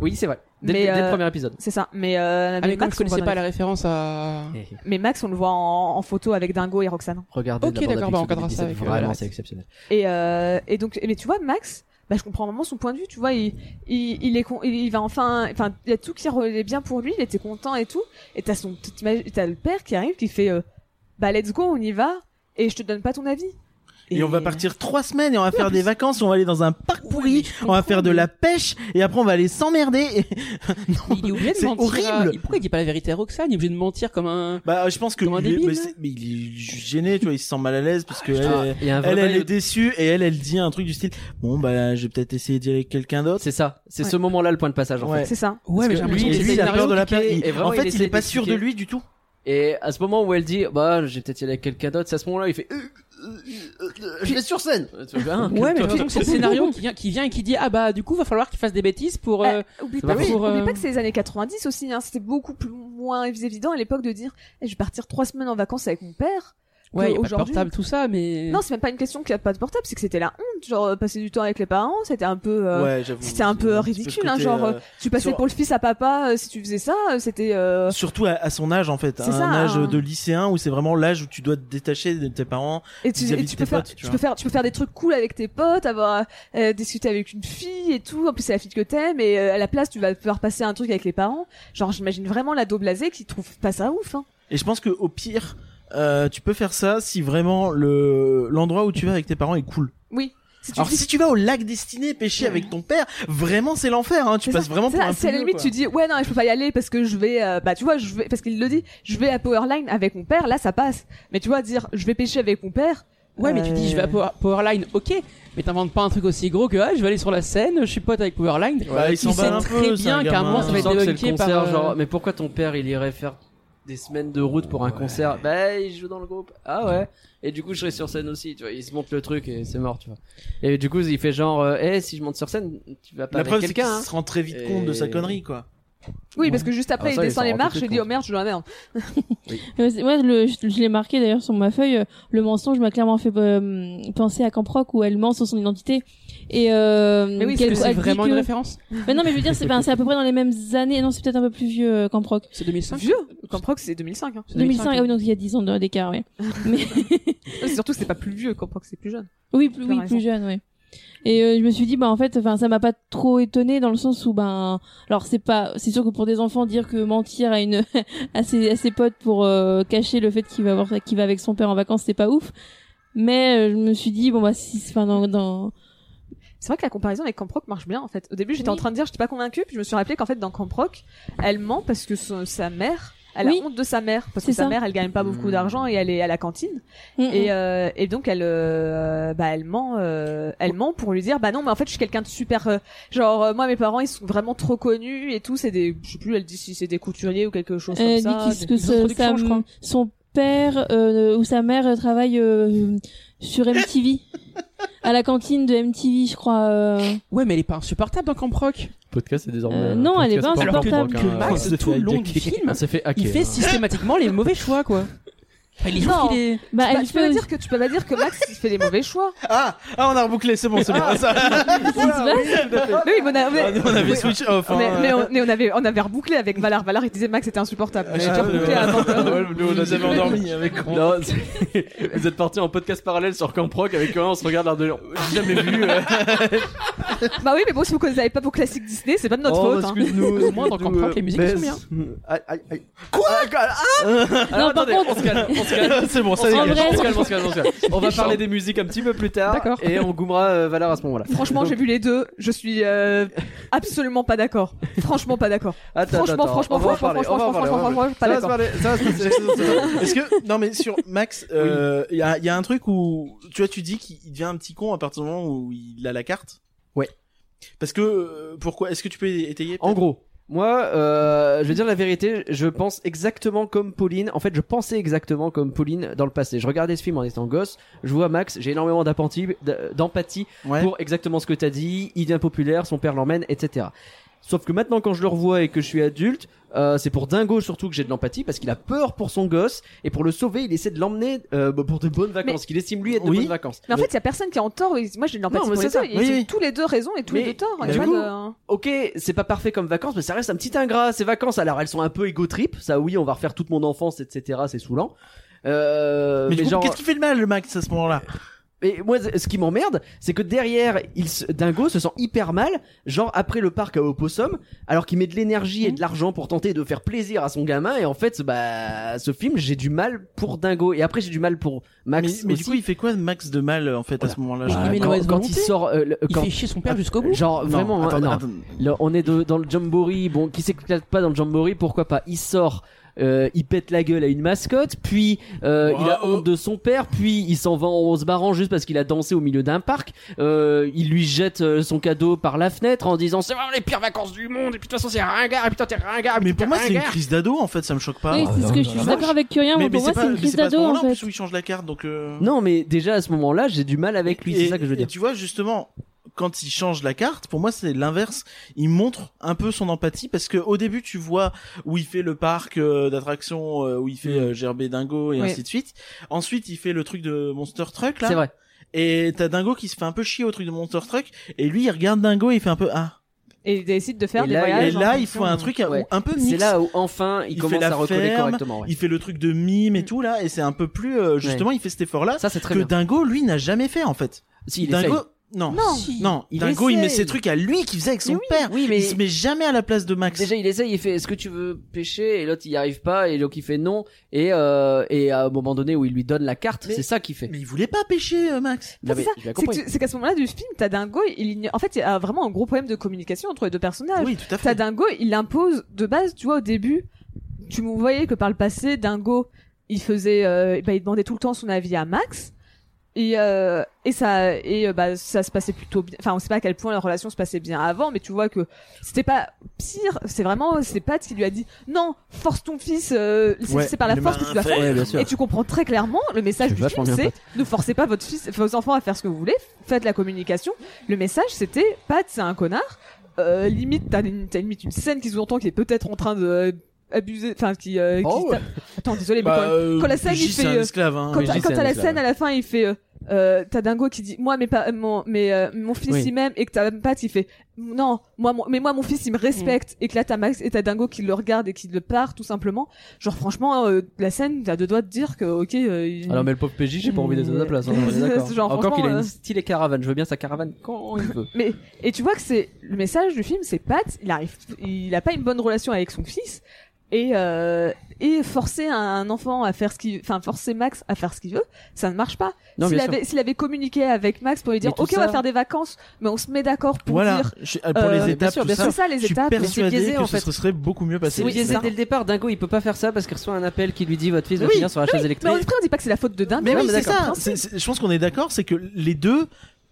Speaker 9: Oui, c'est vrai. Dès,
Speaker 7: Mais,
Speaker 9: le- dès le
Speaker 7: euh,
Speaker 9: premier épisode.
Speaker 7: c'est ça. Mais, euh,
Speaker 8: Ah, mais comme
Speaker 7: Max,
Speaker 8: je
Speaker 7: on le voit
Speaker 8: connaissais
Speaker 7: dans
Speaker 8: pas
Speaker 7: les-
Speaker 8: la référence à.
Speaker 7: mais Max, on le voit en, en photo avec Dingo et Roxane.
Speaker 1: Regardez
Speaker 8: Ok,
Speaker 1: la bande à
Speaker 8: d'accord, bah, on
Speaker 1: Picsou
Speaker 8: regardera ça
Speaker 1: 2017,
Speaker 8: avec, euh,
Speaker 1: Vraiment,
Speaker 8: la
Speaker 1: c'est
Speaker 8: ref.
Speaker 1: exceptionnel.
Speaker 7: Et, euh, et donc, mais tu vois, Max, bah, je comprends vraiment son point de vue. Tu vois, il, il, il est, con, il, il va enfin, enfin, il y a tout qui est bien pour lui. Il était content et tout. Et t'as son, t'imagines- t'as le père qui arrive, qui fait, euh, bah let's go, on y va. Et je te donne pas ton avis.
Speaker 3: Et, on va partir trois semaines et on va faire des vacances, on va aller dans un parc pourri, on va faire de la pêche et après on va aller s'emmerder. [laughs] Et-
Speaker 8: Mais Il est obligé de
Speaker 3: C'est
Speaker 8: mentir. à-
Speaker 3: horrible.
Speaker 8: Pourquoi il dit pas la vérité à Roxane Il est obligé de mentir comme un.
Speaker 3: Bah je pense que
Speaker 8: Comme un
Speaker 3: lui,
Speaker 8: débile.
Speaker 3: mais, c'est- mais il est juste gêné, tu vois, il se sent mal à l'aise parce que
Speaker 1: Ah,
Speaker 3: elle,
Speaker 1: il y a un vrai
Speaker 3: elle, elle
Speaker 1: bail
Speaker 3: est déçue et elle, elle dit un truc du style bon bah je vais peut-être essayer d'y aller avec quelqu'un d'autre.
Speaker 9: C'est ça. C'est
Speaker 7: Ouais.
Speaker 9: ce moment-là le point de passage en
Speaker 3: Ouais.
Speaker 9: fait.
Speaker 7: C'est ça.
Speaker 8: Ouais, mais j'ai
Speaker 9: Parce que
Speaker 8: l'impression
Speaker 3: Et
Speaker 8: que c'est
Speaker 9: lui,
Speaker 3: lui
Speaker 8: le
Speaker 3: il a
Speaker 8: scénario
Speaker 3: peur de la
Speaker 8: qui est-
Speaker 3: perte. Il-
Speaker 9: et vraiment,
Speaker 3: en
Speaker 9: il
Speaker 3: fait, il
Speaker 9: essaie
Speaker 3: est pas sûr de
Speaker 9: d'expliquer.
Speaker 3: lui du tout.
Speaker 9: Et à ce moment où elle dit bah j'ai peut-être y aller avec quelqu'un d'autre, c'est à ce moment-là il fait Euh, euh, euh, euh, je vais sur scène. Tu vois, hein,
Speaker 8: Ouais, mais j'ai
Speaker 9: calme-toi.
Speaker 8: l'impression [laughs] que c'est le scénario qui vient, qui vient et qui dit Ah bah, du coup, va falloir qu'il fasse des bêtises pour. euh,
Speaker 7: Eh, oublie,
Speaker 9: ça
Speaker 7: pas,
Speaker 9: va
Speaker 7: que-
Speaker 8: pour,
Speaker 7: oublie
Speaker 8: euh,
Speaker 7: pas que c'est les années 90 aussi. Hein, C'était beaucoup plus moins évident à l'époque de dire, eh, je vais partir trois semaines en vacances avec mon père.
Speaker 8: Ouais, il y a pas de
Speaker 7: aujourd'hui-
Speaker 8: portable, tout ça, mais.
Speaker 7: Non, c'est même pas une question qu'il n'y a pas de portable, c'est que c'était la honte. Genre euh, passer du temps avec les parents, c'était un peu. euh,
Speaker 3: ouais, j'avoue.
Speaker 7: c'était un peu
Speaker 3: C'est petit
Speaker 7: ridicule,
Speaker 3: ce
Speaker 7: hein, genre,
Speaker 3: euh,
Speaker 7: Tu passais
Speaker 3: Sur-
Speaker 7: pour le fils à papa euh, si tu faisais ça, euh, c'était. euh,
Speaker 3: Surtout à, à son âge en fait, à
Speaker 7: C'est ça,
Speaker 3: un âge
Speaker 7: hein.
Speaker 3: de lycéen où c'est vraiment l'âge où tu dois te détacher de tes parents.
Speaker 7: Et tu,
Speaker 3: vis-à-vis
Speaker 7: et
Speaker 3: de
Speaker 7: tu
Speaker 3: tes
Speaker 7: peux faire,
Speaker 3: potes, tu
Speaker 7: tu
Speaker 3: vois.
Speaker 7: peux faire, tu peux faire des trucs cool avec tes potes, avoir euh, discuté avec une fille et tout. En plus, c'est la fille que t'aimes, et euh, à la place, tu vas pouvoir passer un truc avec les parents. Genre, j'imagine vraiment l'ado blasé qui trouve pas ça ouf. Hein.
Speaker 3: Et je pense que au pire, euh, tu peux faire ça si vraiment le l'endroit où tu vas avec tes parents est cool.
Speaker 7: Oui. Si tu
Speaker 3: Alors
Speaker 7: dis-
Speaker 3: si tu vas au lac destiné pêcher avec ton père, vraiment c'est l'enfer. Hein.
Speaker 7: C'est
Speaker 3: Tu passes
Speaker 7: ça,
Speaker 3: vraiment
Speaker 7: c'est
Speaker 3: pour
Speaker 7: ça,
Speaker 3: un
Speaker 7: si à la
Speaker 3: pigneux,
Speaker 7: limite
Speaker 3: quoi.
Speaker 7: tu dis ouais non je peux pas y aller parce que je vais euh, bah tu vois je vais parce qu'il le dit je vais à Powerline avec mon père là ça passe mais tu vois dire je vais pêcher avec mon père
Speaker 8: Ouais, mais tu dis, je vais à
Speaker 7: euh,
Speaker 8: Power- Powerline, ok, mais t'inventes pas un truc aussi gros que, ah, je vais aller sur la scène, je suis pote avec Powerline.
Speaker 7: euh,
Speaker 3: Bah, il
Speaker 8: sait
Speaker 3: s'emballe un peu,
Speaker 8: très
Speaker 3: c'est
Speaker 8: bien
Speaker 3: un
Speaker 8: qu'à un
Speaker 3: gamin.
Speaker 8: moment, ça
Speaker 9: Tu
Speaker 8: va
Speaker 9: sens que
Speaker 8: être
Speaker 9: c'est le
Speaker 8: débunké par.
Speaker 9: concert,
Speaker 8: euh,
Speaker 9: genre, mais pourquoi ton père il irait faire des semaines de route pour un concert Bah, il joue dans le groupe. Ah ouais. Et du coup, je serai sur scène aussi, tu vois. Il se monte le truc et c'est mort, tu vois. Et du coup, il fait genre, euh, eh, si je monte sur scène, tu vas pas
Speaker 3: La
Speaker 9: avec
Speaker 3: preuve c'est qu'il
Speaker 9: quelqu'un. hein.
Speaker 3: se rend très vite compte de sa connerie quoi.
Speaker 7: oui parce que juste après
Speaker 9: Ah,
Speaker 7: il
Speaker 9: ça, il
Speaker 7: descend
Speaker 9: s'en
Speaker 7: les
Speaker 9: rend
Speaker 7: marches
Speaker 9: tout
Speaker 7: et
Speaker 9: de
Speaker 7: dit
Speaker 9: compte.
Speaker 7: oh merde je suis dans la merde
Speaker 10: Ouais, c'est- ouais, le- je, je l'ai marqué d'ailleurs sur ma feuille. euh, Le mensonge m'a clairement fait euh, penser à Camp Rock où elle ment sur son identité. Et euh,
Speaker 7: Mais oui,
Speaker 8: Est-ce
Speaker 10: qu'elle-
Speaker 8: que c'est
Speaker 10: elle dit
Speaker 8: vraiment une
Speaker 10: que-
Speaker 8: référence
Speaker 10: Mais non, mais je veux dire, c'est ben, c'est à peu près dans les mêmes années. Non, c'est peut-être un peu plus vieux, euh, Camp Rock.
Speaker 8: C'est 2005
Speaker 7: vieux Camprox c'est 2005 hein.
Speaker 8: C'est
Speaker 10: 2005, ah oui,
Speaker 8: hein.
Speaker 10: donc il y a 10 ans de- d'écart, oui.
Speaker 7: Et surtout c'est pas plus vieux Camprox c'est plus jeune
Speaker 10: Oui, plus,
Speaker 7: T'as
Speaker 10: oui,
Speaker 7: raison.
Speaker 10: plus jeune, oui. Et euh, je me suis dit, bah en fait, enfin, ça m'a pas trop étonné dans le sens où, ben, alors c'est pas, c'est sûr que pour des enfants dire que mentir à une, [laughs] à ses, à ses potes pour euh, cacher le fait qu'il va avoir, qu'il va avec son père en vacances, c'est pas ouf. Mais euh, je me suis dit, bon bah si, enfin dans, dans...
Speaker 7: c'est vrai que la comparaison avec Camproc marche bien en fait au début j'étais
Speaker 10: Oui.
Speaker 7: en train de dire j'étais pas convaincue puis je me suis rappelé qu'en fait dans Camproc elle ment parce que son- sa mère elle
Speaker 10: Oui.
Speaker 7: a honte de sa mère parce que
Speaker 10: C'est
Speaker 7: sa
Speaker 10: ça.
Speaker 7: mère elle gagne pas beaucoup d'argent et elle est à la cantine Et, euh, et donc elle, euh, bah elle ment, euh, elle ment pour lui dire, bah non, mais en fait je suis quelqu'un de super, euh, genre euh, moi mes parents ils sont vraiment trop connus et tout, c'est des, je sais plus, elle dit si c'est des couturiers ou quelque chose
Speaker 10: Euh,
Speaker 7: comme ça.
Speaker 10: dit qu'il- que
Speaker 7: des-
Speaker 10: ce-
Speaker 7: production,
Speaker 10: sa-
Speaker 7: je crois.
Speaker 10: son père euh, ou sa mère euh, travaille euh,
Speaker 7: [laughs]
Speaker 10: sur MTV à la cantine de MTV, je crois. euh.
Speaker 8: Ouais, mais elle est pas insupportable dans Camp Rock.
Speaker 1: Podcast, c'est désormais.
Speaker 10: Euh, non,
Speaker 1: un
Speaker 10: elle est
Speaker 1: podcast
Speaker 10: pas
Speaker 1: pour
Speaker 10: insupportable.
Speaker 1: Franck,
Speaker 8: Que
Speaker 1: hein.
Speaker 8: Max,
Speaker 1: On s'est
Speaker 8: tout
Speaker 1: fait
Speaker 8: le long du
Speaker 1: hacker.
Speaker 8: film,
Speaker 1: On s'est fait
Speaker 8: Il
Speaker 1: hacker.
Speaker 8: fait
Speaker 1: hein.
Speaker 8: systématiquement les mauvais choix, quoi. Enfin, [laughs] il est
Speaker 7: Non.
Speaker 8: juste qu'il est.
Speaker 10: Bah,
Speaker 7: Tu peux-
Speaker 10: elle
Speaker 7: tu peux
Speaker 10: fait
Speaker 7: pas dire que tu peux pas dire que Max il fait des mauvais choix.
Speaker 3: Ah ah on a rebouclé c'est bon c'est bon.
Speaker 7: [laughs]
Speaker 3: Ça-
Speaker 7: Mais oui, mais on a- mais-
Speaker 3: on avait
Speaker 7: oui,
Speaker 3: switch off. hein.
Speaker 7: mais-
Speaker 1: euh,
Speaker 7: mais on, mais on avait on avait rebouclé avec Valar. Valar il disait Max était insupportable.
Speaker 3: Ah,
Speaker 7: J'ai déjà
Speaker 3: ouais,
Speaker 7: rebouclé
Speaker 3: ouais.
Speaker 7: avant.
Speaker 3: Ouais, nous, on nous avait endormis avec [laughs]
Speaker 9: Non, c'est- [laughs] vous êtes partis en podcast parallèle sur Camp Rock avec un, on se regarde l'un de l'autre. J'ai Jamais vu. euh.
Speaker 7: Bah oui, mais bon, si vous connaissez pas vos classiques Disney, c'est pas de notre
Speaker 9: Oh,
Speaker 7: faute. hein.
Speaker 9: excuse-nous.
Speaker 8: Au moins, dans Camp Rock, les musiques elles sont bien.
Speaker 9: Aïe, aïe, aïe. Quoi Ah,
Speaker 10: Non, par
Speaker 9: attendez,
Speaker 10: contre-
Speaker 9: on se calme, on se
Speaker 1: se calme.
Speaker 8: C'est bon,
Speaker 1: ça
Speaker 10: En
Speaker 1: dégage.
Speaker 10: vrai-
Speaker 1: On se calme, on se calme, on se calme. On
Speaker 9: [laughs]
Speaker 1: va parler des musiques un petit peu plus tard.
Speaker 7: D'accord.
Speaker 1: Et on goumera euh, Valar à ce moment-là.
Speaker 7: Franchement, j'ai vu les deux. Je suis euh, absolument pas d'accord. Franchement, pas d'accord.
Speaker 1: Attends,
Speaker 7: Franchement,
Speaker 1: attends,
Speaker 7: franchement,
Speaker 1: on va en
Speaker 7: franchement,
Speaker 1: parler,
Speaker 7: franchement,
Speaker 1: on va en parler,
Speaker 7: franchement,
Speaker 1: on va en
Speaker 7: franchement,
Speaker 1: parler.
Speaker 7: pas
Speaker 1: Ça va se parler, ça
Speaker 7: d'accord.
Speaker 1: va se passer, ça va se passer.
Speaker 3: [laughs] Est-ce que non mais sur Max, euh, il y, a, il y a un truc où tu vois tu dis qu'il il devient un petit con à partir du moment où il a la carte.
Speaker 1: Ouais.
Speaker 3: Parce que euh, pourquoi Est-ce que tu peux étayer
Speaker 1: En
Speaker 3: peut-être
Speaker 1: gros, moi, euh, je vais dire la vérité, je pense exactement comme Pauline. En fait, je pensais exactement comme Pauline dans le passé. Je regardais ce film en étant gosse, je vois Max, j'ai énormément d'appentis- d- d'empathie
Speaker 3: Ouais.
Speaker 1: pour exactement ce que t'as dit, il devient populaire, son père l'emmène, etc. Sauf que maintenant, quand je le revois et que je suis adulte, euh, c'est pour Dingo surtout que j'ai de l'empathie parce qu'il a peur pour son gosse et pour le sauver, il essaie de l'emmener euh, pour de bonnes vacances, qu'il estime lui être de
Speaker 3: Oui.
Speaker 1: bonnes vacances.
Speaker 7: Mais en fait, il y a personne qui est en tort. Ils- Moi, j'ai de l'empathie
Speaker 1: mais
Speaker 7: pour les
Speaker 1: c'est
Speaker 7: deux.
Speaker 1: ça.
Speaker 7: Ils
Speaker 3: Oui,
Speaker 7: ont
Speaker 3: oui.
Speaker 7: tous les deux raison et tous
Speaker 1: Mais-
Speaker 7: les deux tort.
Speaker 1: mais
Speaker 7: Il y a
Speaker 1: du
Speaker 7: pas de-
Speaker 1: Ok, c'est pas parfait comme vacances, mais ça reste un petit ingrat. Ces vacances, alors elles sont un peu égo trip. Ça, oui, on va refaire toute mon enfance, etc. C'est saoulant. Euh,
Speaker 3: Mais,
Speaker 1: mais,
Speaker 3: du coup,
Speaker 1: genre, euh,
Speaker 3: qu'est-ce qui fait le mal le Max à ce moment-là
Speaker 1: mais moi, ce qui m'emmerde, c'est que derrière, il se- Dingo se sent hyper mal, genre après le parc à Opossum, alors qu'il met de l'énergie
Speaker 3: Mmh.
Speaker 1: et de l'argent pour tenter de faire plaisir à son gamin. Et en fait, bah, ce film, j'ai du mal pour Dingo. Et après, j'ai du mal pour
Speaker 3: mais,
Speaker 1: Max
Speaker 3: mais
Speaker 1: aussi.
Speaker 3: du coup, il fait quoi Max de mal en fait à ce moment-là genre
Speaker 1: Bah,
Speaker 8: il met la
Speaker 1: quand,
Speaker 8: mauvaise
Speaker 1: quand il
Speaker 8: volonté.
Speaker 1: sort, euh, le-
Speaker 8: Il
Speaker 1: quand-
Speaker 8: fait chier son père jusqu'au bout.
Speaker 1: genre
Speaker 3: Ah, Non,
Speaker 1: vraiment, hein,
Speaker 10: euh,
Speaker 3: attends,
Speaker 1: non.
Speaker 3: attends.
Speaker 1: Là, on est de- dans le jamboree, bon, qui s'éclate pas dans le jamboree, pourquoi pas Il sort, euh, il pète la gueule à une mascotte, puis euh, il a
Speaker 3: Bravo.
Speaker 1: honte de son père, puis il s'en va en se barrant juste parce qu'il a dansé au milieu d'un parc. Euh, il lui jette euh, son cadeau par la fenêtre en disant c'est vraiment les pires vacances du monde, et puis de toute façon c'est ringard, et putain t'es ringard. et
Speaker 3: Mais
Speaker 1: putain,
Speaker 3: pour moi,
Speaker 1: t'es
Speaker 3: c'est une
Speaker 1: ringard.
Speaker 3: crise d'ado en fait, ça me choque pas.
Speaker 10: Oui,
Speaker 3: Mais-
Speaker 10: c'est ce que
Speaker 1: Ah,
Speaker 10: je suis d'accord avec Curien.
Speaker 3: Ah, mais
Speaker 10: Moi, pour moi,
Speaker 3: pas-
Speaker 10: c'est une
Speaker 3: mais
Speaker 10: crise
Speaker 3: pas à ce
Speaker 10: d'ado, en
Speaker 3: moment-là,
Speaker 10: fait.
Speaker 3: plus, où il change la carte donc euh,
Speaker 1: Non, mais déjà à ce moment-là, j'ai du mal avec lui,
Speaker 3: Et-
Speaker 1: c'est ça que je veux
Speaker 3: et
Speaker 1: dire.
Speaker 3: tu vois, justement, quand il change la carte, pour moi, c'est l'inverse. Il montre un peu son empathie parce que au début, tu vois où il fait le parc euh, d'attractions, euh, où il
Speaker 1: Mm.
Speaker 3: fait euh, gerber Dingo et
Speaker 7: Oui.
Speaker 3: ainsi de suite. Ensuite, il fait le truc de Monster Truck
Speaker 1: C'est
Speaker 3: là.
Speaker 1: vrai.
Speaker 3: Et t'as Dingo qui se fait un peu chier au truc de Monster Truck. Et lui, il regarde Dingo et il fait un peu ah.
Speaker 7: Et ils décident de faire
Speaker 1: Et
Speaker 7: des
Speaker 1: là, il-
Speaker 7: voyages.
Speaker 3: et là,
Speaker 7: en
Speaker 3: il
Speaker 7: fonction
Speaker 3: faut un
Speaker 7: de-
Speaker 3: truc à-
Speaker 1: Ouais.
Speaker 3: un peu
Speaker 1: C'est
Speaker 3: mixte.
Speaker 1: là où enfin il,
Speaker 3: Il fait
Speaker 1: commence
Speaker 3: la
Speaker 1: à recoller
Speaker 3: ferme,
Speaker 1: correctement. ouais.
Speaker 3: Il fait le truc de mime et tout là. Et c'est un peu plus euh, justement, il fait cet effort là
Speaker 1: Mm. Ça c'est très
Speaker 3: que
Speaker 1: bien.
Speaker 3: Dingo lui n'a jamais fait en fait.
Speaker 1: Si, il
Speaker 3: Dingo,
Speaker 1: essaye.
Speaker 3: non.
Speaker 7: Non.
Speaker 3: Non,
Speaker 1: Il
Speaker 3: Dingo, il met
Speaker 1: essaye.
Speaker 3: ses trucs à lui qu'il faisait avec son
Speaker 1: Mais oui,
Speaker 3: père.
Speaker 1: oui, mais-
Speaker 3: Il se met jamais à la place de Max.
Speaker 1: Déjà, il essaye, il fait est-ce que tu veux pêcher Et l'autre, il n'y arrive pas, et l'autre, il fait non. Et, euh, et à un moment donné où il lui donne la carte,
Speaker 3: Mais-
Speaker 1: c'est ça qu'il fait.
Speaker 3: Mais il voulait pas pêcher, euh, Max.
Speaker 1: Non,
Speaker 7: c'est
Speaker 1: mais
Speaker 7: ça,
Speaker 1: je l'ai
Speaker 7: C'est que
Speaker 1: compris.
Speaker 7: tu- c'est qu'à ce moment-là du film, t'as Dingo, il ignore- En fait, il y a vraiment un gros problème de communication entre les deux personnages.
Speaker 3: Oui, tout à fait.
Speaker 7: Ah, T'as Dingo, il impose de base, tu vois, au début, tu me voyais que par le passé, Dingo, il faisait, euh, bah, il demandait tout le temps son avis à Max. Et, euh, et ça, et euh, bah, ça se passait plutôt bien. Enfin, on sait pas à quel point la relation se passait bien avant, mais tu vois que c'était pas pire. C'est vraiment ses pattes qui lui a dit non, force ton fils. euh, c'est
Speaker 3: Ouais,
Speaker 7: c'est par la
Speaker 3: le
Speaker 7: force que tu dois
Speaker 3: malin
Speaker 7: faire.
Speaker 1: Ouais, bien sûr.
Speaker 7: Et tu comprends très clairement le message
Speaker 1: Je suis
Speaker 7: du
Speaker 1: vachement
Speaker 7: film,
Speaker 1: bien
Speaker 7: c'est ne forcez pas votre fils, vos enfants à faire ce que vous voulez, faites la communication. Le message, c'était Pat, c'est un connard. Euh, limite, t'as une- t'as limite une scène qui sous-entend qu'il est peut-être en train de euh, abuser, enfin qui. euh, qui
Speaker 1: Oh, Bah,
Speaker 7: se tape- Attends, désolé, mais quand-
Speaker 3: euh,
Speaker 7: quand la scène, il
Speaker 3: Gis, c'est
Speaker 7: fait,
Speaker 3: un
Speaker 7: euh,
Speaker 3: esclave, hein.
Speaker 7: quand,
Speaker 1: oui,
Speaker 7: t'as-
Speaker 1: j'ai
Speaker 7: quand
Speaker 1: cette
Speaker 7: t'as la
Speaker 1: scène-là,
Speaker 7: scène à la fin, il fait. euh, euh, t'as Dingo qui dit moi mais pas mon mais euh, mon fils
Speaker 1: Oui.
Speaker 7: il m'aime et que t'as Pat il fait non moi mon- mais moi mon fils il me respecte et que là t'as Max et t'as Dingo qui le regarde et qui le part tout simplement genre franchement euh, la scène t'as deux doigts de dire que ok euh, il-
Speaker 1: Alors, Ah mais le pauvre PJ, j'ai pas envie d'être à sa place. hein,
Speaker 7: [laughs]
Speaker 1: on est d'accord.
Speaker 7: Genre,
Speaker 1: Encore qu'il a
Speaker 7: franchement,
Speaker 1: une
Speaker 7: euh,
Speaker 1: stylée caravane, je veux bien sa caravane quand il veut.
Speaker 7: Mais et tu vois que c'est le message du film, c'est Pat, il arrive, il a pas une bonne relation avec son fils et euh, et forcer un enfant à faire ce qu'il, enfin forcer Max à faire ce qu'il veut, ça ne marche pas.
Speaker 1: Non,
Speaker 7: S'il
Speaker 1: bien sûr.
Speaker 7: avait, s'il avait communiqué avec Max pour lui dire,
Speaker 1: Mais tout
Speaker 7: ok, on va
Speaker 1: ça-
Speaker 7: faire des vacances, mais on se met d'accord pour
Speaker 3: Voilà.
Speaker 7: dire.
Speaker 3: Je- Pour
Speaker 7: euh,
Speaker 3: les étapes,
Speaker 1: sûr,
Speaker 3: tout
Speaker 1: bien
Speaker 7: C'est
Speaker 3: ça.
Speaker 7: ça, les
Speaker 3: Je suis
Speaker 7: étapes.
Speaker 3: persuadé
Speaker 1: biaisé,
Speaker 3: que
Speaker 1: en
Speaker 3: ce
Speaker 1: fait.
Speaker 3: serait beaucoup mieux passé.
Speaker 1: C'est biaisé dès le départ. Dingo, il peut pas faire ça parce qu'il reçoit un appel qui lui dit votre fils va
Speaker 7: Oui,
Speaker 1: finir sur la chaise
Speaker 7: Mais on,
Speaker 1: électrique.
Speaker 7: après, on dit pas que c'est la faute de dingue.
Speaker 3: Mais
Speaker 7: ouais,
Speaker 3: oui, c'est
Speaker 7: Ah, d'accord.
Speaker 3: ça.
Speaker 7: Prince,
Speaker 3: C'est- c'est- Je pense qu'on est d'accord, c'est que les deux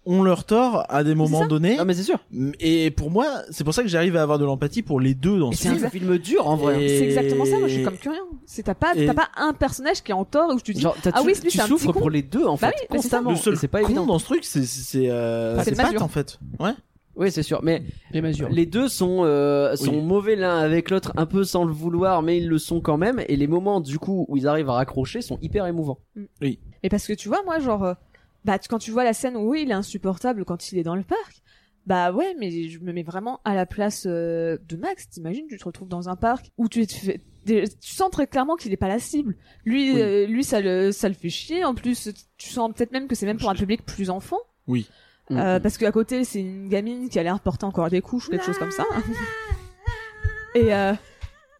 Speaker 3: ont leur tort à des moments
Speaker 7: ça. Ah,
Speaker 3: donnés.
Speaker 1: Non, mais c'est sûr.
Speaker 3: Et pour moi, c'est pour ça que j'arrive à avoir de l'empathie pour les deux dans
Speaker 1: Et
Speaker 3: ce
Speaker 1: C'est
Speaker 3: film.
Speaker 1: un film dur en vrai.
Speaker 3: Et-
Speaker 7: C'est exactement ça. Moi, je suis comme curieux. C'est t'as pas,
Speaker 3: Et-
Speaker 7: t'as pas un personnage qui est en tort où tu dis.
Speaker 1: Genre, t'as-
Speaker 7: Ah
Speaker 1: tu,
Speaker 7: oui,
Speaker 1: tu
Speaker 7: lui, c'est un
Speaker 1: souffres
Speaker 7: petit con.
Speaker 1: pour les deux en fait
Speaker 7: Bah oui, mais c'est ça.
Speaker 1: constamment.
Speaker 3: Le
Speaker 1: Et
Speaker 3: seul
Speaker 1: C'est pas
Speaker 3: con
Speaker 1: évident.
Speaker 3: dans ce truc, c'est c'est- c'est euh,
Speaker 7: Enfin, c'est
Speaker 3: c'est
Speaker 7: le
Speaker 3: Pat
Speaker 7: masure.
Speaker 3: en fait. Ouais.
Speaker 1: Oui, c'est sûr. Mais
Speaker 8: Les mesures.
Speaker 1: Les deux sont euh, sont
Speaker 3: Oui.
Speaker 1: mauvais l'un avec l'autre, un peu sans le vouloir, mais ils le sont quand même. Et les moments du coup où ils arrivent à raccrocher sont hyper émouvants.
Speaker 7: Mais parce que tu vois, moi, genre, euh, bah, tu- quand tu vois la scène où oui, il est insupportable quand il est dans le parc, bah ouais, mais je me mets vraiment à la place euh, de Max. T'imagines, tu te retrouves dans un parc où tu te fais- des- tu sens très clairement qu'il est pas la cible. Lui,
Speaker 1: Oui.
Speaker 7: euh, lui, ça le, ça le fait chier. En plus, tu sens peut-être même que c'est même pour un public plus enfant,
Speaker 3: Oui.
Speaker 2: Mm,
Speaker 7: euh, parce qu'à côté, c'est une gamine qui a l'air porter encore des couches ou quelque chose comme ça. Et euh,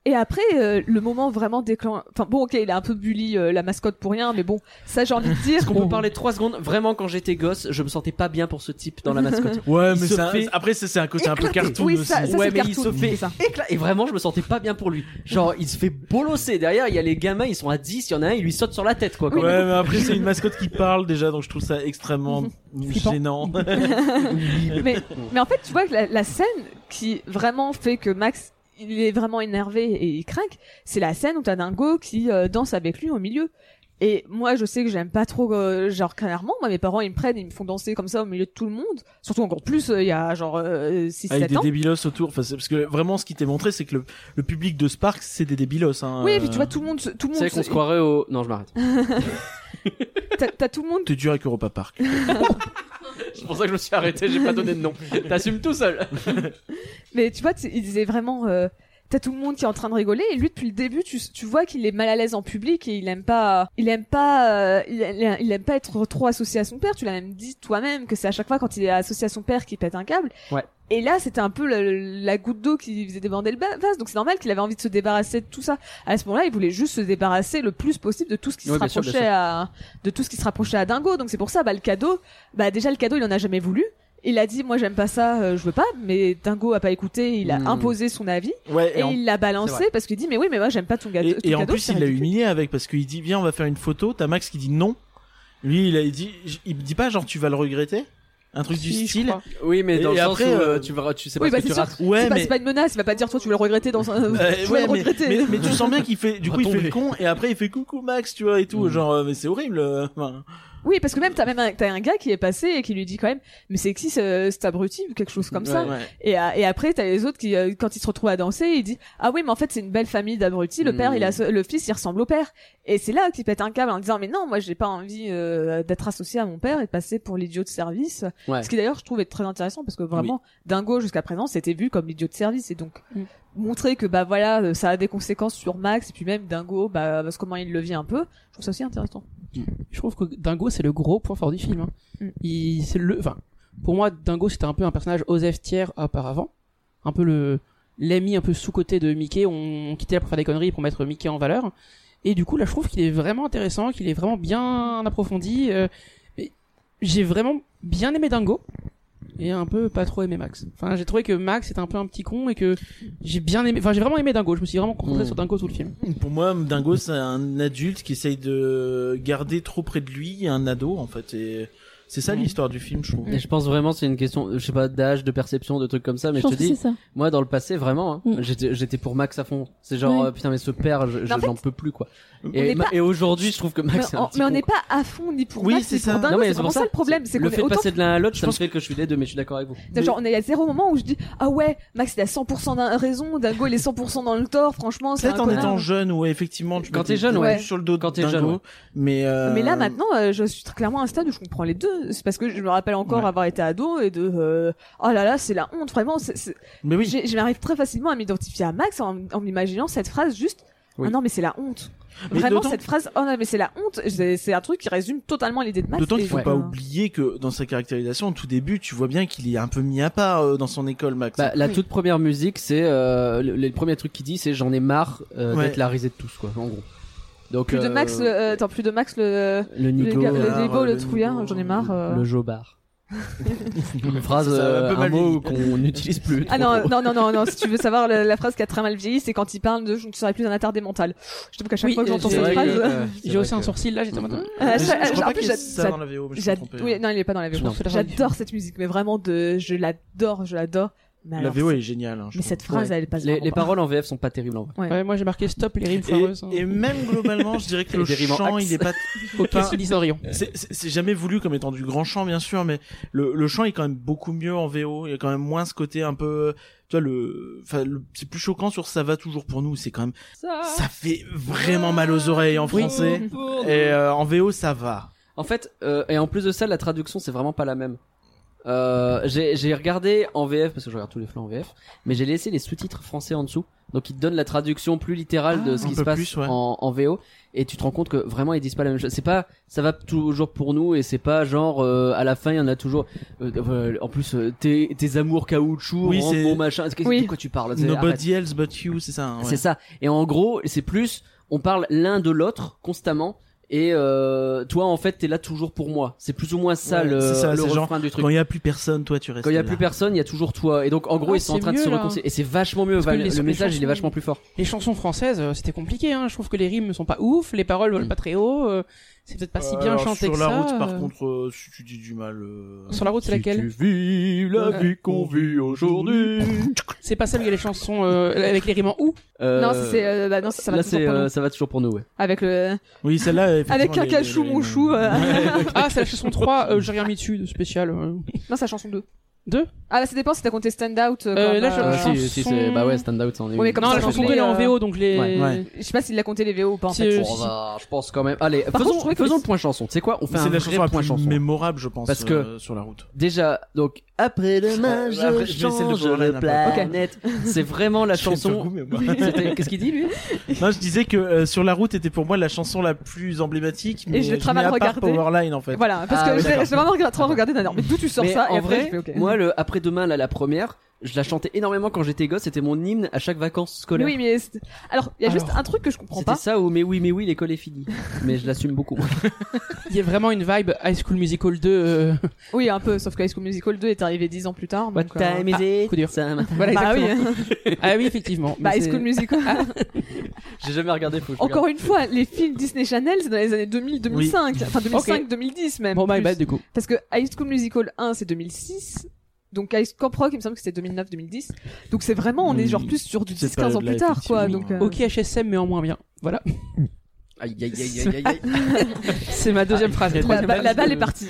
Speaker 7: Et après, euh, le moment vraiment déclenche. Enfin bon, ok, il a un peu bully euh, la mascotte pour rien, mais bon, ça j'ai envie de dire.
Speaker 2: Est-ce qu'on peut parler trois secondes Vraiment, quand j'étais gosse, je me sentais pas bien pour ce type dans la
Speaker 3: [laughs]
Speaker 2: mascotte.
Speaker 3: Ouais,
Speaker 2: Il
Speaker 3: mais
Speaker 2: se
Speaker 3: c'est un-
Speaker 2: fait-
Speaker 3: après c'est c'est un côté un peu
Speaker 2: Éclaté.
Speaker 3: cartoon
Speaker 7: Oui,
Speaker 3: aussi.
Speaker 7: ça- ça,
Speaker 2: ouais,
Speaker 7: c'est
Speaker 2: mais il se
Speaker 7: cartoon.
Speaker 2: fait
Speaker 7: Ça.
Speaker 2: écla- Et vraiment, je me sentais pas bien pour lui. Genre, il se fait bolosser. Derrière, il y a les gamins, ils sont à 10, il y en a un, il lui saute sur la tête, quoi. quand
Speaker 3: Ouais,
Speaker 2: même.
Speaker 3: mais après c'est une mascotte qui parle déjà, donc je trouve
Speaker 7: [laughs]
Speaker 3: ça extrêmement
Speaker 8: Flippant.
Speaker 3: gênant.
Speaker 7: mais, mais en fait, tu vois que la, la scène qui vraiment fait que Max il est vraiment énervé et il craque, c'est la scène où t'as Dingo qui euh, danse avec lui au milieu. Et moi, je sais que j'aime pas trop, euh, genre, clairement, moi, mes parents, ils me prennent, ils me font danser comme ça au milieu de tout le monde. Surtout encore plus, euh, il y a genre euh,
Speaker 2: Ah,
Speaker 7: 6-7
Speaker 3: Avec des
Speaker 7: ans.
Speaker 3: débilos autour, enfin, c'est- parce que vraiment ce qui t'est montré, c'est que le, le public de Sparks, c'est des débilos. Hein,
Speaker 7: Oui,
Speaker 3: Euh,
Speaker 7: et puis tu vois, tout le monde, se- tout le
Speaker 2: C'est
Speaker 7: monde,
Speaker 2: vrai qu'on
Speaker 7: se-
Speaker 2: se croirait au. Non, je m'arrête.
Speaker 7: t'as t'as tout le monde
Speaker 3: T'es dur avec Europa Park.
Speaker 2: C'est pour ça que je me suis arrêté, j'ai pas donné de nom. T'assumes tout seul.
Speaker 7: Mais tu vois, tu- il disait vraiment, euh, t'as tout le monde qui est en train de rigoler et lui depuis le début, tu, tu vois qu'il est mal à l'aise en public et il aime pas, il aime pas, euh, il, il- il aime pas être trop associé à son père. Tu l'as même dit toi-même que c'est à chaque fois quand il est associé à son père qu'il pète un câble.
Speaker 2: Ouais.
Speaker 7: Et là, c'était un peu la, la goutte d'eau qui faisait déborder le ba- vase, donc c'est normal qu'il avait envie de se débarrasser de tout ça. À ce moment-là, il voulait juste se débarrasser le plus possible de tout ce qui
Speaker 2: Ouais,
Speaker 7: se
Speaker 2: bien sûr, bien
Speaker 7: rapprochait à, de tout ce qui se rapprochait à Dingo. Donc c'est pour ça, bah le cadeau, bah déjà le cadeau, il en a jamais voulu. Il a dit, moi j'aime pas ça, euh, je veux pas, mais Dingo a pas écouté, il a
Speaker 2: Hmm.
Speaker 7: imposé son avis
Speaker 3: [laughs] Ouais,
Speaker 7: et, il l'a balancé parce qu'il dit, mais oui, mais moi j'aime pas ton, gâteau,
Speaker 3: Et,
Speaker 7: ton
Speaker 3: et en
Speaker 7: cadeau,
Speaker 3: plus,
Speaker 7: c'est
Speaker 3: il l'a
Speaker 7: ridicule.
Speaker 3: humilié avec parce qu'il dit viens, on va faire une photo. T'as Max qui dit non. Lui, il a il dit, il dit pas genre tu vas le regretter, un truc
Speaker 8: Si,
Speaker 3: du
Speaker 8: je
Speaker 3: style.
Speaker 8: crois.
Speaker 2: Oui, mais dans
Speaker 3: Et
Speaker 2: le
Speaker 3: après,
Speaker 2: sens où
Speaker 3: euh,
Speaker 2: euh, tu, verras, tu sais pas
Speaker 7: Oui,
Speaker 2: ce
Speaker 7: bah
Speaker 2: que
Speaker 7: c'est
Speaker 2: tu
Speaker 7: sûr.
Speaker 2: rates.
Speaker 3: Ouais,
Speaker 7: c'est pas,
Speaker 3: mais
Speaker 7: c'est pas une menace, il va pas dire toi tu vas le regretter dans un.
Speaker 3: Euh,
Speaker 7: tu vas
Speaker 3: [laughs] ouais,
Speaker 7: le
Speaker 3: mais,
Speaker 7: regretter.
Speaker 3: mais- mais tu sens bien qu'il fait, du
Speaker 2: On va
Speaker 3: coup, il fait
Speaker 2: tomber.
Speaker 3: le con et après il fait coucou Max, tu vois et tout.
Speaker 2: Mm.
Speaker 3: Genre, euh, mais c'est horrible. euh, enfin.
Speaker 7: Oui, parce que même t'as même un, t'as un gars qui est passé et qui lui dit quand même, mais c'est qui ce- cet abruti ou quelque chose comme ça.
Speaker 2: Ouais,
Speaker 7: Et, à- et après t'as les autres qui, euh, quand ils se retrouvent à danser, il dit ah oui mais en fait c'est une belle famille d'abrutis. Le père,
Speaker 2: Hmm.
Speaker 7: il a ce- le fils, il ressemble au père. Et c'est là qu'il pète un câble en disant mais non moi j'ai pas envie euh, d'être associé à mon père et de passer pour l'idiot de service.
Speaker 2: Ouais.
Speaker 7: Ce qui d'ailleurs je trouve est très intéressant parce que vraiment Dingo jusqu'à présent c'était vu comme l'idiot de service et donc
Speaker 10: Mm.
Speaker 7: montrer que bah voilà euh, ça a des conséquences sur Max et puis même Dingo bah parce que comment il le vit un peu. Je trouve ça aussi intéressant.
Speaker 2: Ah,
Speaker 8: Je trouve que Dingo, c'est le gros point fort du film. hein.
Speaker 7: Mm.
Speaker 8: Il, c'est le, enfin, pour moi, Dingo, c'était un peu un personnage Osef tiers auparavant. Un peu le, l'ami un peu sous-côté de Mickey. On quittait là pour faire des conneries, pour mettre Mickey en valeur. Et du coup, là, je trouve qu'il est vraiment intéressant, qu'il est vraiment bien approfondi. euh, et j'ai vraiment bien aimé Dingo. Et un peu pas trop aimé Max. Enfin, j'ai trouvé que Max était un peu un petit con et que j'ai bien aimé. Enfin, j'ai vraiment aimé Dingo. Je me suis vraiment concentré
Speaker 2: Mm.
Speaker 8: sur Dingo tout le film.
Speaker 3: Pour moi, Dingo, c'est un adulte qui essaye de garder trop près de lui un ado en fait. Et c'est ça
Speaker 8: Mm.
Speaker 3: l'histoire du film, je trouve.
Speaker 2: Et je pense vraiment c'est une question, je sais pas, d'âge, de perception, de trucs comme ça, mais
Speaker 10: je
Speaker 2: je,
Speaker 10: pense
Speaker 2: te
Speaker 10: que c'est
Speaker 2: dis,
Speaker 10: ça.
Speaker 2: moi dans le passé vraiment, hein,
Speaker 10: Mm.
Speaker 2: j'étais j'étais pour Max à fond. C'est genre
Speaker 10: Ouais.
Speaker 2: euh, putain mais ce père, je- je-
Speaker 7: Mais en
Speaker 2: j'en peux plus quoi.
Speaker 7: On
Speaker 2: Et,
Speaker 7: est
Speaker 2: ma-
Speaker 7: pas-
Speaker 2: et aujourd'hui je trouve que Max.
Speaker 7: mais
Speaker 2: est un
Speaker 7: on,
Speaker 2: petit
Speaker 7: mais on
Speaker 2: con,
Speaker 7: n'est
Speaker 2: quoi.
Speaker 7: pas à fond ni pour
Speaker 3: Oui,
Speaker 7: Max
Speaker 3: c'est
Speaker 7: ni
Speaker 3: ça.
Speaker 7: pour Dingo.
Speaker 2: Non, mais
Speaker 7: C'est
Speaker 2: c'est
Speaker 7: vraiment
Speaker 2: pour
Speaker 7: ça,
Speaker 2: ça.
Speaker 7: le problème, c'est qu'on
Speaker 2: Le
Speaker 7: est
Speaker 2: fait de
Speaker 7: autant
Speaker 2: passer de l'un à l'autre,
Speaker 3: Je
Speaker 2: ça
Speaker 3: pense
Speaker 2: me fait que je suis les deux, mais je suis d'accord avec vous.
Speaker 7: T'as Genre, on est à zéro moment où je dis Ah ouais, Max, il a 100% d'un raison, Dingo, il est 100% dans le tort, franchement, c'est
Speaker 3: Peut-être
Speaker 7: un
Speaker 3: en
Speaker 7: connard.
Speaker 3: étant jeune, ouais, effectivement. tu
Speaker 2: Quand
Speaker 3: mettais
Speaker 2: t'es jeune,
Speaker 3: tout
Speaker 7: ouais.
Speaker 3: sur le dos de
Speaker 2: Quand t'es
Speaker 3: Dingo,
Speaker 2: jeune, ouais.
Speaker 3: Mais, euh,
Speaker 7: Mais là, maintenant, euh, je suis très clairement à un stade où je comprends les deux. C'est parce que je me rappelle encore
Speaker 3: Ouais.
Speaker 7: avoir été ado et de euh, Oh là là, c'est la honte, vraiment. c'est- c'est-
Speaker 3: Mais oui.
Speaker 7: J'ai- Je m'arrive très facilement à m'identifier à Max en, en m'imaginant cette phrase juste
Speaker 2: Oui.
Speaker 7: Ah non, mais c'est la honte.
Speaker 3: Mais
Speaker 7: vraiment,
Speaker 3: d'autant-
Speaker 7: cette phrase Oh non, mais c'est la honte, c'est c'est un truc qui résume totalement l'idée de Max.
Speaker 3: D'autant
Speaker 7: et
Speaker 3: qu'il faut
Speaker 7: donc,
Speaker 3: pas
Speaker 7: euh,
Speaker 3: oublier que dans sa caractérisation, au tout début, tu vois bien qu'il est un peu mis à part euh, dans son école, Max.
Speaker 2: Bah, la toute première musique, c'est euh, le, le premier truc qu'il dit, c'est j'en ai marre euh,
Speaker 3: Ouais.
Speaker 2: d'être la risée de tous quoi, en gros. Donc
Speaker 7: Plus de
Speaker 2: euh,
Speaker 7: Max, le, euh, attends, plus de Max le,
Speaker 2: le
Speaker 7: le,
Speaker 2: Nico,
Speaker 7: gars- le,
Speaker 2: euh,
Speaker 3: euh,
Speaker 7: Diego, le,
Speaker 3: le
Speaker 7: trouillard,
Speaker 3: Nico,
Speaker 7: j'en ai marre. euh.
Speaker 2: le Jobard. Une phrase,
Speaker 3: Ça,
Speaker 2: euh,
Speaker 3: un peu
Speaker 2: un
Speaker 3: mal
Speaker 2: mot
Speaker 3: dit.
Speaker 2: qu'on n'utilise plus.
Speaker 7: Ah
Speaker 2: trop.
Speaker 7: non, non, non, non, non, si tu veux savoir la, la phrase qui a très mal vieilli, c'est quand il parle de je ne serai plus un attardé mental. Je t'avoue qu'à chaque
Speaker 8: Oui,
Speaker 7: fois que
Speaker 8: euh,
Speaker 7: j'entends
Speaker 8: c'est
Speaker 7: cette
Speaker 8: vrai
Speaker 7: phrase.
Speaker 8: que- Mm.
Speaker 7: euh,
Speaker 8: J'ai aussi un sourcil là, j'étais en mode,
Speaker 7: à
Speaker 3: Mais
Speaker 7: chaque-
Speaker 3: je,
Speaker 7: euh,
Speaker 3: je crois
Speaker 7: en
Speaker 3: pas
Speaker 7: plus,
Speaker 3: qu'il y ait ça
Speaker 7: j'a-
Speaker 3: dans la VO, mais je me suis hein.
Speaker 7: j'ad-
Speaker 3: trompé.
Speaker 7: oui, non, il est pas dans la VO.
Speaker 2: Non.
Speaker 8: C'est la radio.
Speaker 7: J'adore cette musique, mais vraiment de, je l'adore, je l'adore. Mais,
Speaker 3: La
Speaker 7: alors,
Speaker 3: VO est géniale. hein, je
Speaker 7: mais
Speaker 3: trouve.
Speaker 7: cette phrase, elle passe
Speaker 2: Les,
Speaker 7: vraiment
Speaker 2: les
Speaker 7: pas.
Speaker 2: paroles en VF sont pas terribles en vrai.
Speaker 8: Ouais, moi j'ai marqué stop les rimes foireuses. hein.
Speaker 3: Et, et même globalement, je dirais
Speaker 9: [laughs]
Speaker 3: que
Speaker 2: Et
Speaker 3: le
Speaker 2: des rimes en
Speaker 3: chant,
Speaker 2: axe.
Speaker 3: il est pas.
Speaker 8: Ok,
Speaker 3: Enfin,
Speaker 8: Sylvie Sandrion.
Speaker 3: c'est- C'est c'est jamais voulu comme étant du grand chant, bien sûr, mais le, le chant est quand même beaucoup mieux en VO. Il y a quand même moins ce côté un peu. Tu vois, le, enfin, le- c'est plus choquant sur ça va toujours pour nous. C'est quand même. Ça fait vraiment mal aux oreilles en français. Et euh, en VO, ça va.
Speaker 2: En fait, euh, et en plus de ça, la traduction c'est vraiment pas la même.
Speaker 9: Euh, j'ai j'ai regardé en VF parce que je regarde tous les flancs en VF, mais j'ai laissé les sous-titres français en dessous, donc ils te donnent la traduction plus littérale de
Speaker 3: Ah,
Speaker 9: ce
Speaker 3: un
Speaker 9: qui se
Speaker 3: peu
Speaker 9: passe
Speaker 3: plus, ouais.
Speaker 9: en, en VO, et tu te rends compte que vraiment ils disent pas la même chose. C'est pas, ça va toujours pour nous et c'est pas genre euh, à la fin il y en a toujours. euh, euh, en plus euh, tes, tes amours caoutchouc,
Speaker 3: Oui,
Speaker 9: en
Speaker 3: c'est-
Speaker 9: bon machin. Qu'est-ce
Speaker 7: Oui.
Speaker 9: de quoi tu parles C'est- arrête.
Speaker 3: Nobody else but you, c'est ça. hein, ouais.
Speaker 9: C'est ça. Et en gros, c'est plus, on parle l'un de l'autre constamment. Et euh, toi, en fait, t'es là toujours pour moi. C'est plus ou moins ça
Speaker 3: Ouais,
Speaker 9: le,
Speaker 3: c'est ça,
Speaker 9: le
Speaker 3: c'est genre,
Speaker 9: refrain du truc.
Speaker 3: Quand il y a plus personne, toi tu restes
Speaker 9: Quand il y a
Speaker 3: là.
Speaker 9: plus personne, il y a toujours toi. Et donc, en gros,
Speaker 8: Ah,
Speaker 9: ils sont en
Speaker 8: c'est
Speaker 9: train de se
Speaker 8: mieux, là.
Speaker 9: réconcilier. Et c'est vachement mieux.
Speaker 8: Parce que
Speaker 9: Val-
Speaker 8: les-
Speaker 9: le
Speaker 8: les
Speaker 9: message, il est
Speaker 8: chansons-
Speaker 9: vachement plus fort.
Speaker 8: Les chansons françaises, euh, c'était compliqué. Hein. Je trouve que les rimes sont pas ouf, les paroles volent
Speaker 9: Mm.
Speaker 8: pas très haut. euh, c'est peut-être pas si
Speaker 3: Euh,
Speaker 8: bien
Speaker 3: alors,
Speaker 8: chanté
Speaker 3: Sur
Speaker 8: que
Speaker 3: la
Speaker 8: ça.
Speaker 3: route, par
Speaker 8: euh.
Speaker 3: contre, euh, si tu dis du mal. euh,
Speaker 8: Sur la route, c'est
Speaker 9: Si
Speaker 8: laquelle
Speaker 9: vis
Speaker 8: Euh,
Speaker 9: vie qu'on vit aujourd'hui.
Speaker 8: C'est pas celle avec les chansons euh, avec les rimes en
Speaker 3: [laughs]
Speaker 8: ou.
Speaker 9: Euh,
Speaker 7: Non, ça, c'est, euh, bah non, ça, ça va
Speaker 9: là,
Speaker 7: toujours
Speaker 9: c'est,
Speaker 7: pas
Speaker 9: euh,
Speaker 7: non.
Speaker 9: ça va toujours pour nous, ouais.
Speaker 7: Avec le, [laughs]
Speaker 3: Oui, celle-là. effectivement,
Speaker 7: avec un
Speaker 3: les-
Speaker 7: cachou,
Speaker 3: les-
Speaker 7: mon chou. [laughs] euh.
Speaker 8: Ah, c'est la chanson 3, euh, j'ai rien mis dessus de spécial. euh.
Speaker 7: Non, c'est la chanson 2.
Speaker 8: Deux
Speaker 7: Ah, là, ça dépend si t'as compté Stand Out. euh,
Speaker 8: Euh,
Speaker 7: comme,
Speaker 8: là, je-
Speaker 7: euh,
Speaker 8: La
Speaker 9: si, si,
Speaker 8: chanson-
Speaker 9: c'est, bah ouais, stand out, c'en est
Speaker 7: Oui, mais
Speaker 9: une.
Speaker 7: comme
Speaker 8: non,
Speaker 7: ça,
Speaker 8: la
Speaker 7: je
Speaker 8: chanson
Speaker 7: l'ai,
Speaker 8: 2 elle est en
Speaker 7: euh,
Speaker 8: VO, donc les.
Speaker 9: Ouais,
Speaker 3: ouais.
Speaker 7: Je sais pas s'il a compté les VO ou pas en
Speaker 8: Si,
Speaker 7: fait.
Speaker 8: euh,
Speaker 9: Bon, on va- je pense quand même. Allez,
Speaker 7: contre,
Speaker 9: faisons,
Speaker 7: je trouvais que
Speaker 9: faisons
Speaker 7: les-
Speaker 9: le point chanson. C'est quoi On fait
Speaker 3: C'est
Speaker 9: un
Speaker 3: la
Speaker 9: vrai
Speaker 3: chanson la
Speaker 9: point
Speaker 3: plus
Speaker 9: chanson.
Speaker 3: mémorable, je pense,
Speaker 9: Parce que-
Speaker 3: euh, sur la route.
Speaker 9: Déjà, donc après demain,
Speaker 3: Euh,
Speaker 9: je
Speaker 3: après, je vais essayer de
Speaker 9: change
Speaker 3: trouver la
Speaker 9: de
Speaker 3: même.
Speaker 9: planète. C'est vraiment
Speaker 7: Bah,
Speaker 9: la
Speaker 1: [laughs]
Speaker 9: chanson. C'était- Qu'est-ce qu'il dit lui
Speaker 3: Non, je disais que euh, sur la route était pour moi la chanson la plus emblématique, mais
Speaker 7: je l'ai très
Speaker 3: mets
Speaker 7: mal
Speaker 3: à part
Speaker 7: regardée.
Speaker 3: Powerline en fait.
Speaker 7: Voilà, parce
Speaker 9: Ah,
Speaker 7: que
Speaker 9: oui,
Speaker 7: j'ai
Speaker 9: d'accord.
Speaker 7: j'ai vraiment regardé- trop regardé d'ailleurs. Mais d'où tu sors
Speaker 9: Mais
Speaker 7: ça Et
Speaker 9: en
Speaker 7: après,
Speaker 9: vrai,
Speaker 7: je fais, ok.
Speaker 9: moi le après demain là la première, je la chantais énormément quand j'étais gosse. C'était mon hymne à chaque vacances
Speaker 7: Mais
Speaker 9: scolaires.
Speaker 7: oui, mais c'est- alors il y a juste un truc que je comprends
Speaker 9: C'était
Speaker 7: pas.
Speaker 9: ça ou mais oui mais oui l'école est finie. mais je l'assume beaucoup.
Speaker 8: Il y a vraiment une vibe High School Musical 2. euh,
Speaker 7: Oui, un peu. Sauf que High School Musical 2 est arrivé 10 ans plus tard.
Speaker 9: What
Speaker 7: donc, euh,
Speaker 9: time is it
Speaker 8: coup dur.
Speaker 9: Sam
Speaker 8: Voilà,
Speaker 7: bah oui.
Speaker 8: exactement. Ah oui,
Speaker 7: Bah,
Speaker 8: effectivement. Mais
Speaker 7: High
Speaker 8: c'est-
Speaker 7: School Musical.
Speaker 9: J'ai jamais regardé. Faut que je regarde.
Speaker 7: Encore une fois, les films Disney Channel, c'est dans les années 2000-2005, enfin 2005-2010 même.
Speaker 8: Bon, bah, my
Speaker 7: plus.
Speaker 8: bad du coup.
Speaker 7: Parce que High School Musical 1, c'est 2006. Donc High School Camp Rock, il me semble que c'était 2009-2010. Donc c'est vraiment, on est
Speaker 3: Oui,
Speaker 7: genre plus sur du
Speaker 3: cette
Speaker 7: 10-15 ans
Speaker 3: période-là,
Speaker 7: plus tard, quoi.
Speaker 3: effectivement.
Speaker 7: Donc, euh,
Speaker 8: Ok HSM mais en moins bien. Voilà.
Speaker 9: Aïe aïe aïe aïe aïe. aïe.
Speaker 8: C'est ma deuxième phrase.
Speaker 7: [laughs]
Speaker 8: La
Speaker 7: la,
Speaker 8: troisième
Speaker 7: ba- la
Speaker 8: phrase,
Speaker 7: balle
Speaker 8: euh,
Speaker 7: est
Speaker 9: [laughs]
Speaker 7: partie.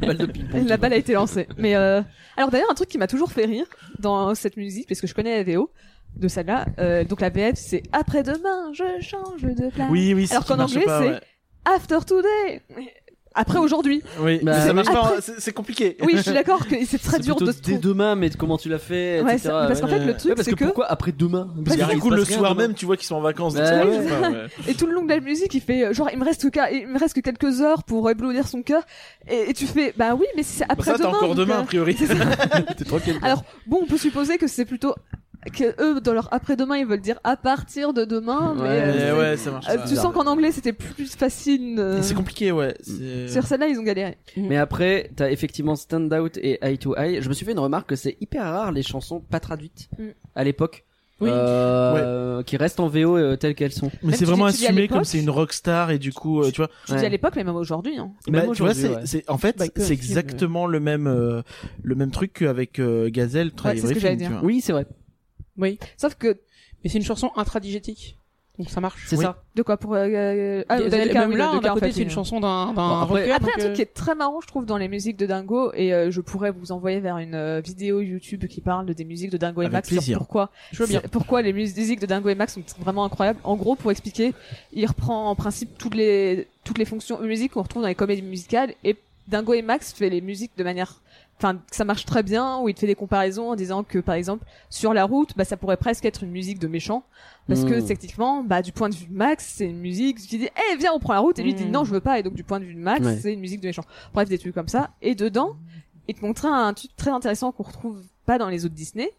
Speaker 9: Balle de ping-pong.
Speaker 7: la balle a été lancée. Mais euh, alors d'ailleurs un truc qui m'a toujours fait rire dans cette musique parce que je connais la VO de celle-là. euh, donc la VF c'est après demain je change de place.
Speaker 3: Oui, oui.
Speaker 7: Alors
Speaker 3: ce qui
Speaker 7: qu'en
Speaker 3: marche
Speaker 7: anglais,
Speaker 3: pas,
Speaker 7: c'est-
Speaker 3: ouais.
Speaker 7: After today. Après aujourd'hui.
Speaker 3: Oui, mais
Speaker 9: c'est
Speaker 3: ça marche pas.
Speaker 7: après-
Speaker 3: hein, C'est c'est compliqué.
Speaker 7: Oui je suis d'accord que c'est très
Speaker 9: C'est
Speaker 7: dur
Speaker 9: plutôt
Speaker 7: de se
Speaker 9: dès
Speaker 7: trouver.
Speaker 9: demain mais comment tu l'as fait
Speaker 7: Ouais,
Speaker 9: etc.
Speaker 7: ça- parce qu'en
Speaker 3: ouais,
Speaker 7: fait
Speaker 3: ouais.
Speaker 7: le
Speaker 9: Ouais,
Speaker 7: truc
Speaker 9: parce
Speaker 7: c'est
Speaker 9: que,
Speaker 7: que
Speaker 9: pourquoi après demain
Speaker 3: Parce qu'il
Speaker 9: qu'il se
Speaker 3: arrive le
Speaker 9: passe rien
Speaker 3: soir
Speaker 9: demain.
Speaker 3: même, tu vois qu'ils sont en vacances. donc
Speaker 9: Bah
Speaker 3: ça marche
Speaker 9: ouais.
Speaker 3: pas, ouais.
Speaker 7: Et tout le long de la musique, il fait euh, genre il me reste que il me reste que quelques heures pour éblouir son cœur et, et tu fais bah oui mais c'est
Speaker 3: Bah
Speaker 7: [laughs] après
Speaker 3: ça, t'as
Speaker 7: demain.
Speaker 3: encore
Speaker 7: donc,
Speaker 3: demain,
Speaker 7: euh,
Speaker 3: a priori. [laughs] T'es tranquille.
Speaker 7: Alors bon, on peut supposer que c'est plutôt que eux dans leur après demain ils veulent dire à partir de demain mais
Speaker 9: Ouais,
Speaker 7: euh,
Speaker 3: Eh
Speaker 7: c'est-
Speaker 3: ouais, ça marche
Speaker 7: Euh,
Speaker 3: pas.
Speaker 7: tu sens qu'en anglais c'était plus facile. euh,
Speaker 3: Et C'est compliqué, ouais. c'est-
Speaker 7: Sur celle-là, ils ont galéré.
Speaker 9: Mais après, t'as effectivement Stand Out et Eye to Eye. Je me suis fait une remarque que c'est hyper rare les chansons pas traduites
Speaker 7: Mm.
Speaker 9: à l'époque.
Speaker 8: Oui.
Speaker 9: Euh, Qui restent en VO euh, telles qu'elles sont.
Speaker 3: Mais
Speaker 7: Même si
Speaker 3: c'est vraiment
Speaker 7: tu dis à
Speaker 3: assumé
Speaker 7: l'époque-
Speaker 3: comme c'est une rockstar et du coup, euh, tu vois.
Speaker 7: Je dis à l'époque, mais même aujourd'hui. Hein.
Speaker 9: Même
Speaker 3: Bah, tu vois,
Speaker 9: aujourd'hui,
Speaker 3: c'est
Speaker 9: ouais.
Speaker 3: c'est- en fait,
Speaker 8: Bah, que
Speaker 3: c'est
Speaker 8: un film,
Speaker 3: exactement le même euh, le même truc qu'avec euh, Gazelle, Travail
Speaker 7: Ouais, c'est ce que j'allais dire.
Speaker 9: Oui, c'est vrai.
Speaker 8: Oui.
Speaker 7: Sauf que
Speaker 8: Mais c'est une chanson intradigétique. Donc ça marche.
Speaker 9: C'est
Speaker 3: Oui.
Speaker 9: ça.
Speaker 7: de quoi pour euh, euh, ah,
Speaker 8: Et
Speaker 7: de- de-
Speaker 8: même
Speaker 7: oui,
Speaker 8: là, hein,
Speaker 7: de- de-
Speaker 8: d'un
Speaker 7: en
Speaker 8: côté,
Speaker 7: fait,
Speaker 8: c'est une
Speaker 7: oui.
Speaker 8: chanson d'un d'un
Speaker 9: Bon, après-
Speaker 8: rocker,
Speaker 7: Après,
Speaker 8: donc,
Speaker 7: un
Speaker 8: euh,
Speaker 7: truc qui est très marrant, je trouve, dans les musiques de Dingo, et euh, je pourrais vous envoyer vers une euh, vidéo YouTube qui parle des musiques de Dingo et
Speaker 3: Avec
Speaker 7: Max
Speaker 3: plaisir.
Speaker 7: sur pourquoi,
Speaker 8: Je veux bien.
Speaker 7: c'est- pourquoi les musiques de Dingo et Max sont vraiment incroyables. En gros, pour expliquer, il reprend en principe toutes les toutes les fonctions musiques qu'on retrouve dans les comédies musicales, et Dingo et Max fait les musiques de manière Enfin, que ça marche très bien, où il te fait des comparaisons en disant que, par exemple, sur la route, bah, ça pourrait presque être une musique de méchant. Parce que,
Speaker 3: Hmm.
Speaker 9: Mm.
Speaker 7: techniquement, bah, du point de vue de Max, c'est une musique qui dit, eh, viens, on prend la route. Et lui, il dit,
Speaker 8: Mm.
Speaker 7: non, je veux pas. Et donc, du point de vue de Max,
Speaker 9: Ouais.
Speaker 7: c'est une musique de méchant. Bref, des trucs comme ça. Et dedans, il te montrait un truc très intéressant qu'on retrouve pas dans les autres Disney.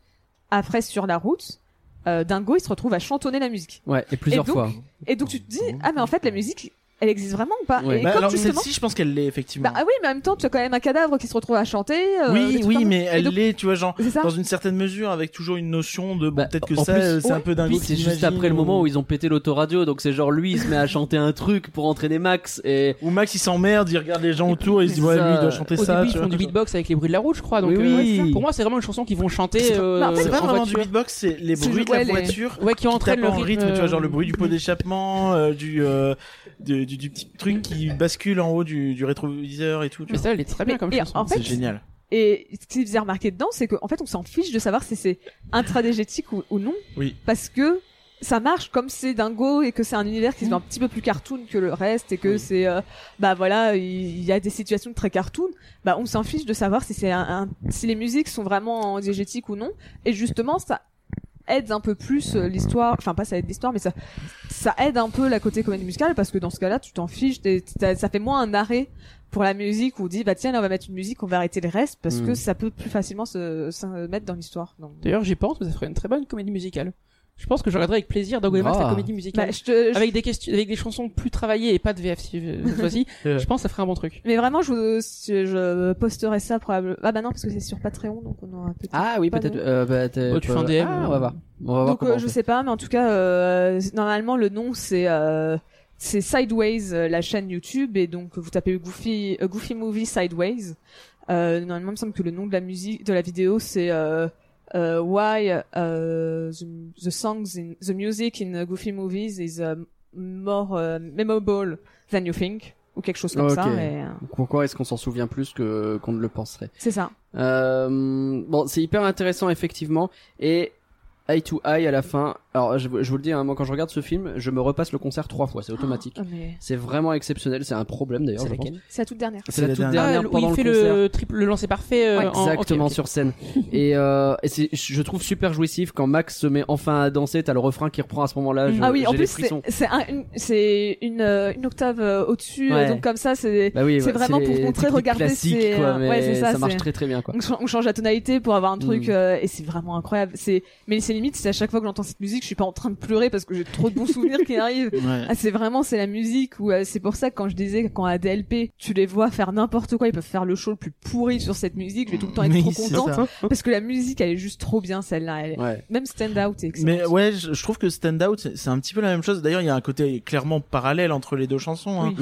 Speaker 7: Après, sur la route, euh, Dingo, il se retrouve à chantonner la musique.
Speaker 9: Ouais, et plusieurs
Speaker 7: Et donc,
Speaker 9: fois.
Speaker 7: Et donc, tu te dis, ah, mais en fait, la musique, elle existe vraiment ou pas?
Speaker 9: Ouais.
Speaker 7: Et
Speaker 3: Bah,
Speaker 7: comme
Speaker 3: alors
Speaker 7: justement...
Speaker 3: celle-ci, je pense qu'elle l'est
Speaker 7: Bah,
Speaker 3: effectivement.
Speaker 7: ah oui, mais en même temps, tu as quand même un cadavre qui se retrouve à chanter. euh, des
Speaker 3: oui,
Speaker 7: trucs
Speaker 3: oui,
Speaker 7: comme-
Speaker 3: mais
Speaker 7: Et
Speaker 3: elle
Speaker 7: donc-
Speaker 3: l'est, tu vois, genre
Speaker 7: C'est ça.
Speaker 3: dans une certaine mesure, avec toujours une notion de bon,
Speaker 9: Bah,
Speaker 3: peut-être que
Speaker 9: en
Speaker 3: ça,
Speaker 9: plus-
Speaker 3: euh, c'est un
Speaker 9: ouais.
Speaker 3: peu dingue.
Speaker 9: Puis c'est juste après le moment où ils ont pété l'autoradio, donc c'est genre lui il se met à chanter un truc pour entraîner Max et
Speaker 3: Ou Max il s'emmerde, il regarde les gens autour, il se dit
Speaker 9: Ça-
Speaker 3: ouais lui il doit chanter
Speaker 8: Au
Speaker 3: ça.
Speaker 8: début,
Speaker 3: tu
Speaker 8: ils font
Speaker 3: vois.
Speaker 8: du beatbox avec les bruits de la route, je crois. Donc,
Speaker 9: Oui,
Speaker 8: euh,
Speaker 9: oui.
Speaker 8: ouais, pour moi, c'est vraiment une chanson qu'ils vont chanter.
Speaker 7: C'est-
Speaker 8: euh,
Speaker 7: non, en fait,
Speaker 3: C'est pas
Speaker 8: en
Speaker 3: vraiment du
Speaker 8: voiture.
Speaker 3: beatbox, c'est les
Speaker 7: C'est-
Speaker 3: bruits de
Speaker 7: ouais,
Speaker 3: la
Speaker 7: les-
Speaker 3: voiture.
Speaker 8: Ouais, qui
Speaker 3: qui
Speaker 8: entraîne
Speaker 3: tapent
Speaker 8: le
Speaker 3: en rythme, tu vois, genre le
Speaker 8: euh,
Speaker 3: bruit du pot d'échappement, euh, du, euh, du, du, du petit truc qui bascule en haut du, du rétroviseur et tout. tu
Speaker 8: Mais
Speaker 3: vois.
Speaker 8: ça, elle est très bien comme
Speaker 7: Et
Speaker 8: chanson.
Speaker 7: en fait,
Speaker 3: C'est génial.
Speaker 7: Et ce qui faisait remarquer dedans, c'est qu'en fait, on s'en fiche de savoir si c'est intradégétique ou, ou non.
Speaker 3: Oui.
Speaker 7: Parce que ça marche comme c'est dingo et que c'est un univers qui se veut un petit peu plus cartoon que le reste et que c'est euh, bah voilà il y a des situations très cartoon bah on s'en fiche de savoir si c'est un, un- si les musiques sont vraiment en diégétique ou non et justement ça aide un peu plus euh, l'histoire enfin pas ça aide l'histoire mais ça ça aide un peu la côté comédie musicale parce que dans ce cas-là tu t'en fiches t'es- t'as- ça fait moins un arrêt pour la musique où on dit bah tiens là on va mettre une musique on va arrêter le reste parce
Speaker 8: Mm.
Speaker 7: que ça peut plus facilement se, se mettre dans l'histoire donc
Speaker 8: D'ailleurs, j'y pense, mais ça ferait une très bonne comédie musicale. Je pense que je regarderais avec plaisir Dog Max la
Speaker 1: Ah.
Speaker 8: comédie musicale.
Speaker 7: Bah, je te- je-
Speaker 8: Avec des questions, avec des chansons plus travaillées et pas de VF si- euh, [laughs] cette fois-ci.
Speaker 1: Euh.
Speaker 8: Je pense que ça ferait un bon truc.
Speaker 7: Mais vraiment, je, vous- je, je posterai ça probablement. Ah bah non, parce que c'est sur Patreon, donc on aura peut-être.
Speaker 1: Ah oui,
Speaker 7: pas
Speaker 1: peut-être.
Speaker 7: nous.
Speaker 1: euh, bah, t'es-
Speaker 8: Oh, tu fais un DM,
Speaker 1: Ah,
Speaker 8: euh.
Speaker 1: on va voir. On va voir
Speaker 7: donc
Speaker 1: comment
Speaker 7: euh,
Speaker 1: on
Speaker 7: je
Speaker 1: fait.
Speaker 7: sais pas, mais en tout cas, euh, normalement le nom c'est euh, c'est Sideways, euh, la chaîne YouTube, et donc vous tapez Goofy euh, Goofy Movie Sideways. Euh, normalement, il me semble que le nom de la musique, de la vidéo, c'est euh, euh, Why euh, the, the songs in the music in uh, Goofy movies is euh, more euh, memorable than you think, ou quelque chose comme ça.
Speaker 9: Ok.
Speaker 7: mais, euh,
Speaker 9: Pourquoi est-ce qu'on s'en souvient plus que qu'on ne le penserait
Speaker 7: c'est ça.
Speaker 9: Euh, bon, c'est hyper intéressant effectivement. Et eye to eye à la fin. Alors, je, vous- je vous le dis, hein, moi quand je regarde ce film, je me repasse le concert trois fois. C'est automatique.
Speaker 7: Ah, Mais
Speaker 9: C'est vraiment exceptionnel. C'est un problème d'ailleurs. je pense.
Speaker 7: c'est la toute dernière.
Speaker 9: C'est la
Speaker 3: C'est la
Speaker 9: toute dernière,
Speaker 3: dernière.
Speaker 8: ah, où
Speaker 9: pendant
Speaker 8: il fait
Speaker 9: le concert.
Speaker 8: le, triple, le lancer parfait euh, en-
Speaker 9: Exactement
Speaker 8: ok, ok.
Speaker 9: sur scène. et euh, et c'est, je trouve super jouissif quand Max se met enfin à danser. T'as le refrain qui reprend à ce moment-là. je-
Speaker 7: Ah oui,
Speaker 9: j'ai
Speaker 7: en
Speaker 9: les
Speaker 7: plus c'est
Speaker 9: frissons.
Speaker 7: c'est un- une, c'est une, euh, une octave euh, au-dessus,
Speaker 9: Ouais.
Speaker 7: euh, donc comme ça c'est.
Speaker 9: Bah oui,
Speaker 7: c'est
Speaker 9: ouais,
Speaker 7: vraiment pour
Speaker 9: les
Speaker 7: montrer,
Speaker 9: techniques
Speaker 7: regardez,
Speaker 9: classiques,
Speaker 7: c'est,
Speaker 9: quoi,
Speaker 7: euh,
Speaker 9: mais
Speaker 7: ouais, c'est ça,
Speaker 9: ça marche
Speaker 7: c'est-
Speaker 9: très très bien quoi.
Speaker 7: On ch- on change la tonalité pour avoir un truc
Speaker 9: Mm.
Speaker 7: euh, et c'est vraiment incroyable. C'est mais c'est limite si à chaque fois que j'entends cette musique, je suis pas en train de pleurer parce que j'ai trop de
Speaker 3: [laughs]
Speaker 7: bons souvenirs qui arrivent.
Speaker 3: Ouais.
Speaker 7: Ah, c'est vraiment c'est la musique ou euh, c'est pour ça que quand je disais que quand à DLP tu les vois faire n'importe quoi, ils peuvent faire le show le plus pourri sur cette musique, je vais tout le temps être
Speaker 3: Mais
Speaker 7: trop
Speaker 3: c'est
Speaker 7: contente
Speaker 3: ça.
Speaker 7: parce que la musique elle est juste trop bien celle-là. Elle...
Speaker 9: Ouais.
Speaker 7: Même Stand Out est excellent.
Speaker 3: Mais ouais, je, je trouve que Stand Out, c'est c'est un petit peu la même chose. D'ailleurs, il y a un côté clairement parallèle entre les deux chansons. Hein.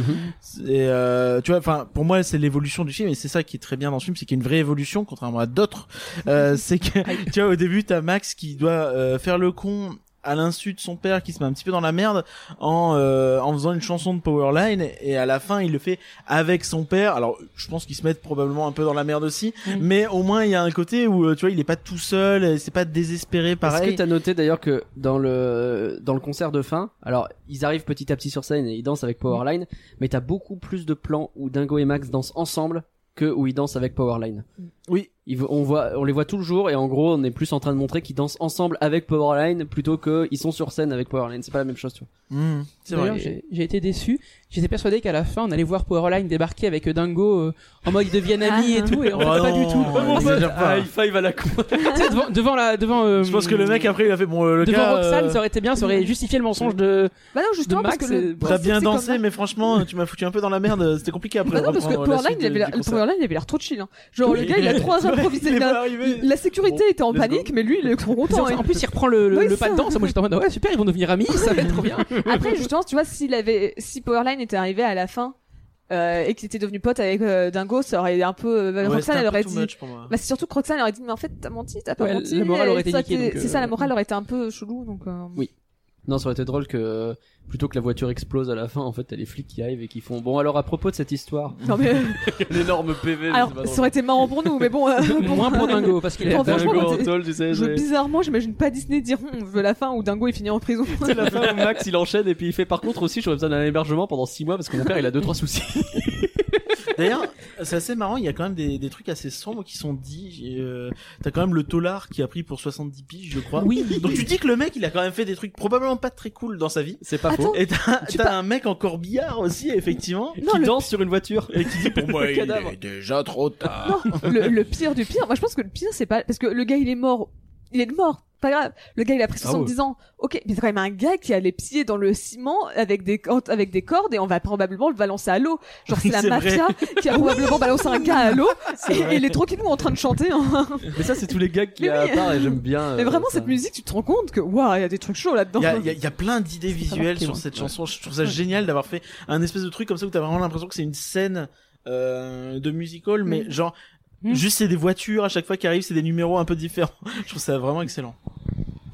Speaker 7: Oui.
Speaker 3: Et euh, tu vois, enfin, pour moi, c'est l'évolution du film, et c'est ça qui est très bien dans ce film, c'est qu'il y a une vraie évolution, contrairement à d'autres.
Speaker 9: Mhm.
Speaker 3: Euh, c'est que
Speaker 9: Ah
Speaker 3: tu vois, au début, t'as Max qui doit euh, faire le con à l'insu de son père qui se met un petit peu dans la merde en euh, en faisant une chanson de Powerline et à la fin il le fait avec son père alors je pense qu'ils se mettent probablement un peu dans la merde aussi mais au moins il y a un côté où euh, tu vois il est pas tout seul euh, c'est pas désespéré
Speaker 9: Est-ce
Speaker 3: pareil
Speaker 9: que t'as noté d'ailleurs que dans le dans le concert de fin, alors ils arrivent petit à petit sur scène et ils dansent avec Powerline, mais t'as beaucoup plus de plans où Dingo et Max dansent ensemble que où ils dansent avec Powerline.
Speaker 3: Mm. oui
Speaker 9: Ils, on voit, on les voit tout le jour et en gros on est plus en train de montrer qu'ils dansent ensemble avec Powerline plutôt que ils sont sur scène avec Powerline. C'est pas la même chose, tu vois.
Speaker 3: Mmh, c'est
Speaker 8: D'ailleurs,
Speaker 3: vrai.
Speaker 8: j'ai j'ai été déçu. J'étais persuadé qu'à la fin, on allait voir Powerline débarquer avec Dingo euh, en mode ils deviennent amis et tout, et en fait,
Speaker 3: Oh
Speaker 8: pas
Speaker 3: non,
Speaker 8: du tout.
Speaker 3: il exagère pas.
Speaker 8: five à la con. Tu sais, devant, devant la, devant. euh,
Speaker 3: Je pense que le mec après il a fait bon euh, le
Speaker 8: devant
Speaker 3: cas.
Speaker 8: Roxane,
Speaker 3: euh,
Speaker 8: ça aurait été bien, ça aurait justifié le mensonge de,
Speaker 7: Bah non justement
Speaker 8: de Max.
Speaker 7: parce que le-
Speaker 8: euh,
Speaker 3: T'as bien
Speaker 7: c'est comme
Speaker 3: dansé,
Speaker 7: ça.
Speaker 3: mais franchement, tu m'as foutu un peu dans la merde. C'était compliqué après.
Speaker 7: Bah
Speaker 3: de
Speaker 7: non, parce que
Speaker 3: reprendre la
Speaker 7: Powerline,
Speaker 3: suite
Speaker 7: il avait
Speaker 3: du
Speaker 7: l'air,
Speaker 3: concert.
Speaker 7: Powerline, il avait l'air trop chill. hein. Genre,
Speaker 3: Oui.
Speaker 7: le gars, il a trop
Speaker 3: C'est [laughs] vrai,
Speaker 7: improvisé.
Speaker 3: il est
Speaker 7: la-
Speaker 3: pas arrivé.
Speaker 7: la sécurité
Speaker 3: Bon,
Speaker 7: était en
Speaker 3: let's
Speaker 7: panique, mais lui, il est trop
Speaker 3: [laughs]
Speaker 7: content. hein.
Speaker 8: en plus, il reprend le, le,
Speaker 7: Oui,
Speaker 8: le pas
Speaker 7: ça.
Speaker 8: de danse. Moi, j'étais en mode, ouais, super, ils vont devenir amis, ça va être trop bien.
Speaker 7: Après, justement, tu vois, s'il avait, si Powerline était arrivé à la fin euh, et qu'il était devenu pote avec euh, Dingo, ça aurait été un peu. euh,
Speaker 3: Ouais, c'était
Speaker 7: Roxane,
Speaker 3: un
Speaker 7: elle
Speaker 3: peu
Speaker 7: aurait
Speaker 3: too
Speaker 7: dit.
Speaker 3: much
Speaker 7: [laughs]
Speaker 3: pour moi.
Speaker 7: Bah, c'est surtout que Roxane aurait dit, mais en fait, t'as menti, t'as pas
Speaker 8: Ouais,
Speaker 7: menti.
Speaker 8: la morale
Speaker 7: et
Speaker 8: aurait été
Speaker 7: ça,
Speaker 8: niquée,
Speaker 7: t'es-
Speaker 8: donc, euh,
Speaker 7: C'est ça, la morale aurait été un peu chelou, donc.
Speaker 3: [laughs]
Speaker 7: euh,
Speaker 9: Oui. Non, ça aurait été drôle que plutôt que la voiture explose à la fin, en fait, t'as les flics qui arrivent et qui font. Bon, alors à propos de cette histoire,
Speaker 7: Non, mais.
Speaker 9: l'énorme PV.
Speaker 7: Alors, ça aurait été marrant pour nous, mais
Speaker 3: [laughs]
Speaker 7: bon. euh, pour-
Speaker 8: Moins pour Dingo, parce
Speaker 7: [laughs]
Speaker 8: qu'il est
Speaker 7: Bon, franchement,
Speaker 8: Dingo.
Speaker 7: moi, je, bizarrement, j'imagine pas Disney dire Hum, on veut la fin ou Dingo il finit en prison.
Speaker 9: C'est la fin où Max il enchaîne et puis il fait par contre aussi j'aurais besoin d'un hébergement pendant 6 mois parce que mon père il a 2 trois soucis.
Speaker 3: D'ailleurs, c'est assez marrant. Il y a quand même des, des trucs assez sombres qui sont dits. Euh, T'as quand même le tollard qui a pris pour 70 piges, je crois.
Speaker 8: Oui.
Speaker 3: Donc tu dis que le mec, il a quand même fait des trucs probablement pas très cool dans sa vie.
Speaker 9: [laughs] C'est pas
Speaker 7: Attends,
Speaker 9: faux.
Speaker 3: Et t'as
Speaker 9: Tu
Speaker 3: t'as
Speaker 9: pas-
Speaker 3: un mec en corbillard aussi, effectivement.
Speaker 7: Non,
Speaker 9: qui
Speaker 7: le-
Speaker 9: danse sur une voiture.
Speaker 3: Et qui dit pour moi,
Speaker 9: Le
Speaker 3: il
Speaker 9: cadavre.
Speaker 3: est déjà trop tard.
Speaker 7: Non, le, le pire du pire, moi je pense que le pire c'est pas parce que le gars il est mort, il est mort, pas grave. Le gars il a pris
Speaker 9: Ah
Speaker 7: 70 ans. OK, mais c'est quand même un gars qui a les pieds dans le ciment avec des cordes- avec des cordes et on va probablement le balancer à l'eau. Genre c'est la
Speaker 3: C'est vrai.
Speaker 7: mafia qui a probablement balancé un gars à l'eau et,
Speaker 9: vrai.
Speaker 7: et il est trop nous en train de chanter. hein.
Speaker 9: Mais ça c'est tous les gars qui
Speaker 7: Mais
Speaker 9: a
Speaker 7: oui.
Speaker 9: à part et j'aime bien.
Speaker 7: Mais
Speaker 9: euh,
Speaker 7: vraiment
Speaker 9: ça.
Speaker 7: cette musique, tu te rends compte que waouh, il y a des trucs chauds là-dedans.
Speaker 3: Il y a, il y a- il y a plein d'idées visuelles
Speaker 8: marqué,
Speaker 3: sur
Speaker 8: ouais.
Speaker 3: cette chanson. Je trouve ça génial d'avoir fait un espèce de truc comme ça où t'as vraiment l'impression que c'est une scène euh, de musical, mais genre
Speaker 8: Mm.
Speaker 3: juste c'est des voitures à chaque fois qui arrivent, c'est des numéros un peu différents. [laughs] Je trouve ça vraiment excellent.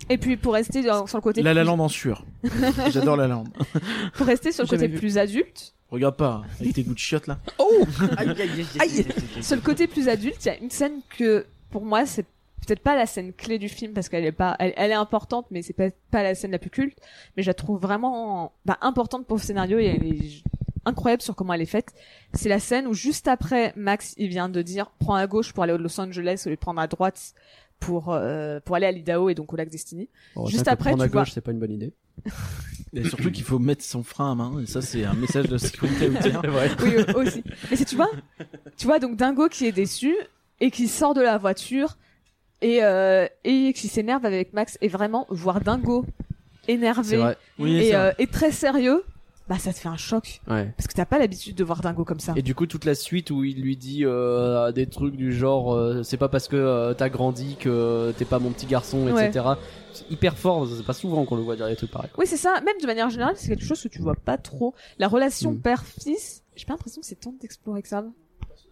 Speaker 7: Et puis pour rester dans- sur le côté
Speaker 3: La La
Speaker 7: plus-
Speaker 3: Land en
Speaker 8: [laughs]
Speaker 3: sueur. J'adore La Land.
Speaker 7: pour rester sur le
Speaker 8: Jamais
Speaker 7: côté
Speaker 8: vu.
Speaker 7: plus adulte,
Speaker 3: Regarde pas avec tes goûts de chiottes là.
Speaker 7: Sur le côté plus adulte, il y a une scène que pour moi c'est peut-être pas la scène clé du film parce qu'elle est pas, elle, elle est importante, mais c'est pas, pas la scène la plus culte. Mais je la trouve vraiment bah, importante pour le scénario et elle est incroyable sur comment elle est faite. C'est la scène où juste après Max, il vient de dire prends à gauche pour aller à Los Angeles ou le prendre à droite pour euh, pour aller à l'Idaho et donc au lac Destiny.
Speaker 9: Bon,
Speaker 7: juste
Speaker 9: tiens, que
Speaker 7: après,
Speaker 9: prendre à
Speaker 7: tu vois.
Speaker 9: gauche, c'est pas une bonne idée.
Speaker 3: Et surtout qu'il faut mettre son frein à main. Et ça, c'est un message de sécurité routière.
Speaker 7: Oui, euh, aussi. Mais c'est, tu vois, tu vois donc Dingo qui est déçu et qui sort de la voiture et euh, et qui s'énerve avec Max et vraiment voir Dingo
Speaker 1: C'est
Speaker 7: énervé
Speaker 1: vrai.
Speaker 3: Oui, c'est
Speaker 7: et,
Speaker 3: vrai.
Speaker 7: euh, et très sérieux, bah ça te fait un choc
Speaker 9: Ouais.
Speaker 7: parce que t'as pas l'habitude de voir Dingo comme ça.
Speaker 9: Et du coup, toute la suite où il lui dit euh, des trucs du genre, euh, c'est pas parce que euh, t'as grandi que t'es pas mon petit garçon,
Speaker 7: Ouais.
Speaker 9: etc. C'est hyper fort, c'est pas souvent qu'on le voit dire des trucs pareils.
Speaker 7: Oui, c'est ça. Même de manière générale, c'est quelque chose que tu vois pas trop. La relation
Speaker 9: Mm.
Speaker 7: père-fils, j'ai pas l'impression que c'est tant d'explorer que ça.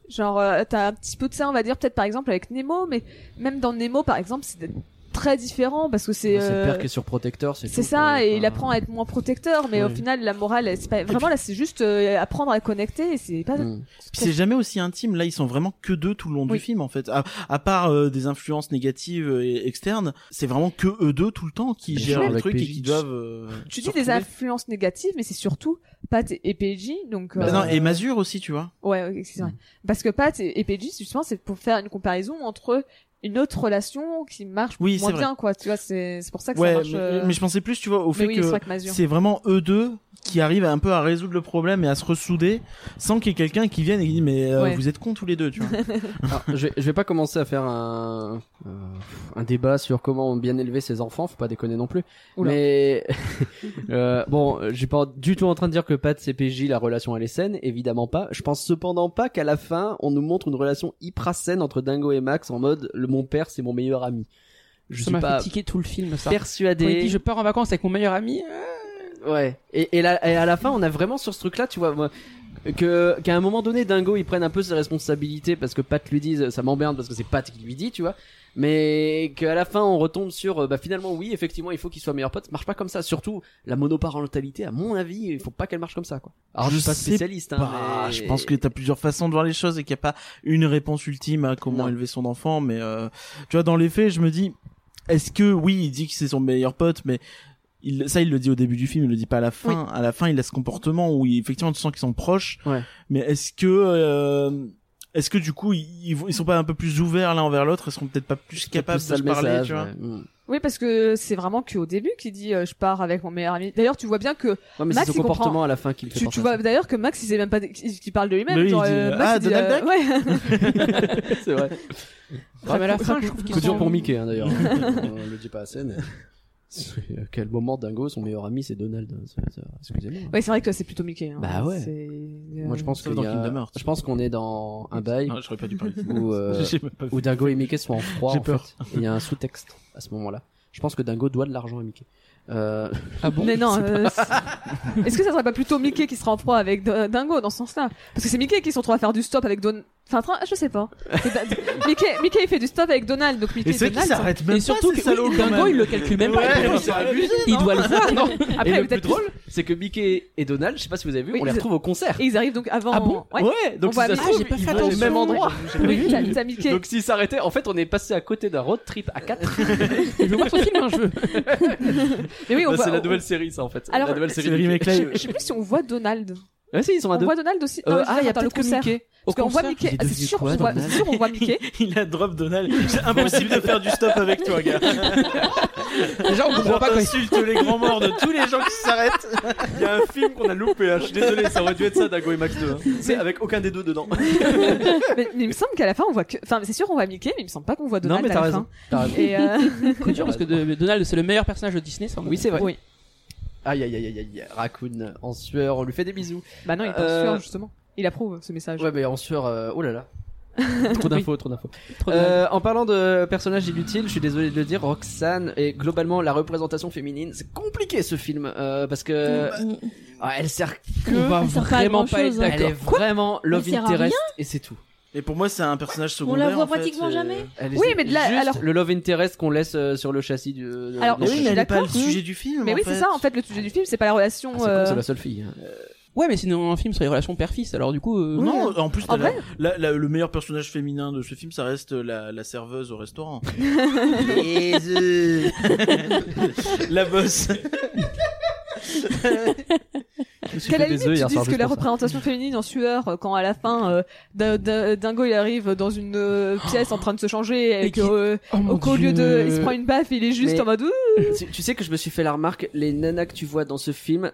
Speaker 7: Genre, euh, t'as un petit peu de ça, on va dire, peut-être par exemple avec Nemo, mais même dans Nemo, par exemple, c'est très différent parce que c'est.
Speaker 9: Bah, C'est le
Speaker 7: euh,
Speaker 9: père qui est sur protecteur, c'est
Speaker 7: C'est
Speaker 9: tout,
Speaker 7: ça,
Speaker 9: quoi.
Speaker 7: et il
Speaker 9: Enfin,
Speaker 7: apprend à être moins protecteur, mais au
Speaker 9: Ouais.
Speaker 7: final, la morale, elle, c'est pas vraiment là, c'est juste euh, apprendre à connecter, et c'est pas.
Speaker 9: Mm.
Speaker 3: Puis c'est jamais aussi intime. Là, ils sont vraiment que deux tout le long
Speaker 7: Oui.
Speaker 3: du film, en fait. À, à part euh, des influences négatives euh, et externes, c'est vraiment que eux deux tout le temps qui
Speaker 9: Bien sûr,
Speaker 3: gèrent le
Speaker 9: avec
Speaker 3: truc et
Speaker 9: PJ.
Speaker 3: qui doivent. euh,
Speaker 7: Tu
Speaker 3: se
Speaker 7: dis des
Speaker 3: retrouver.
Speaker 7: influences négatives, mais c'est surtout Pat et PJ, donc.
Speaker 3: Bah
Speaker 7: euh,
Speaker 3: non, et Mm. Mazur aussi, tu vois.
Speaker 7: Ouais, ouais, c'est vrai. Parce que Pat et, et PJ, justement, c'est pour faire une comparaison entre une autre relation qui marche
Speaker 3: Oui,
Speaker 7: moins
Speaker 3: c'est vrai.
Speaker 7: bien, quoi. Tu vois, c'est c'est pour ça que
Speaker 3: Ouais,
Speaker 7: ça marche.
Speaker 3: mais,
Speaker 7: euh,
Speaker 3: mais je pensais plus, tu vois,
Speaker 7: mais
Speaker 3: au fait
Speaker 7: oui,
Speaker 3: que
Speaker 7: c'est vrai que Masure.
Speaker 3: c'est vraiment eux deux qui arrivent un peu à résoudre le problème et à se ressouder sans qu'il y ait quelqu'un qui vienne et qui dit mais euh,
Speaker 7: Ouais.
Speaker 3: vous êtes cons tous les deux, tu vois.
Speaker 9: Alors, je, vais, je vais pas commencer à faire un, euh, un débat sur comment bien élever ses enfants, faut pas déconner non plus.
Speaker 7: Oula.
Speaker 9: Mais [laughs] euh, bon, euh, j'ai pas du tout en train de dire que Pat et PJ, la relation elle est saine, évidemment pas. Je pense cependant pas qu'à la fin, on nous montre une relation hyper saine entre Dingo et Max en mode le mon père c'est mon meilleur ami. Je
Speaker 8: ça
Speaker 9: suis
Speaker 8: m'a
Speaker 9: pas
Speaker 8: fait tiquer tout le film, ça. Quand il
Speaker 9: persuadé.
Speaker 8: dit je pars en vacances avec mon meilleur ami, euh,
Speaker 9: Ouais. Et, et, la- et à la fin, on a vraiment sur ce truc-là, tu vois, moi, que qu'à un moment donné, Dingo, il prenne un peu ses responsabilités parce que Pat lui dise, ça m'emmerde parce que c'est Pat qui lui dit, tu vois. Mais qu'à la fin, on retombe sur, euh, bah finalement, oui, effectivement, il faut qu'il soit meilleur pote. Ça marche pas comme ça. Surtout, la monoparentalité, à mon avis, il faut pas qu'elle marche comme ça, quoi. Alors, je,
Speaker 3: Je
Speaker 9: suis pas
Speaker 3: sais
Speaker 9: spécialiste, hein,
Speaker 3: Bah,
Speaker 9: mais-
Speaker 3: Je pense que t'as plusieurs façons de voir les choses et qu'il n'y a pas une réponse ultime à comment
Speaker 9: Non.
Speaker 3: élever son enfant. Mais euh, tu vois, dans les faits, je me dis, est-ce que oui, il dit que c'est son meilleur pote, mais il, ça, il le dit au début du film, il le dit pas à la fin. À la fin, il a ce comportement où il- effectivement, tu sens qu'ils sont proches.
Speaker 9: Ouais.
Speaker 3: Mais est-ce que euh, est-ce que du coup, ils, ils vont- ils sont pas un peu plus ouverts l'un envers l'autre Ils seront peut-être pas plus
Speaker 9: C'est
Speaker 3: capables
Speaker 9: plus ça
Speaker 3: de se
Speaker 9: le
Speaker 3: parler,
Speaker 9: message,
Speaker 3: tu vois
Speaker 9: ouais. Mm.
Speaker 7: Oui, parce que c'est vraiment qu'au début qu'il dit euh, je pars avec mon meilleur ami. D'ailleurs, tu vois bien que
Speaker 9: Ouais, mais
Speaker 7: Max,
Speaker 9: c'est son
Speaker 7: il comprend.
Speaker 9: comportement à la fin qu'il fait
Speaker 7: tu,
Speaker 9: penser
Speaker 7: tu
Speaker 9: à
Speaker 7: vois
Speaker 9: ça.
Speaker 7: d'ailleurs que Max il sait même pas qu'il qu'il parle de lui-même.
Speaker 3: Mais oui,
Speaker 7: genre,
Speaker 3: il dit,
Speaker 7: euh,
Speaker 3: euh,
Speaker 7: Max,
Speaker 3: ah,
Speaker 7: il dit,
Speaker 3: Donald
Speaker 7: euh,
Speaker 3: Duck
Speaker 7: ouais. [laughs]
Speaker 9: c'est vrai.
Speaker 8: ça m'a la fin, je trouve qu'ils
Speaker 9: Coup dur
Speaker 8: sont-
Speaker 9: pour Mickey, hein, d'ailleurs. on, on le dit pas assez, mais. [laughs] C'est- À quel moment Dingo, son meilleur ami, c'est Donald hein, c'est- c'est- Excusez-moi.
Speaker 7: Ouais, c'est vrai que c'est plutôt Mickey. hein.
Speaker 9: Bah ouais.
Speaker 7: C'est, euh,
Speaker 9: Moi, je pense
Speaker 3: Sauf
Speaker 9: qu'il
Speaker 3: dans
Speaker 9: y a-
Speaker 3: Kingdom Hearts.
Speaker 9: Je pense qu'on est dans un bail
Speaker 3: Non, j'aurais pas dû parler.
Speaker 9: où, euh,
Speaker 3: [laughs] J'ai même pas vu.
Speaker 9: où Dingo et Mickey sont en froid.
Speaker 3: J'ai
Speaker 9: en
Speaker 3: peur.
Speaker 9: fait. Et Il y a un sous-texte à ce moment-là. Je pense que Dingo doit de l'argent à Mickey. Euh,
Speaker 8: Ah bon
Speaker 7: mais
Speaker 9: [laughs]
Speaker 7: non, euh, c'est- est-ce que ça serait pas plutôt Mickey qui sera en proie avec D- Dingo dans ce sens-là Parce que c'est Mickey qui se retrouve à faire du stop avec Don. Enfin, tra- je sais pas. [laughs] C'est Da- Mickey, Mickey il fait du stop avec Donald, donc Mickey
Speaker 3: Et
Speaker 7: et,
Speaker 3: c'est qui
Speaker 7: Donald.
Speaker 3: s'arrête même
Speaker 8: Et surtout
Speaker 3: pas,
Speaker 8: que
Speaker 3: ces salauds,
Speaker 8: oui,
Speaker 3: quand
Speaker 8: Dingo,
Speaker 3: même.
Speaker 8: il le calcule même pas.
Speaker 3: Ouais,
Speaker 8: il,
Speaker 3: mais c'est abusé,
Speaker 8: il
Speaker 3: non
Speaker 8: doit le voir, non
Speaker 7: Après, il
Speaker 9: et le
Speaker 7: est
Speaker 9: plus
Speaker 7: peut-être
Speaker 9: drôle, c'est que Mickey et Donald, je sais pas si vous avez vu,
Speaker 7: Oui,
Speaker 9: on les
Speaker 7: ils-
Speaker 9: retrouve au concert.
Speaker 7: Et ils arrivent donc avant.
Speaker 8: Ah bon
Speaker 7: Ouais.
Speaker 9: Ouais, donc
Speaker 7: On
Speaker 9: si
Speaker 7: voit
Speaker 9: ça se
Speaker 7: Mickey.
Speaker 9: trouve,
Speaker 8: Ah, j'ai pas
Speaker 9: ils
Speaker 8: fait
Speaker 9: vont au
Speaker 8: attention.
Speaker 9: même endroit.
Speaker 7: Oui, t'as, t'as Mickey.
Speaker 9: Donc s'ils s'arrêtaient, en fait, on est passé à côté d'un road trip à 4. [laughs]
Speaker 8: Je veux voir son film, hein, je veux.
Speaker 7: Mais oui, on voit.
Speaker 9: bah, c'est la
Speaker 7: on-
Speaker 9: nouvelle série, ça, en fait.
Speaker 7: Alors,
Speaker 9: la nouvelle
Speaker 3: C'est
Speaker 9: série
Speaker 3: le
Speaker 9: de
Speaker 3: remake
Speaker 9: Mickey.
Speaker 7: Je,
Speaker 3: là.
Speaker 7: je sais plus si on voit Donald.
Speaker 9: Ah si, ils sont à
Speaker 7: On
Speaker 9: deux.
Speaker 7: voit Donald aussi. Non,
Speaker 9: Euh,
Speaker 7: mais je veux
Speaker 9: ah,
Speaker 7: dire,
Speaker 9: il y a
Speaker 7: dans le
Speaker 9: peut-être que
Speaker 7: concert.
Speaker 9: Mickey. Au
Speaker 7: Parce qu'on voit
Speaker 9: concert.
Speaker 7: Mickey. Ah, c'est sûr,
Speaker 9: quoi,
Speaker 7: on voit,
Speaker 9: Donald
Speaker 7: c'est sûr, on voit Mickey.
Speaker 3: Il a drop Donald. C'est impossible de faire du stop avec toi, gars.
Speaker 8: Déjà, on comprend
Speaker 3: Genre,
Speaker 8: pas quoi.
Speaker 3: t'insultes les grands morts de tous les gens qui s'arrêtent.
Speaker 9: Il y a un film qu'on a loupé, hein. je suis désolé, ça aurait dû être ça, Dago et Max 2. hein. C'est avec aucun des deux dedans.
Speaker 7: mais, mais il me semble qu'à la fin, on voit que. Enfin, c'est sûr, on voit Mickey, mais il me semble pas qu'on voit Donald.
Speaker 9: mais
Speaker 7: à
Speaker 9: t'as
Speaker 7: la
Speaker 9: raison.
Speaker 7: fin. Et
Speaker 9: [laughs]
Speaker 7: euh,
Speaker 8: Coup dur parce que de- Donald, c'est le meilleur personnage de Disney, sans doute.
Speaker 9: Oui, c'est vrai.
Speaker 7: Oui.
Speaker 9: Aïe aïe aïe aïe aïe, Raccoon en sueur, on lui fait des bisous.
Speaker 7: Bah non, il est pas
Speaker 9: Euh,
Speaker 7: sûr, justement. Il approuve ce message.
Speaker 9: Ouais, mais en sueur, euh, oh là là. trop d'infos, trop d'infos.
Speaker 8: Trop Donald.
Speaker 9: Euh, en parlant de personnages inutiles, je suis désolé de le dire, Roxane et globalement la représentation féminine, c'est compliqué ce film euh, parce que Ah, elle sert,
Speaker 8: On va
Speaker 10: Ça sert pas à
Speaker 8: vraiment
Speaker 10: grand
Speaker 8: pas être
Speaker 10: chose, hein.
Speaker 9: elle est
Speaker 8: d'accord.
Speaker 9: vraiment love
Speaker 10: Elle sert à
Speaker 9: interest et c'est tout.
Speaker 3: Et pour moi, c'est un personnage
Speaker 10: On
Speaker 3: secondaire.
Speaker 10: la voit
Speaker 3: en fait,
Speaker 10: pratiquement
Speaker 3: euh,
Speaker 10: jamais.
Speaker 9: Elle est-
Speaker 7: Oui, mais de la-
Speaker 9: juste
Speaker 7: alors-
Speaker 9: le love interest qu'on laisse euh, sur le chassis du. de-
Speaker 7: Alors,
Speaker 9: de-
Speaker 3: Mais
Speaker 7: Je
Speaker 3: oui,
Speaker 7: suis
Speaker 3: mais elle est pas
Speaker 7: d'accord.
Speaker 3: le sujet du film.
Speaker 7: Mais
Speaker 3: en
Speaker 7: oui,
Speaker 3: fait.
Speaker 7: c'est ça, en fait, le sujet du film, c'est pas la relation.
Speaker 9: Ah, c'est con,
Speaker 7: euh,
Speaker 9: c'est la seule fille. hein.
Speaker 8: Ouais, mais c'est dans un film sur les relations père-fils, alors du coup. euh,
Speaker 3: Non, en plus,
Speaker 7: En
Speaker 3: t'as la-
Speaker 7: vrai
Speaker 3: la- la- le meilleur personnage féminin de ce film, ça reste euh, la, la serveuse au restaurant. la bosse.
Speaker 7: Qu'à la limite, tu dises que la représentation féminine en sueur, euh, quand à la fin, euh, D- D- Dingo il arrive dans une euh,
Speaker 9: Oh.
Speaker 7: pièce en train de se changer
Speaker 8: Et
Speaker 7: et
Speaker 8: qui-
Speaker 7: qu'au euh,
Speaker 8: Oh, mon
Speaker 7: au qu'au lieu de,
Speaker 9: Dieu.
Speaker 7: il se prend une baffe, il est juste
Speaker 9: Mais-
Speaker 7: en mode. Ouh
Speaker 9: tu, tu sais que je me suis fait la remarque, les nanas que tu vois dans ce film,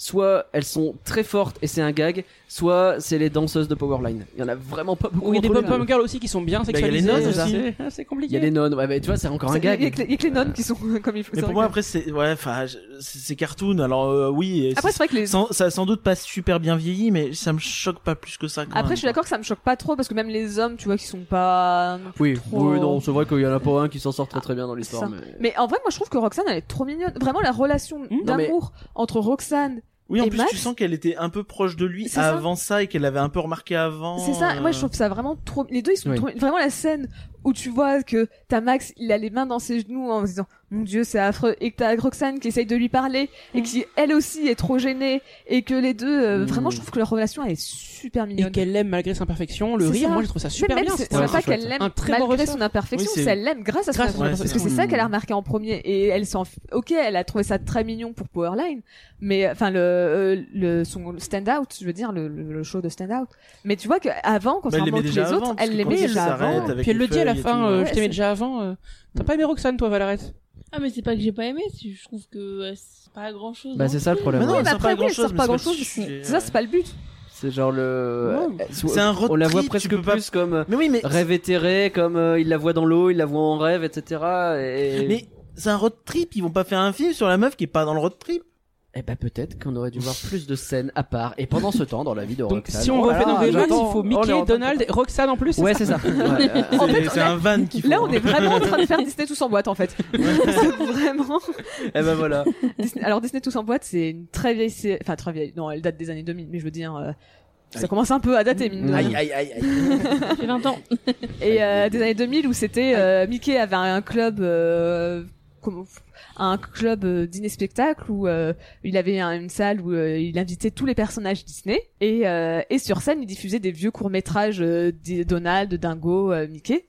Speaker 9: soit elles sont très fortes et c'est un gag, soit c'est les danseuses de Powerline. Il y en a vraiment pas beaucoup.
Speaker 8: Oui, il y a des
Speaker 9: entre les
Speaker 8: pom-pom
Speaker 9: nanas.
Speaker 8: girls aussi qui sont bien
Speaker 3: il y a les
Speaker 8: sexualisées.
Speaker 3: nonnes
Speaker 8: ça,
Speaker 3: aussi.
Speaker 8: c'est- ah, C'est
Speaker 9: Il y a
Speaker 8: compliqué.
Speaker 9: les nonnes, ouais, bah, tu vois, c'est encore un
Speaker 7: Il y a
Speaker 9: gag.
Speaker 7: que les- il y a que les nonnes qui sont [laughs] comme il faut.
Speaker 3: Mais
Speaker 7: ça
Speaker 3: pour
Speaker 7: rigole.
Speaker 3: moi, après, c'est ouais, enfin, je- c'est c'est cartoon. Alors euh, oui, et
Speaker 7: après
Speaker 3: c'est-
Speaker 7: c'est vrai que les
Speaker 3: sans- ça a sans doute pas super bien vieilli, mais ça me choque pas plus que ça. Quand
Speaker 7: Après,
Speaker 3: même,
Speaker 7: je suis d'accord que ça me choque pas trop parce que même les hommes, tu vois, qui sont pas. euh,
Speaker 9: Oui,
Speaker 7: Trop.
Speaker 9: oui, non, c'est vrai qu'il y en a pas un qui s'en sort très très bien dans l'histoire.
Speaker 7: Ça.
Speaker 9: Mais...
Speaker 7: Mais en vrai, moi, je trouve que Roxane, elle est trop mignonne. Vraiment, la relation
Speaker 9: Non, mais-
Speaker 7: d'amour entre Roxane,
Speaker 3: Oui, en
Speaker 7: Et
Speaker 3: plus,
Speaker 7: Max
Speaker 3: tu sens qu'elle était un peu proche de lui
Speaker 7: C'est ça.
Speaker 3: avant ça, et qu'elle avait un peu remarqué avant.
Speaker 7: c'est ça.
Speaker 3: euh,
Speaker 7: Moi, je trouve ça vraiment trop. Les deux, ils sont
Speaker 9: Oui.
Speaker 7: trop. Vraiment, la scène où tu vois que t'as Max, il a les mains dans ses genoux en se disant Mon Dieu, c'est affreux. Et que t'as Roxane qui essaye de lui parler et
Speaker 10: Mm.
Speaker 7: qui, elle aussi, est trop gênée. Et que les deux, euh,
Speaker 9: Mm.
Speaker 7: vraiment, je trouve que leur relation, elle est super mignonne.
Speaker 8: Et qu'elle l'aime malgré ses imperfections. Le
Speaker 7: C'est ça.
Speaker 8: rire, moi, je trouve ça super
Speaker 7: même,
Speaker 8: bien.
Speaker 7: c'est
Speaker 8: c'est
Speaker 7: c'est
Speaker 8: un-
Speaker 7: pas qu'elle l'aime
Speaker 8: un très bon
Speaker 7: malgré
Speaker 8: ressort.
Speaker 7: son imperfection,
Speaker 3: Oui, c'est-
Speaker 7: c'est elle l'aime grâce à son
Speaker 8: Grâce à son
Speaker 7: imperfection.
Speaker 3: imperfection.
Speaker 7: Parce que c'est ça
Speaker 9: Mm.
Speaker 7: qu'elle a remarqué en premier. Et elle s'en, f- ok, elle a trouvé ça très mignon pour Powerline, mais enfin le, euh, le son stand-out, je veux dire le, le- le show de stand-out. Mais tu vois qu'avant,
Speaker 3: Bah, elle
Speaker 7: contrairement
Speaker 3: l'aimait
Speaker 7: à tous les
Speaker 3: déjà avant,
Speaker 7: autres,
Speaker 3: parce
Speaker 7: elle
Speaker 3: que
Speaker 7: l'aimait
Speaker 3: quand il
Speaker 7: déjà
Speaker 3: s'arrête
Speaker 7: avant.
Speaker 3: avec
Speaker 8: Puis elle
Speaker 3: les
Speaker 8: le dit à la
Speaker 3: feuilles et
Speaker 8: fin,
Speaker 3: tout,
Speaker 8: euh,
Speaker 3: ouais.
Speaker 8: je
Speaker 7: Ouais,
Speaker 8: t'aimais
Speaker 7: c'est-
Speaker 8: déjà avant. euh, T'as pas aimé Roxane, toi, Valerette
Speaker 10: Ah, mais c'est pas que j'ai pas aimé, c'est- je trouve que euh, c'est pas hein. grand chose.
Speaker 9: Bah, c'est ça le problème.
Speaker 3: Mais non,
Speaker 9: ouais.
Speaker 7: Oui,
Speaker 3: elle
Speaker 7: mais
Speaker 3: sert pas à
Speaker 7: après, oui, elle
Speaker 3: grand-chose,
Speaker 7: sert pas
Speaker 3: mais
Speaker 7: grand
Speaker 3: c'est pas
Speaker 7: chose.
Speaker 3: le sujet.
Speaker 7: C'est ça, c'est pas le but.
Speaker 9: C'est genre le. euh,
Speaker 3: C'est un road
Speaker 9: On la voit
Speaker 3: trip,
Speaker 9: presque
Speaker 3: tu peux
Speaker 9: plus
Speaker 3: pas-
Speaker 9: comme euh,
Speaker 3: Mais oui, mais
Speaker 9: rêve éthéré, comme euh, il la voit dans l'eau, il la voit en rêve, etc. Et...
Speaker 3: Mais c'est un road trip, ils vont pas faire un film sur la meuf qui est pas dans le road trip.
Speaker 9: Eh ben peut-être qu'on aurait dû voir plus de scènes à part et pendant ce temps dans la vie de
Speaker 8: Donc,
Speaker 9: Roxane.
Speaker 8: si on
Speaker 9: Oh là
Speaker 8: refait
Speaker 9: là,
Speaker 8: dans Baymax,
Speaker 9: j'attends.
Speaker 8: il faut
Speaker 9: Oh, on est
Speaker 8: Mickey,
Speaker 9: en-
Speaker 8: Donald, et Roxane en plus. c'est
Speaker 9: Ouais,
Speaker 8: ça
Speaker 9: c'est ça. Ouais, euh,
Speaker 7: En fait,
Speaker 3: C'est c'est un van qui
Speaker 7: Là,
Speaker 9: hein.
Speaker 7: on est vraiment en train de
Speaker 9: [laughs]
Speaker 7: faire Disney tous en boîte, en fait. [laughs] Parce que vraiment.
Speaker 9: eh ben voilà.
Speaker 7: Disney- Alors Disney tous en boîte, c'est une très vieille, sé- enfin très vieille. Non, elle date des années 2000, mais je veux dire, euh, ça
Speaker 3: Aïe.
Speaker 7: commence un peu à dater. Mine de rien.
Speaker 9: Aïe aïe aïe aïe.
Speaker 10: Ça fait 20 ans. [laughs]
Speaker 7: Et euh, des années 2000 où c'était euh, Mickey avait un club, euh, comment- un club euh, dîner spectacle où euh, il avait un- une salle où euh, il invitait tous les personnages Disney et euh, et sur scène il diffusait des vieux courts métrages des Donald, Dingo, euh, Mickey.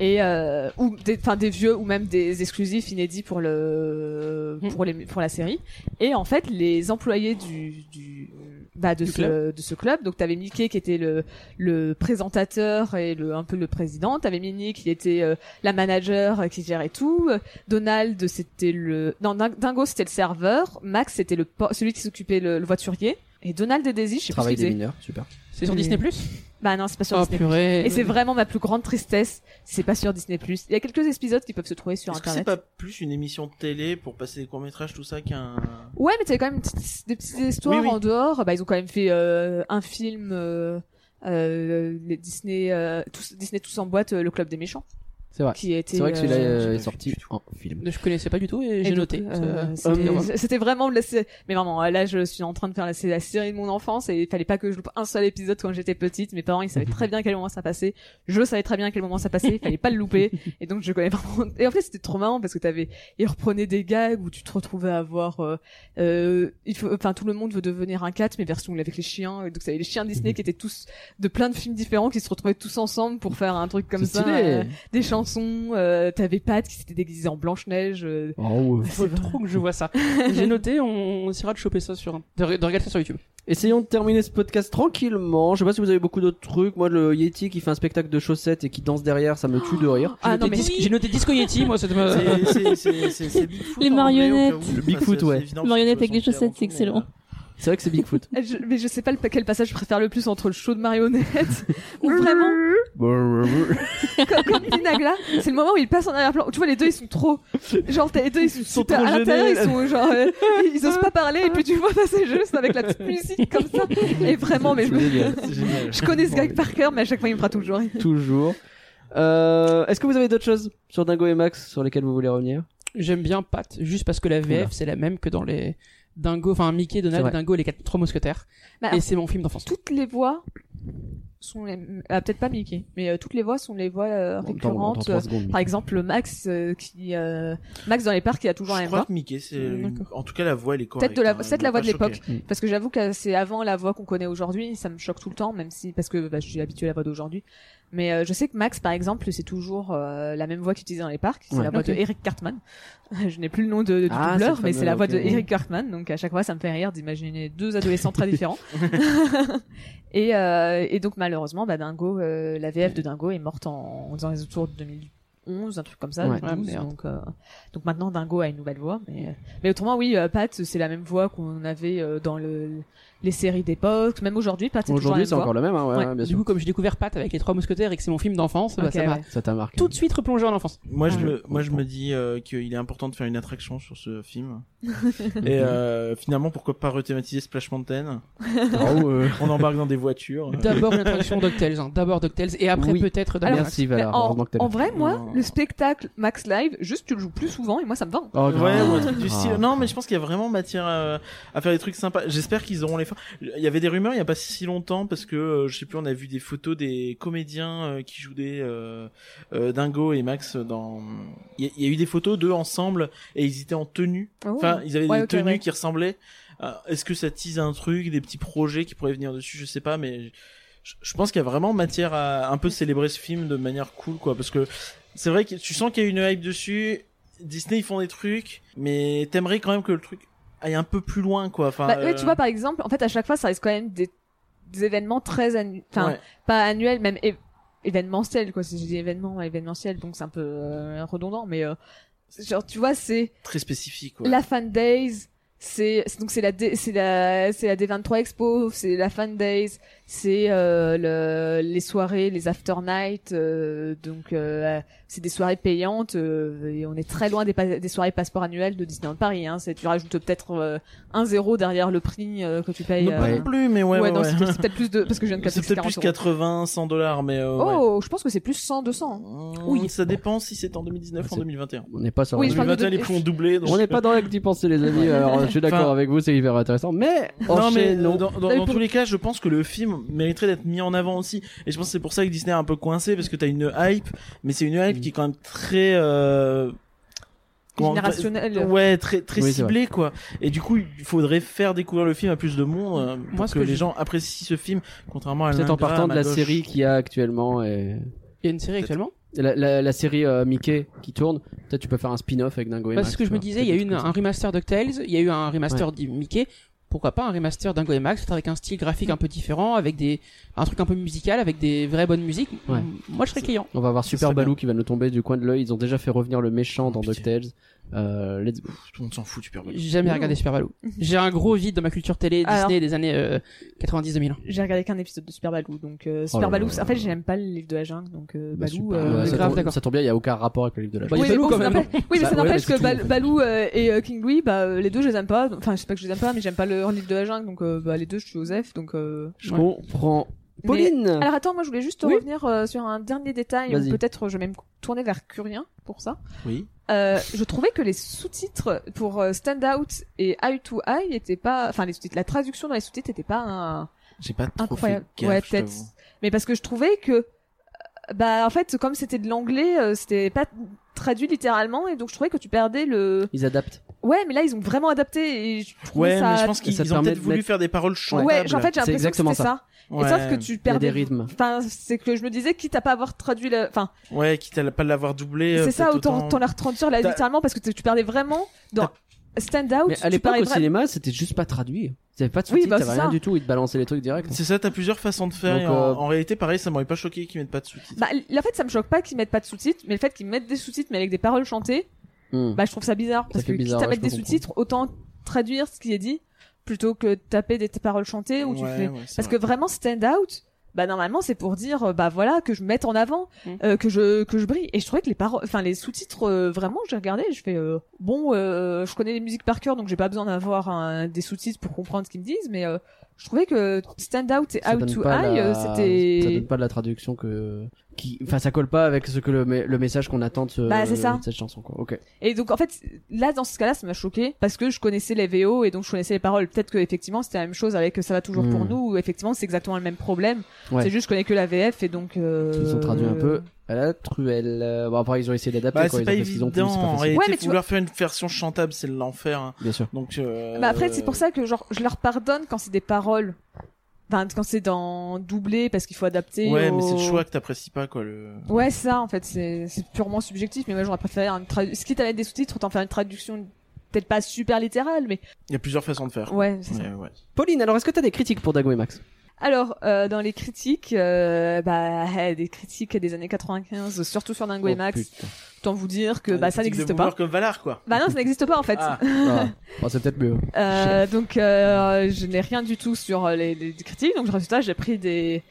Speaker 7: Et euh, ou des, enfin des vieux ou même des exclusifs inédits pour le
Speaker 8: Mmh.
Speaker 7: pour les pour la série. Et en fait, les employés du, du bah de
Speaker 8: Du
Speaker 7: ce
Speaker 8: club.
Speaker 7: de ce club, donc t'avais Mickey qui était le le présentateur et le un peu le président, t'avais Minnie qui était euh, la manager euh, qui gérait tout, Euh, Donald c'était le non Ding- Dingo c'était le serveur, Max c'était le por- celui qui s'occupait le, le voiturier et Donald et Daisy je sais plus ce
Speaker 9: Travail
Speaker 7: qu'ils
Speaker 9: des
Speaker 7: faisaient.
Speaker 9: mineurs, super.
Speaker 8: C'est sur Disney Plus
Speaker 7: Bah non, c'est pas sur
Speaker 8: Oh
Speaker 7: Disney.
Speaker 8: purée.
Speaker 7: Et c'est vraiment ma plus grande tristesse, c'est pas sur Disney+. Il y a quelques épisodes qui peuvent se trouver sur
Speaker 3: Est-ce que c'est
Speaker 7: internet.
Speaker 3: pas plus une émission de télé pour passer des courts-métrages, tout ça, qu'un...
Speaker 7: Ouais, mais t'avais quand même une petite- des petites histoires
Speaker 3: Oui, oui.
Speaker 7: en dehors. Bah, ils ont quand même fait euh, un film euh, euh, les Disney, euh, tous, Disney tous en boîte, euh, le club des méchants,
Speaker 9: C'est vrai.
Speaker 7: qui était.
Speaker 9: C'est vrai que celui-là
Speaker 7: euh,
Speaker 9: euh,
Speaker 3: j'ai
Speaker 9: est
Speaker 3: pas
Speaker 9: sorti
Speaker 3: vu du tout.
Speaker 9: en film.
Speaker 8: Je connaissais pas du tout et
Speaker 7: et
Speaker 8: j'ai
Speaker 7: donc,
Speaker 8: noté.
Speaker 7: euh,
Speaker 8: Ça-
Speaker 7: c'était-
Speaker 8: Hum.
Speaker 7: [laughs] C'était vraiment de la sé- Mais vraiment, euh, là, je suis en train de faire la, sé- la série de mon enfance et il fallait pas que je loupe un seul épisode quand j'étais petite. Mes parents, ils savaient très bien à quel moment ça passait. Je savais très bien à quel moment ça passait. Il fallait pas le louper. Et donc, je connais [laughs] vraiment. Et en fait, c'était trop marrant parce que t'avais, ils reprenaient des gags où tu te retrouvais à voir, euh, euh, il faut, enfin, tout le monde veut devenir un cat, mais version avec les chiens. Et donc, t'avais les chiens Disney qui étaient tous de plein de films différents qui se retrouvaient tous ensemble pour faire un truc comme
Speaker 9: C'est
Speaker 7: ça.
Speaker 9: stylé.
Speaker 7: euh, des chansons, euh, t'avais Pat qui s'était déguisé en Blanche-Neige. euh,
Speaker 9: Oh, ouais.
Speaker 8: Faut trop que je vois ça. J'ai noté, on, on essaiera de choper ça sur. de, re- de regarder ça sur YouTube.
Speaker 9: Essayons de terminer ce podcast tranquillement. Je sais pas si vous avez beaucoup d'autres trucs. Moi, le Yeti qui fait un spectacle de chaussettes et qui danse derrière, ça me tue de rire.
Speaker 7: [gasps] Ah
Speaker 8: J'ai
Speaker 7: non,
Speaker 8: noté
Speaker 7: mais
Speaker 8: Dis- J'ai noté Disco Yeti, moi, c'était ma.
Speaker 3: C'est- c'est- c'est- c'est- c'est Bigfoot
Speaker 10: Les
Speaker 3: en anglais, au cas où.
Speaker 10: marionnettes.
Speaker 9: Le Bigfoot,
Speaker 3: Enfin, c'est-
Speaker 9: ouais.
Speaker 3: c'est évident,
Speaker 10: Les marionnettes
Speaker 3: parce
Speaker 10: avec
Speaker 3: que
Speaker 10: les
Speaker 3: je le
Speaker 10: chaussettes, c'est
Speaker 3: sentais avant
Speaker 10: excellent.
Speaker 3: tout,
Speaker 9: C'est vrai que c'est Bigfoot.
Speaker 7: Je- mais je sais pas le- quel passage je préfère le plus entre le show de marionnettes ou
Speaker 10: [laughs]
Speaker 7: vraiment comme, comme Pinagla, c'est le moment où il passe en arrière-plan. Tu vois les deux ils sont trop genre t'as les deux ils sont,
Speaker 9: sont
Speaker 7: super
Speaker 9: trop
Speaker 7: à l'intérieur,
Speaker 9: gênés.
Speaker 7: ils sont genre euh, ils, ils osent pas parler et puis tu vois passer juste avec la petite musique comme ça et vraiment Ah mais je,
Speaker 9: C'est
Speaker 7: [laughs]
Speaker 3: mais,
Speaker 9: génial,
Speaker 3: euh, c'est génial.
Speaker 7: je connais ce gag par cœur mais à chaque fois il me fera toujours rire.
Speaker 9: [laughs] Toujours. Euh, Est-ce que vous avez d'autres choses sur Dingo et Max sur lesquelles vous voulez revenir
Speaker 8: J'aime bien Pat, juste parce que la
Speaker 9: Oula.
Speaker 8: VF, c'est la même que dans les. Dingo, enfin Mickey,
Speaker 9: C'est
Speaker 8: Donald,
Speaker 9: vrai.
Speaker 8: Dingo et les quatre trois mousquetaires.
Speaker 7: Bah,
Speaker 8: Et c'est mon film d'enfance.
Speaker 7: toutes les voix sont les... ah, peut-être pas Mickey, mais euh, toutes les voix sont les voix euh,
Speaker 9: Dans- dans- dans
Speaker 7: récurrentes.
Speaker 9: trois secondes, Mickey.
Speaker 7: Par exemple, Max euh, qui euh, Max dans les parcs, il a toujours la
Speaker 3: Je
Speaker 7: même
Speaker 3: crois
Speaker 7: voix.
Speaker 3: que Mickey, c'est
Speaker 7: Mm,
Speaker 3: une- en tout cas la voix, elle est correcte.
Speaker 7: Peut-être de la,
Speaker 3: hein, elle
Speaker 7: peut-être la
Speaker 3: m'a
Speaker 7: voix
Speaker 3: pas
Speaker 7: de l'époque,
Speaker 3: choqué.
Speaker 7: parce que j'avoue que c'est avant la voix qu'on connaît aujourd'hui, ça me choque tout le temps, même si parce que bah, je suis habituée à la voix d'aujourd'hui. Mais euh, je sais que Max, par exemple, c'est toujours euh, la même voix qu'il utilisait dans les parcs, c'est
Speaker 1: Ouais.
Speaker 7: la voix
Speaker 1: Ok.
Speaker 7: de Eric Cartman. [laughs] je n'ai plus le nom de, du
Speaker 1: Ah,
Speaker 7: doubleur,
Speaker 1: c'est le
Speaker 7: mais
Speaker 1: fameux,
Speaker 7: c'est la voix
Speaker 1: ok.
Speaker 7: de Eric Cartman, donc à chaque fois ça me fait rire d'imaginer deux adolescents très
Speaker 1: [laughs]
Speaker 7: différents. [laughs] et, euh, et donc malheureusement, bah, Dingo, euh, la VF de Dingo est morte en dans les autour de 2011, un truc comme ça.
Speaker 9: Ouais.
Speaker 7: 2012,
Speaker 9: Ah, merde.
Speaker 7: donc, euh, donc maintenant Dingo a une nouvelle voix, mais euh, mais autrement, oui, euh, Pat, c'est la même voix qu'on avait euh, dans le, les séries d'époque. Même aujourd'hui, Pat, c'est toujours la
Speaker 9: Aujourd'hui,
Speaker 7: même
Speaker 9: c'est
Speaker 7: voix.
Speaker 9: encore le même, hein, ouais,
Speaker 7: Ouais.
Speaker 9: ouais, bien
Speaker 8: Du
Speaker 9: sûr.
Speaker 8: coup, comme j'ai découvert Pat avec les Trois Mousquetaires et que c'est mon film d'enfance, bah,
Speaker 7: Ok,
Speaker 8: ça m'a
Speaker 7: ouais.
Speaker 9: Ça t'a marqué.
Speaker 8: tout de suite replongé en enfance.
Speaker 3: Moi, je
Speaker 7: Ouais.
Speaker 3: me, moi, je me dis euh, qu'il est important de faire une attraction sur ce film. Et euh, finalement, pourquoi pas rethématiser Splash Mountain
Speaker 9: Oh, euh,
Speaker 3: On embarque dans des
Speaker 8: [laughs]
Speaker 3: voitures.
Speaker 8: D'abord
Speaker 9: [laughs]
Speaker 8: l'attraction DuckTales, hein. d'abord DuckTales et après
Speaker 9: Oui. Ah,
Speaker 8: peut-être Dalmax.
Speaker 9: euh, Merci,
Speaker 7: Mais
Speaker 9: Valère.
Speaker 7: en,
Speaker 9: heureusement que t'as
Speaker 7: en
Speaker 9: vu.
Speaker 7: vrai, moi,
Speaker 3: Non.
Speaker 7: le spectacle Max Live, juste tu le joues plus souvent et moi ça me va.
Speaker 9: Oh,
Speaker 3: Ouais,
Speaker 9: grave.
Speaker 3: ou un truc du
Speaker 9: Grave.
Speaker 3: style. Non, mais je pense qu'il y a vraiment matière à, à faire des trucs sympas. J'espère qu'ils auront les fins. Il y avait des rumeurs il y a pas si longtemps parce que euh, je sais plus, on a vu des photos des comédiens euh, qui jouaient euh, euh, Dingo et Max dans. Il y, a- il y a eu des photos d'eux ensemble et ils étaient en tenue. Enfin, ils avaient
Speaker 7: Ouais,
Speaker 3: des
Speaker 7: ok,
Speaker 3: tenues
Speaker 7: ouais.
Speaker 3: qui ressemblaient. Euh, Est-ce que ça tease un truc, des petits projets qui pourraient venir dessus Je sais pas, mais je, je pense qu'il y a vraiment matière à un peu célébrer ce film de manière cool, quoi. Parce que c'est vrai que tu sens qu'il y a une hype dessus. Disney, ils font des trucs, mais t'aimerais quand même que le truc aille un peu plus loin, quoi. Enfin,
Speaker 7: Bah,
Speaker 3: euh,
Speaker 7: eux, tu vois, par exemple, en fait, à chaque fois, ça reste quand même des, des événements très annu- enfin,
Speaker 3: ouais.
Speaker 7: pas annuels, même é- événementiels, quoi. Si je dis événement, événementiel, donc c'est un peu euh, redondant, mais euh, c'est genre, tu vois, c'est
Speaker 3: très spécifique, quoi.
Speaker 7: la Fan Days, c'est c'est- donc c'est la D- c'est la c'est la D23 Expo, c'est la Fan Days, c'est euh, le- les soirées, les after night, euh, donc euh, c'est des soirées payantes euh, et on est très loin des, pa- des soirées passeport annuel de Disneyland Paris. Hein, c'est tu rajoutes peut-être euh, un zéro derrière le prix euh, que tu payes.
Speaker 3: Non,
Speaker 7: euh,
Speaker 3: non plus, mais ouais, ouais,
Speaker 7: non,
Speaker 3: ouais.
Speaker 7: c'est peut-être- c'est peut-être plus de parce que je viens de capter
Speaker 3: [laughs] C'est
Speaker 7: que c'est
Speaker 3: peut-être plus
Speaker 7: 40 euros.
Speaker 3: 80, 100 dollars, mais euh, ouais.
Speaker 7: Oh, je pense que c'est plus 100, 200.
Speaker 3: oui, ça dépend si c'est en 2019
Speaker 9: Ouais,
Speaker 3: ou en
Speaker 9: c'est-
Speaker 3: 2021.
Speaker 9: On n'est pas sur
Speaker 7: Oui,
Speaker 9: la-
Speaker 7: je parle de-
Speaker 3: 2021, les prix ont doublé. donc-
Speaker 9: On n'est pas dans l'acte d'y penser, les amis. Alors, je suis d'accord
Speaker 3: Enfin-
Speaker 9: avec vous, c'est hyper intéressant. Mais,
Speaker 3: Non mais
Speaker 9: enchaînons.
Speaker 3: euh, dans, dans-
Speaker 7: Mais
Speaker 3: dans
Speaker 7: pour-
Speaker 3: tous les cas, je pense que le film mériterait d'être mis en avant aussi. Et je pense que c'est pour ça que Disney est un peu coincé parce que t'as une hype, mais c'est une hype
Speaker 9: Mm.
Speaker 3: qui est quand même très euh... comment-
Speaker 7: Générationnel.
Speaker 3: Ouais, très très
Speaker 9: Oui, c'est
Speaker 3: ciblée quoi. Et du coup, il faudrait faire découvrir le film à plus de monde euh, pour
Speaker 8: Moi, ce
Speaker 3: que,
Speaker 8: que
Speaker 3: les
Speaker 8: je-
Speaker 3: gens apprécient ce film, contrairement à
Speaker 9: Peut-être en
Speaker 3: l'ingrat à
Speaker 9: partant de
Speaker 3: ma
Speaker 9: la
Speaker 3: gauche.
Speaker 9: série qu'il y a actuellement et
Speaker 8: Il y a une série actuellement.
Speaker 9: la, la- la série euh, Mickey qui tourne. Peut-être tu peux faire un spin-off avec Dingo et
Speaker 8: Parce
Speaker 9: Max, hein.
Speaker 8: que je
Speaker 9: tu
Speaker 8: me
Speaker 9: vois.
Speaker 8: disais, il y a eu
Speaker 9: Peut-être
Speaker 8: une- un remaster DuckTales, il y a eu un remaster du Mickey. Pourquoi pas un remaster Dingo et Max, peut-être avec un style graphique un peu différent, avec des un truc un peu musical, avec des vraies bonnes musiques.
Speaker 9: Ouais.
Speaker 8: M- Moi, je serais client.
Speaker 9: On va avoir Super
Speaker 3: serait Oh,
Speaker 9: Baloo qui va nous tomber du coin de l'œil. Ils ont déjà fait revenir le méchant dans
Speaker 3: Pitié.
Speaker 9: DuckTales. Euh, let's go.
Speaker 3: Tout le monde s'en fout du Père Noël.
Speaker 8: J'ai jamais regardé Super Baloo. J'ai un gros vide dans ma culture télé Disney
Speaker 7: Mhm. Alors.
Speaker 8: des années euh, 90-2001.
Speaker 7: J'ai regardé qu'un épisode de Super Baloo, donc euh,
Speaker 9: Oh là
Speaker 7: Super
Speaker 9: là
Speaker 7: Baloo.
Speaker 9: là
Speaker 7: En fait, j'aime pas le livre de la jungle, donc euh,
Speaker 9: Bah,
Speaker 7: Baloo.
Speaker 9: super.
Speaker 7: euh,
Speaker 9: Ouais, ça,
Speaker 8: grave,
Speaker 9: tombe,
Speaker 8: Ah, d'accord.
Speaker 9: ça tombe bien, il n'y a aucun rapport avec le livre de la
Speaker 8: Bah, il y a
Speaker 9: jungle.
Speaker 7: oui,
Speaker 8: Baloo,
Speaker 7: mais bon,
Speaker 8: quand
Speaker 7: ça
Speaker 8: même,
Speaker 7: n'empêche- oui, mais
Speaker 9: Ça-
Speaker 7: ça
Speaker 9: ouais, mais
Speaker 7: n'empêche
Speaker 9: c'est
Speaker 7: que
Speaker 9: tout, en
Speaker 7: Bal-
Speaker 9: fait.
Speaker 7: Baloo euh, et euh, King Louis, bah, euh, les deux, je les aime pas. Enfin, je sais pas que je les aime pas, mais j'aime pas le livre de la jungle, donc euh, bah, les deux, je suis aux F, donc. euh,
Speaker 9: Je
Speaker 8: Ouais.
Speaker 9: comprends.
Speaker 7: Mais-
Speaker 9: Pauline
Speaker 7: Alors attends, moi, je voulais juste
Speaker 9: Oui.
Speaker 7: revenir euh, sur un dernier détail.
Speaker 9: Vas-y.
Speaker 7: ou Peut-être, je vais même tourner vers Curien pour ça.
Speaker 3: Oui.
Speaker 7: Euh, je trouvais que les sous-titres pour euh, Stand Out et Eye to Eye étaient pas, enfin les sous-titres, la traduction dans les sous-titres était pas un,
Speaker 3: J'ai pas trop
Speaker 7: Incroyable.
Speaker 3: fait gaffe,
Speaker 7: Ouais,
Speaker 3: je
Speaker 7: peut-être.
Speaker 3: t'avoue.
Speaker 7: Mais parce que je trouvais que, euh, bah, en fait, comme c'était de l'anglais, euh, c'était pas traduit littéralement, et donc je trouvais que tu perdais le.
Speaker 9: Ils adaptent.
Speaker 7: Ouais, mais là, ils ont vraiment adapté, et je trouvais
Speaker 3: Ouais,
Speaker 7: ça.
Speaker 3: mais je pense
Speaker 9: Et ça
Speaker 3: qu'ils ils ont
Speaker 9: permet
Speaker 3: peut-être
Speaker 9: de
Speaker 3: voulu
Speaker 9: mettre-
Speaker 3: faire des paroles chantables.
Speaker 7: Ouais, genre, en fait, j'ai l'impression que
Speaker 9: C'est exactement
Speaker 7: c'était ça. Et sauf que tu
Speaker 9: Il y a
Speaker 7: perdais.
Speaker 9: des rythmes.
Speaker 7: Enfin, c'est que je me disais, quitte à pas avoir traduit la. Enfin,
Speaker 3: Ouais, quitte à pas l'avoir doublé. euh,
Speaker 7: c'est ça,
Speaker 3: peut-être
Speaker 7: autant t'en la retraduire là,
Speaker 3: T'as-
Speaker 7: littéralement, parce que tu tu perdais vraiment dans Stand Out.
Speaker 9: Mais à
Speaker 7: tu
Speaker 9: l'époque,
Speaker 7: perdais
Speaker 9: au
Speaker 7: vra-
Speaker 9: cinéma, c'était juste pas traduit. Ils n'avaient pas de
Speaker 7: Oui,
Speaker 9: sous-titres,
Speaker 7: bah,
Speaker 9: ils avaient
Speaker 7: c'est
Speaker 9: rien
Speaker 7: ça.
Speaker 9: du tout. Ils te balançaient les trucs direct.
Speaker 3: C'est ça, t'as plusieurs façons de faire.
Speaker 9: Donc,
Speaker 3: et en,
Speaker 9: euh,
Speaker 3: en réalité, pareil, ça m'aurait pas choqué qu'ils mettent pas de sous-titres.
Speaker 7: Bah, l- en fait, ça me choque pas qu'ils mettent pas de sous-titres, mais le fait qu'ils mettent des sous-titres, mais avec des paroles chantées,
Speaker 9: Hmm.
Speaker 7: bah je trouve ça bizarre parce
Speaker 9: fait
Speaker 7: que
Speaker 9: bizarre,
Speaker 7: quitte à
Speaker 9: ouais,
Speaker 7: mettre
Speaker 9: je
Speaker 7: des
Speaker 9: peux
Speaker 7: sous-titres autant traduire ce qui est dit plutôt que de taper des paroles chantées ou tu
Speaker 3: Ouais,
Speaker 7: fais
Speaker 3: ouais, c'est
Speaker 7: parce
Speaker 3: vrai.
Speaker 7: que vraiment stand out bah normalement c'est pour dire euh, bah voilà que je me mette en avant
Speaker 8: Mm.
Speaker 7: euh, que je que je brille et je trouvais que les paroles enfin les sous-titres euh, vraiment j'ai regardé je fais euh, bon euh, je connais les musiques par cœur donc j'ai pas besoin d'avoir un- des sous-titres pour comprendre ce qu'ils me disent mais euh, je trouvais que Stand Out et
Speaker 9: Ça
Speaker 7: Out
Speaker 9: donne
Speaker 7: to
Speaker 9: pas
Speaker 7: Eye,
Speaker 9: la-
Speaker 7: euh,
Speaker 9: ça donne
Speaker 7: c'était.
Speaker 9: pas de la traduction que qui enfin ça colle pas avec ce que le, me- le message qu'on attend de, ce-
Speaker 7: Bah, c'est ça.
Speaker 9: de cette chanson quoi ok
Speaker 7: Et donc en fait, là dans ce cas-là, ça m'a choqué parce que je connaissais les VO et donc je connaissais les paroles. Peut-être que effectivement c'était la même chose avec euh, Ça va toujours pour
Speaker 9: Hmm.
Speaker 7: nous. Où, effectivement, c'est exactement le même problème.
Speaker 9: Ouais.
Speaker 7: C'est juste que je connais que la VF et donc. euh,
Speaker 9: ils ont traduit un peu à la truelle Euh, bon après ils ont essayé d'adapter
Speaker 3: Bah,
Speaker 9: quoi
Speaker 3: c'est
Speaker 9: ils
Speaker 3: pas
Speaker 9: ont fait ce qu'ils
Speaker 3: évident.
Speaker 9: ont pu, c'est pas
Speaker 3: en
Speaker 9: facile.
Speaker 3: réalité,
Speaker 7: Ouais, mais tu
Speaker 3: vouloir faire une version chantable, c'est l'enfer. hein.
Speaker 9: bien sûr
Speaker 3: Donc. euh,
Speaker 7: Bah après, c'est pour ça que genre, je leur pardonne quand c'est des paroles. Enfin, quand c'est dans doublé parce qu'il faut adapter.
Speaker 3: Ouais,
Speaker 7: au-
Speaker 3: mais c'est le choix que t'apprécies pas, quoi. Le...
Speaker 7: Ouais, c'est ça en fait, c'est c'est purement subjectif. Mais moi, j'aurais préféré une traduction. Ce qui t'avait des sous-titres, autant faire une traduction peut-être pas super littérale, mais
Speaker 3: Il y a plusieurs façons de faire.
Speaker 7: ouais, c'est ça.
Speaker 3: Mais ouais.
Speaker 9: Pauline alors est-ce que t'as des critiques pour Dago et Max
Speaker 7: Alors, euh, dans les critiques, euh, bah, eh, des critiques des années 95, surtout sur Dingo et
Speaker 9: Oh,
Speaker 7: Max,
Speaker 9: putain.
Speaker 7: autant vous dire que
Speaker 3: Ah,
Speaker 7: bah,
Speaker 3: des
Speaker 7: ça
Speaker 3: critiques de
Speaker 7: n'existe
Speaker 3: Boomer
Speaker 7: pas.
Speaker 3: comme Valar, quoi.
Speaker 7: Bah non, ça n'existe pas en fait.
Speaker 3: Ah.
Speaker 9: Ah. Bon, c'est peut-être mieux
Speaker 7: Euh, donc, euh, je n'ai rien du tout sur euh, les, les critiques. Donc, résultat, j'ai pris des,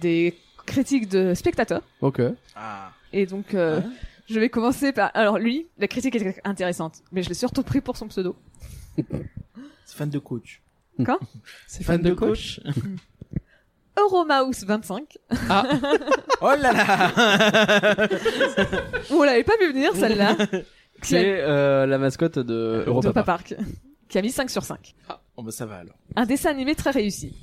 Speaker 7: des critiques de spectateurs.
Speaker 9: ok
Speaker 3: Ah.
Speaker 7: Et donc, euh,
Speaker 3: Ah.
Speaker 7: je vais commencer par... Alors, lui, la critique est intéressante, mais je l'ai surtout pris pour son pseudo.
Speaker 3: C'est fan de coach.
Speaker 8: C'est fan de coach
Speaker 7: Euromouse25.
Speaker 3: [laughs] Oh là là
Speaker 7: On l'avait pas vu venir, celle-là. qui a...
Speaker 9: c'est euh, la mascotte de
Speaker 7: de
Speaker 9: Europa Park.
Speaker 7: Park. Qui a mis 5 sur 5.
Speaker 3: [laughs] Bon bah ça va
Speaker 9: [laughs]
Speaker 3: alors.
Speaker 7: Un dessin animé très réussi.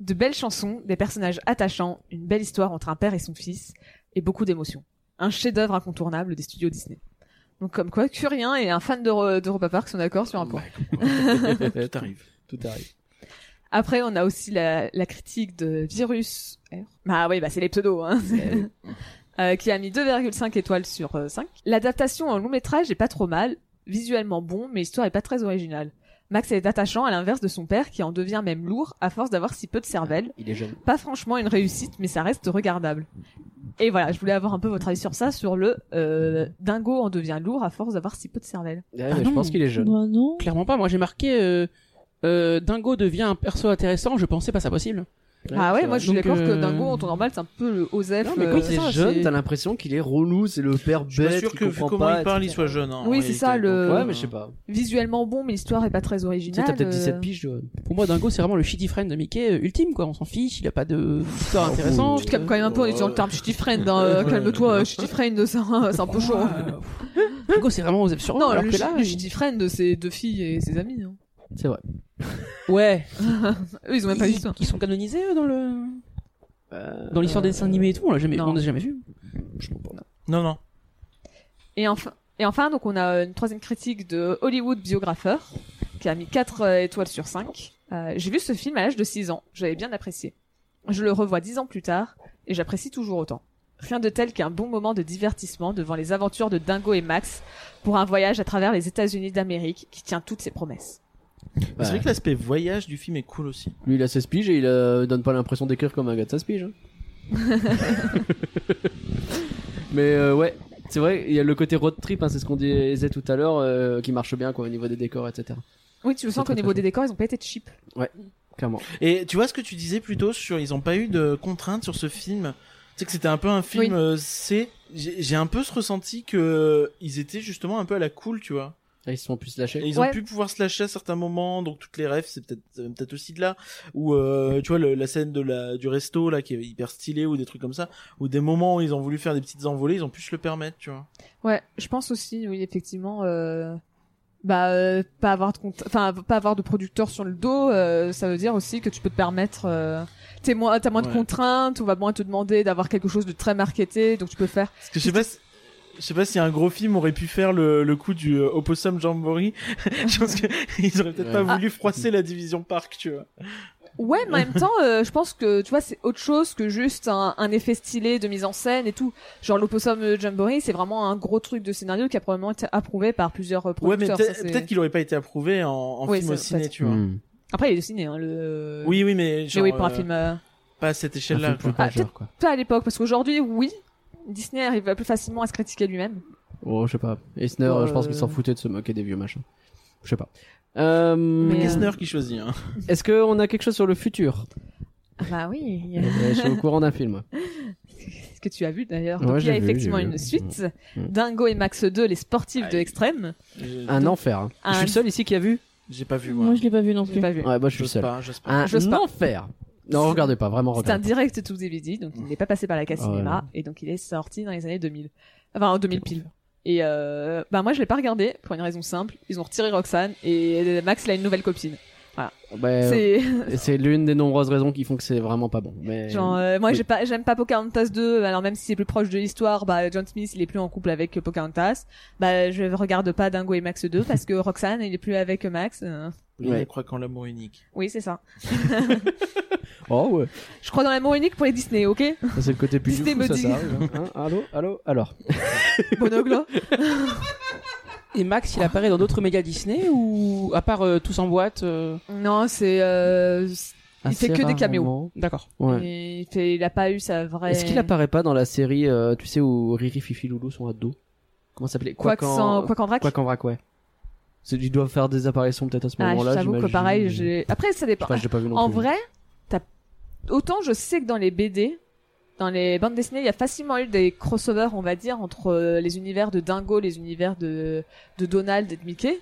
Speaker 7: De belles chansons, des personnages attachants, une belle histoire entre un père et son fils, et beaucoup d'émotions. Un chef-d'œuvre incontournable des studios Disney. Donc comme quoi, Curien et un fan d'Euro- d'Europa Park sont d'accord sur un point.
Speaker 3: Ouais, Tout arrive.
Speaker 9: tout arrive
Speaker 7: Après, on a aussi la, la critique de Virus R. Bah oui, bah c'est les pseudos, hein. [laughs] Euh, qui a mis 2,5 étoiles sur euh, 5. L'adaptation en long métrage est pas trop mal, visuellement bon, mais l'histoire est pas très originale. Max est attachant à l'inverse de son père qui en devient même lourd à force d'avoir si peu de cervelle,
Speaker 9: il est jeune
Speaker 7: pas franchement une réussite, mais ça reste regardable. Et voilà, je voulais avoir un peu votre avis sur ça, sur le euh, dingo en devient lourd à force d'avoir si peu de cervelle.
Speaker 9: Ouais,
Speaker 8: Ah
Speaker 9: mais je
Speaker 8: non.
Speaker 9: pense qu'il est jeune
Speaker 10: Bah non.
Speaker 8: Clairement pas. Moi, j'ai marqué euh, euh, Dingo devient un perso intéressant. Je pensais pas ça possible.
Speaker 7: ah ouais, moi
Speaker 9: c'est vrai.
Speaker 7: je suis
Speaker 8: Donc,
Speaker 7: d'accord que
Speaker 8: euh,
Speaker 7: dingo en temps normal c'est un peu le OZEF.
Speaker 9: non, mais
Speaker 7: euh,
Speaker 9: quand il
Speaker 7: ça,
Speaker 9: est jeune,
Speaker 7: c'est-
Speaker 9: t'as l'impression qu'il est relou, c'est le père bête.
Speaker 3: Je suis pas sûr
Speaker 9: qui
Speaker 3: que vu
Speaker 9: comprend
Speaker 3: comment
Speaker 9: pas,
Speaker 3: il parle, il
Speaker 9: etc.
Speaker 3: soit jeune. hein, en
Speaker 7: Oui, c'est
Speaker 3: réalité.
Speaker 7: ça, le-
Speaker 3: Donc,
Speaker 9: Ouais, mais je sais pas.
Speaker 7: visuellement bon, mais l'histoire est pas très
Speaker 9: Tu
Speaker 7: originale.
Speaker 9: sais, t'as peut-être
Speaker 7: euh.
Speaker 9: 17 piges, tu vois.
Speaker 8: Pour moi, Dingo, c'est vraiment le shitty friend de Mickey euh, ultime, quoi. On s'en fiche. Il a pas de
Speaker 7: Ah,
Speaker 8: histoire intéressante.
Speaker 7: Je te calme quand même un peu en utilisant le terme shitty friend. hein,
Speaker 9: [laughs]
Speaker 7: euh, Calme-toi, euh, shitty friend, c'est un c'est un peu chaud.
Speaker 8: Dingo, c'est vraiment aux absurdes.
Speaker 7: Non,
Speaker 8: alors
Speaker 7: le,
Speaker 8: que là, euh,
Speaker 7: chi- le shitty friend, c'est deux filles et ses amis. hein.
Speaker 9: C'est vrai.
Speaker 8: ouais.
Speaker 7: [laughs] Eux, ils ont même pas vu
Speaker 8: Ils,
Speaker 7: ça. Euh,
Speaker 8: ils sont canonisés eux, dans le dans l'histoire des dessins animés et tout. On l'a jamais,
Speaker 7: non.
Speaker 8: on les a jamais vu.
Speaker 3: Non, non.
Speaker 7: Et enfin, et enfin, donc on a une troisième critique de Hollywood Biographer qui a mis 4 étoiles sur 5. J'ai vu ce film à l'âge de 6 ans, j'avais bien apprécié. Je le revois 10 ans plus tard et j'apprécie toujours autant. Rien de tel qu'un bon moment de divertissement devant les aventures de Dingo et Max pour un voyage à travers les États-Unis d'Amérique qui tient toutes ses promesses.
Speaker 3: Mais C'est vrai que l'aspect voyage du film est cool aussi.
Speaker 9: Lui, il a 16 piges et il euh, donne pas l'impression d'écrire comme un gars de 16 [laughs] piges. hein. Mais euh, ouais, c'est vrai, il y a le côté road trip, hein, c'est ce qu'on disait tout à l'heure, euh, qui marche bien quoi, au niveau des décors, etc.
Speaker 7: Oui, tu
Speaker 9: C'est
Speaker 7: sens
Speaker 9: très,
Speaker 7: qu'au niveau
Speaker 9: très
Speaker 7: des décors, ils ont pas été cheap.
Speaker 9: Clairement.
Speaker 3: Et tu vois ce que tu disais plus tôt sur ils ont pas eu de contraintes sur ce film. Tu sais que c'était un peu un film
Speaker 7: Oui.
Speaker 3: euh, C. J'ai j'ai un peu ce ressenti que euh, ils étaient justement un peu à la cool, tu vois.
Speaker 9: Là, Ah, ils se sont plus
Speaker 3: Et
Speaker 9: lâchés.
Speaker 3: ils ont
Speaker 7: Ouais.
Speaker 3: pu pouvoir se lâcher à certains moments, donc toutes les rêves, c'est peut-être ça vient peut-être aussi de là. Ou euh, tu vois le- la scène de la du resto là qui est hyper stylée ou des trucs comme ça, ou des moments où ils ont voulu faire des petites envolées, ils ont pu se le permettre, tu vois.
Speaker 7: Ouais, je pense aussi, oui, effectivement, euh, bah, euh, pas avoir de compte, enfin, pas avoir de producteur sur le dos, euh, ça veut dire aussi que tu peux te permettre, euh, t'es moins, t'as moins de
Speaker 3: Ouais.
Speaker 7: contraintes, on va moins te demander d'avoir quelque chose de très marketé, donc tu peux faire.
Speaker 3: Parce que je sais pas. si- Je sais pas si un gros film aurait pu faire le, le coup du euh, Opossum Jamboree. [laughs] je pense qu'ils auraient peut-être
Speaker 9: Ouais.
Speaker 3: pas voulu froisser la division parc, tu vois.
Speaker 7: Ouais, mais en
Speaker 3: [laughs]
Speaker 7: même temps, euh, je pense que, tu vois, c'est autre chose que juste un, un effet stylé de mise en scène et tout. Genre, l'opossum Jamboree, c'est vraiment un gros truc de scénario qui a probablement été approuvé par plusieurs euh,
Speaker 3: Ouais, mais
Speaker 7: producteurs. ça,
Speaker 3: peut-être
Speaker 7: c'est-
Speaker 3: peut-être qu'il aurait pas été approuvé en, en
Speaker 7: Oui,
Speaker 3: film
Speaker 7: ça,
Speaker 3: au ciné,
Speaker 7: peut-être.
Speaker 3: tu vois.
Speaker 7: Après, il est de ciné, hein, le...
Speaker 3: Oui, oui, mais
Speaker 7: mais
Speaker 3: genre,
Speaker 7: oui, pour un
Speaker 3: euh,
Speaker 7: film. euh,
Speaker 3: pas à cette
Speaker 9: Un film
Speaker 3: échelle-là.
Speaker 9: plus
Speaker 3: quoi.
Speaker 9: majeur, quoi.
Speaker 7: pas à l'époque, parce qu'aujourd'hui, oui, Disney arrive plus facilement à se critiquer lui-même.
Speaker 9: Oh, je sais pas. Eisner,
Speaker 7: Ouais.
Speaker 9: je pense qu'il s'en foutait de se moquer des vieux machins. Je sais pas. Euh,
Speaker 7: Mais, euh,
Speaker 3: Kessner qui choisit. Hein.
Speaker 9: Est-ce qu'on a quelque chose sur le futur
Speaker 7: Bah oui. [laughs]
Speaker 9: Je suis au courant d'un film.
Speaker 7: Ce que tu as vu d'ailleurs.
Speaker 9: Ouais,
Speaker 7: Donc, il y a
Speaker 9: j'ai vu,
Speaker 7: effectivement
Speaker 9: j'ai vu.
Speaker 7: une suite.
Speaker 9: Mm.
Speaker 7: Dingo et Max 2, les sportifs de l'extrême.
Speaker 9: Un enfer. hein.
Speaker 7: Un-
Speaker 9: Je suis Ah, le seul ici qui a vu
Speaker 3: J'ai pas vu, moi.
Speaker 10: Moi, je l'ai pas vu non plus.
Speaker 7: J'ai pas vu.
Speaker 1: Ouais, moi je suis
Speaker 3: J'ose
Speaker 1: seul.
Speaker 3: pas, j'ose pas.
Speaker 1: Un
Speaker 7: J'ose pas.
Speaker 1: enfer. Non, regardez pas, vraiment
Speaker 7: C'est un
Speaker 1: regardez.
Speaker 7: direct to DVD, donc il n'est pas passé par la case
Speaker 1: Ah ouais.
Speaker 7: cinéma, et donc il est sorti dans les années 2000. Enfin, en 2000 pile. Et euh, bah moi je l'ai pas regardé pour une raison simple, ils ont retiré Roxane et Max il a une nouvelle copine.
Speaker 1: pas.
Speaker 9: Eh
Speaker 1: Bah,
Speaker 7: c'est
Speaker 1: Et C'est l'une des nombreuses raisons qui font que c'est vraiment pas bon.
Speaker 9: Eh
Speaker 1: Mais
Speaker 7: genre euh, moi
Speaker 1: oui.
Speaker 7: j'ai pas j'aime pas Pocahontas 2, alors même si c'est plus proche de l'histoire, bah John Smith il est plus en couple avec Pocahontas, bah je regarde pas Dingo et Max 2 parce que Roxane il est plus avec Max. euh,
Speaker 3: Il
Speaker 1: Ouais.
Speaker 3: croit qu'en l'amour unique.
Speaker 7: Oui c'est ça.
Speaker 1: [laughs] oh ouais,
Speaker 7: Je crois dans l'amour unique pour les Disney, ok
Speaker 1: ça, c'est le côté plus
Speaker 7: C'était
Speaker 1: fou, ça,
Speaker 7: maudit.
Speaker 1: ça
Speaker 7: [laughs]
Speaker 1: arrive, hein. Hein, allô, allô, alors.
Speaker 7: Bonoglo.
Speaker 8: Et Max, il apparaît dans d'autres méga Disney ou à part euh, Tous en boîte euh,
Speaker 7: non c'est
Speaker 1: [laughs]
Speaker 7: euh, Il fait
Speaker 1: Assez
Speaker 7: que des
Speaker 1: rarement.
Speaker 7: caméos.
Speaker 8: D'accord.
Speaker 1: Ouais.
Speaker 7: il, fait- il a pas eu sa vraie.
Speaker 1: Est-ce qu'il apparaît pas dans la série, euh, tu sais où Riri, Fifi, Loulou sont ados Comment ça s'appelait
Speaker 7: quoi qu'en quoi qu'en vrac
Speaker 1: Quoi qu'en vrac, ouais. C'est- Ils doivent faire des apparitions peut-être à ce
Speaker 7: Ah,
Speaker 1: moment-là.
Speaker 7: j'avoue que
Speaker 1: j'imagine.
Speaker 7: pareil, j'ai. Après, ça
Speaker 1: Je
Speaker 7: dépend.
Speaker 1: sais pas, je l'ai pas vu non
Speaker 7: en
Speaker 1: plus.
Speaker 7: vrai, t'as. Autant je sais que dans les BD, dans les bandes dessinées, il y a facilement eu des crossovers, on va dire, entre euh, les univers de Dingo, les univers de, de Donald et de Mickey.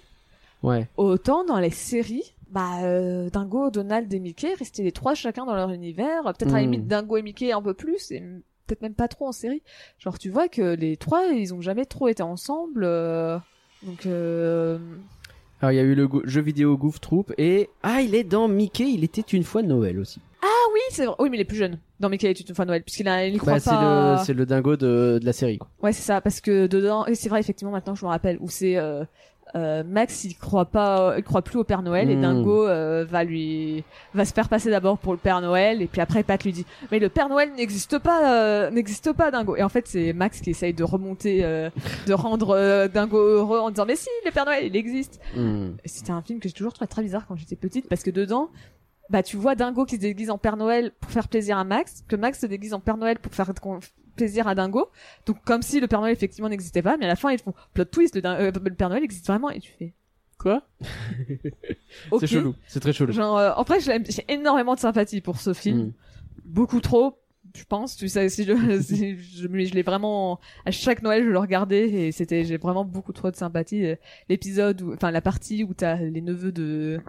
Speaker 1: Ouais.
Speaker 7: Autant dans les séries, bah, euh, Dingo, Donald et Mickey restaient les trois chacun dans leur univers. Peut-être à la
Speaker 1: Hmm.
Speaker 7: limite Dingo et Mickey un peu plus, et m- peut-être même pas trop en série. Genre, tu vois que les trois, ils ont jamais trop été ensemble. euh, Donc, euh,
Speaker 1: Alors il y a eu le go- jeu vidéo Goof Troop et ah il est dans Mickey, il était une fois Noël aussi.
Speaker 7: oui, c'est vrai. Oui, mais il est plus jeune. Dans Mickey est une fois Noël, puisqu'il a, il croit
Speaker 1: Bah, c'est
Speaker 7: pas.
Speaker 1: le c'est le dingo de, de la série. quoi.
Speaker 7: Ouais, c'est ça, parce que dedans, et c'est vrai effectivement maintenant que je me rappelle, où c'est euh, euh, Max, il croit pas, euh, il croit plus au Père Noël et
Speaker 1: Hmm.
Speaker 7: Dingo euh, va lui, va se faire passer d'abord pour le Père Noël et puis après Pat lui dit, mais le Père Noël n'existe pas, euh, n'existe pas Dingo. Et en fait c'est Max qui essaye de remonter, euh, de rendre euh, Dingo heureux en disant mais si le Père Noël il existe.
Speaker 1: Hmm.
Speaker 7: C'était un film que j'ai toujours trouvé très bizarre quand j'étais petite parce que dedans, bah tu vois Dingo qui se déguise en Père Noël pour faire plaisir à Max, que Max se déguise en Père Noël pour faire con- plaisir à Dingo. Donc comme si le Père Noël effectivement n'existait pas, mais à la fin ils font plot twist, le, Din- euh, le Père Noël existe vraiment et tu fais
Speaker 8: Quoi
Speaker 7: ok.
Speaker 1: C'est chelou, c'est très chelou.
Speaker 7: Genre euh, en vrai je l'aime- j'ai énormément de sympathie pour ce film,
Speaker 1: Hmm.
Speaker 7: beaucoup trop. Je pense, tu sais, si je, [laughs] si je, mais je l'ai vraiment à chaque Noël, je le regardais et c'était, j'ai vraiment beaucoup trop de sympathie. Euh, L'épisode, où- enfin la partie où t'as les neveux de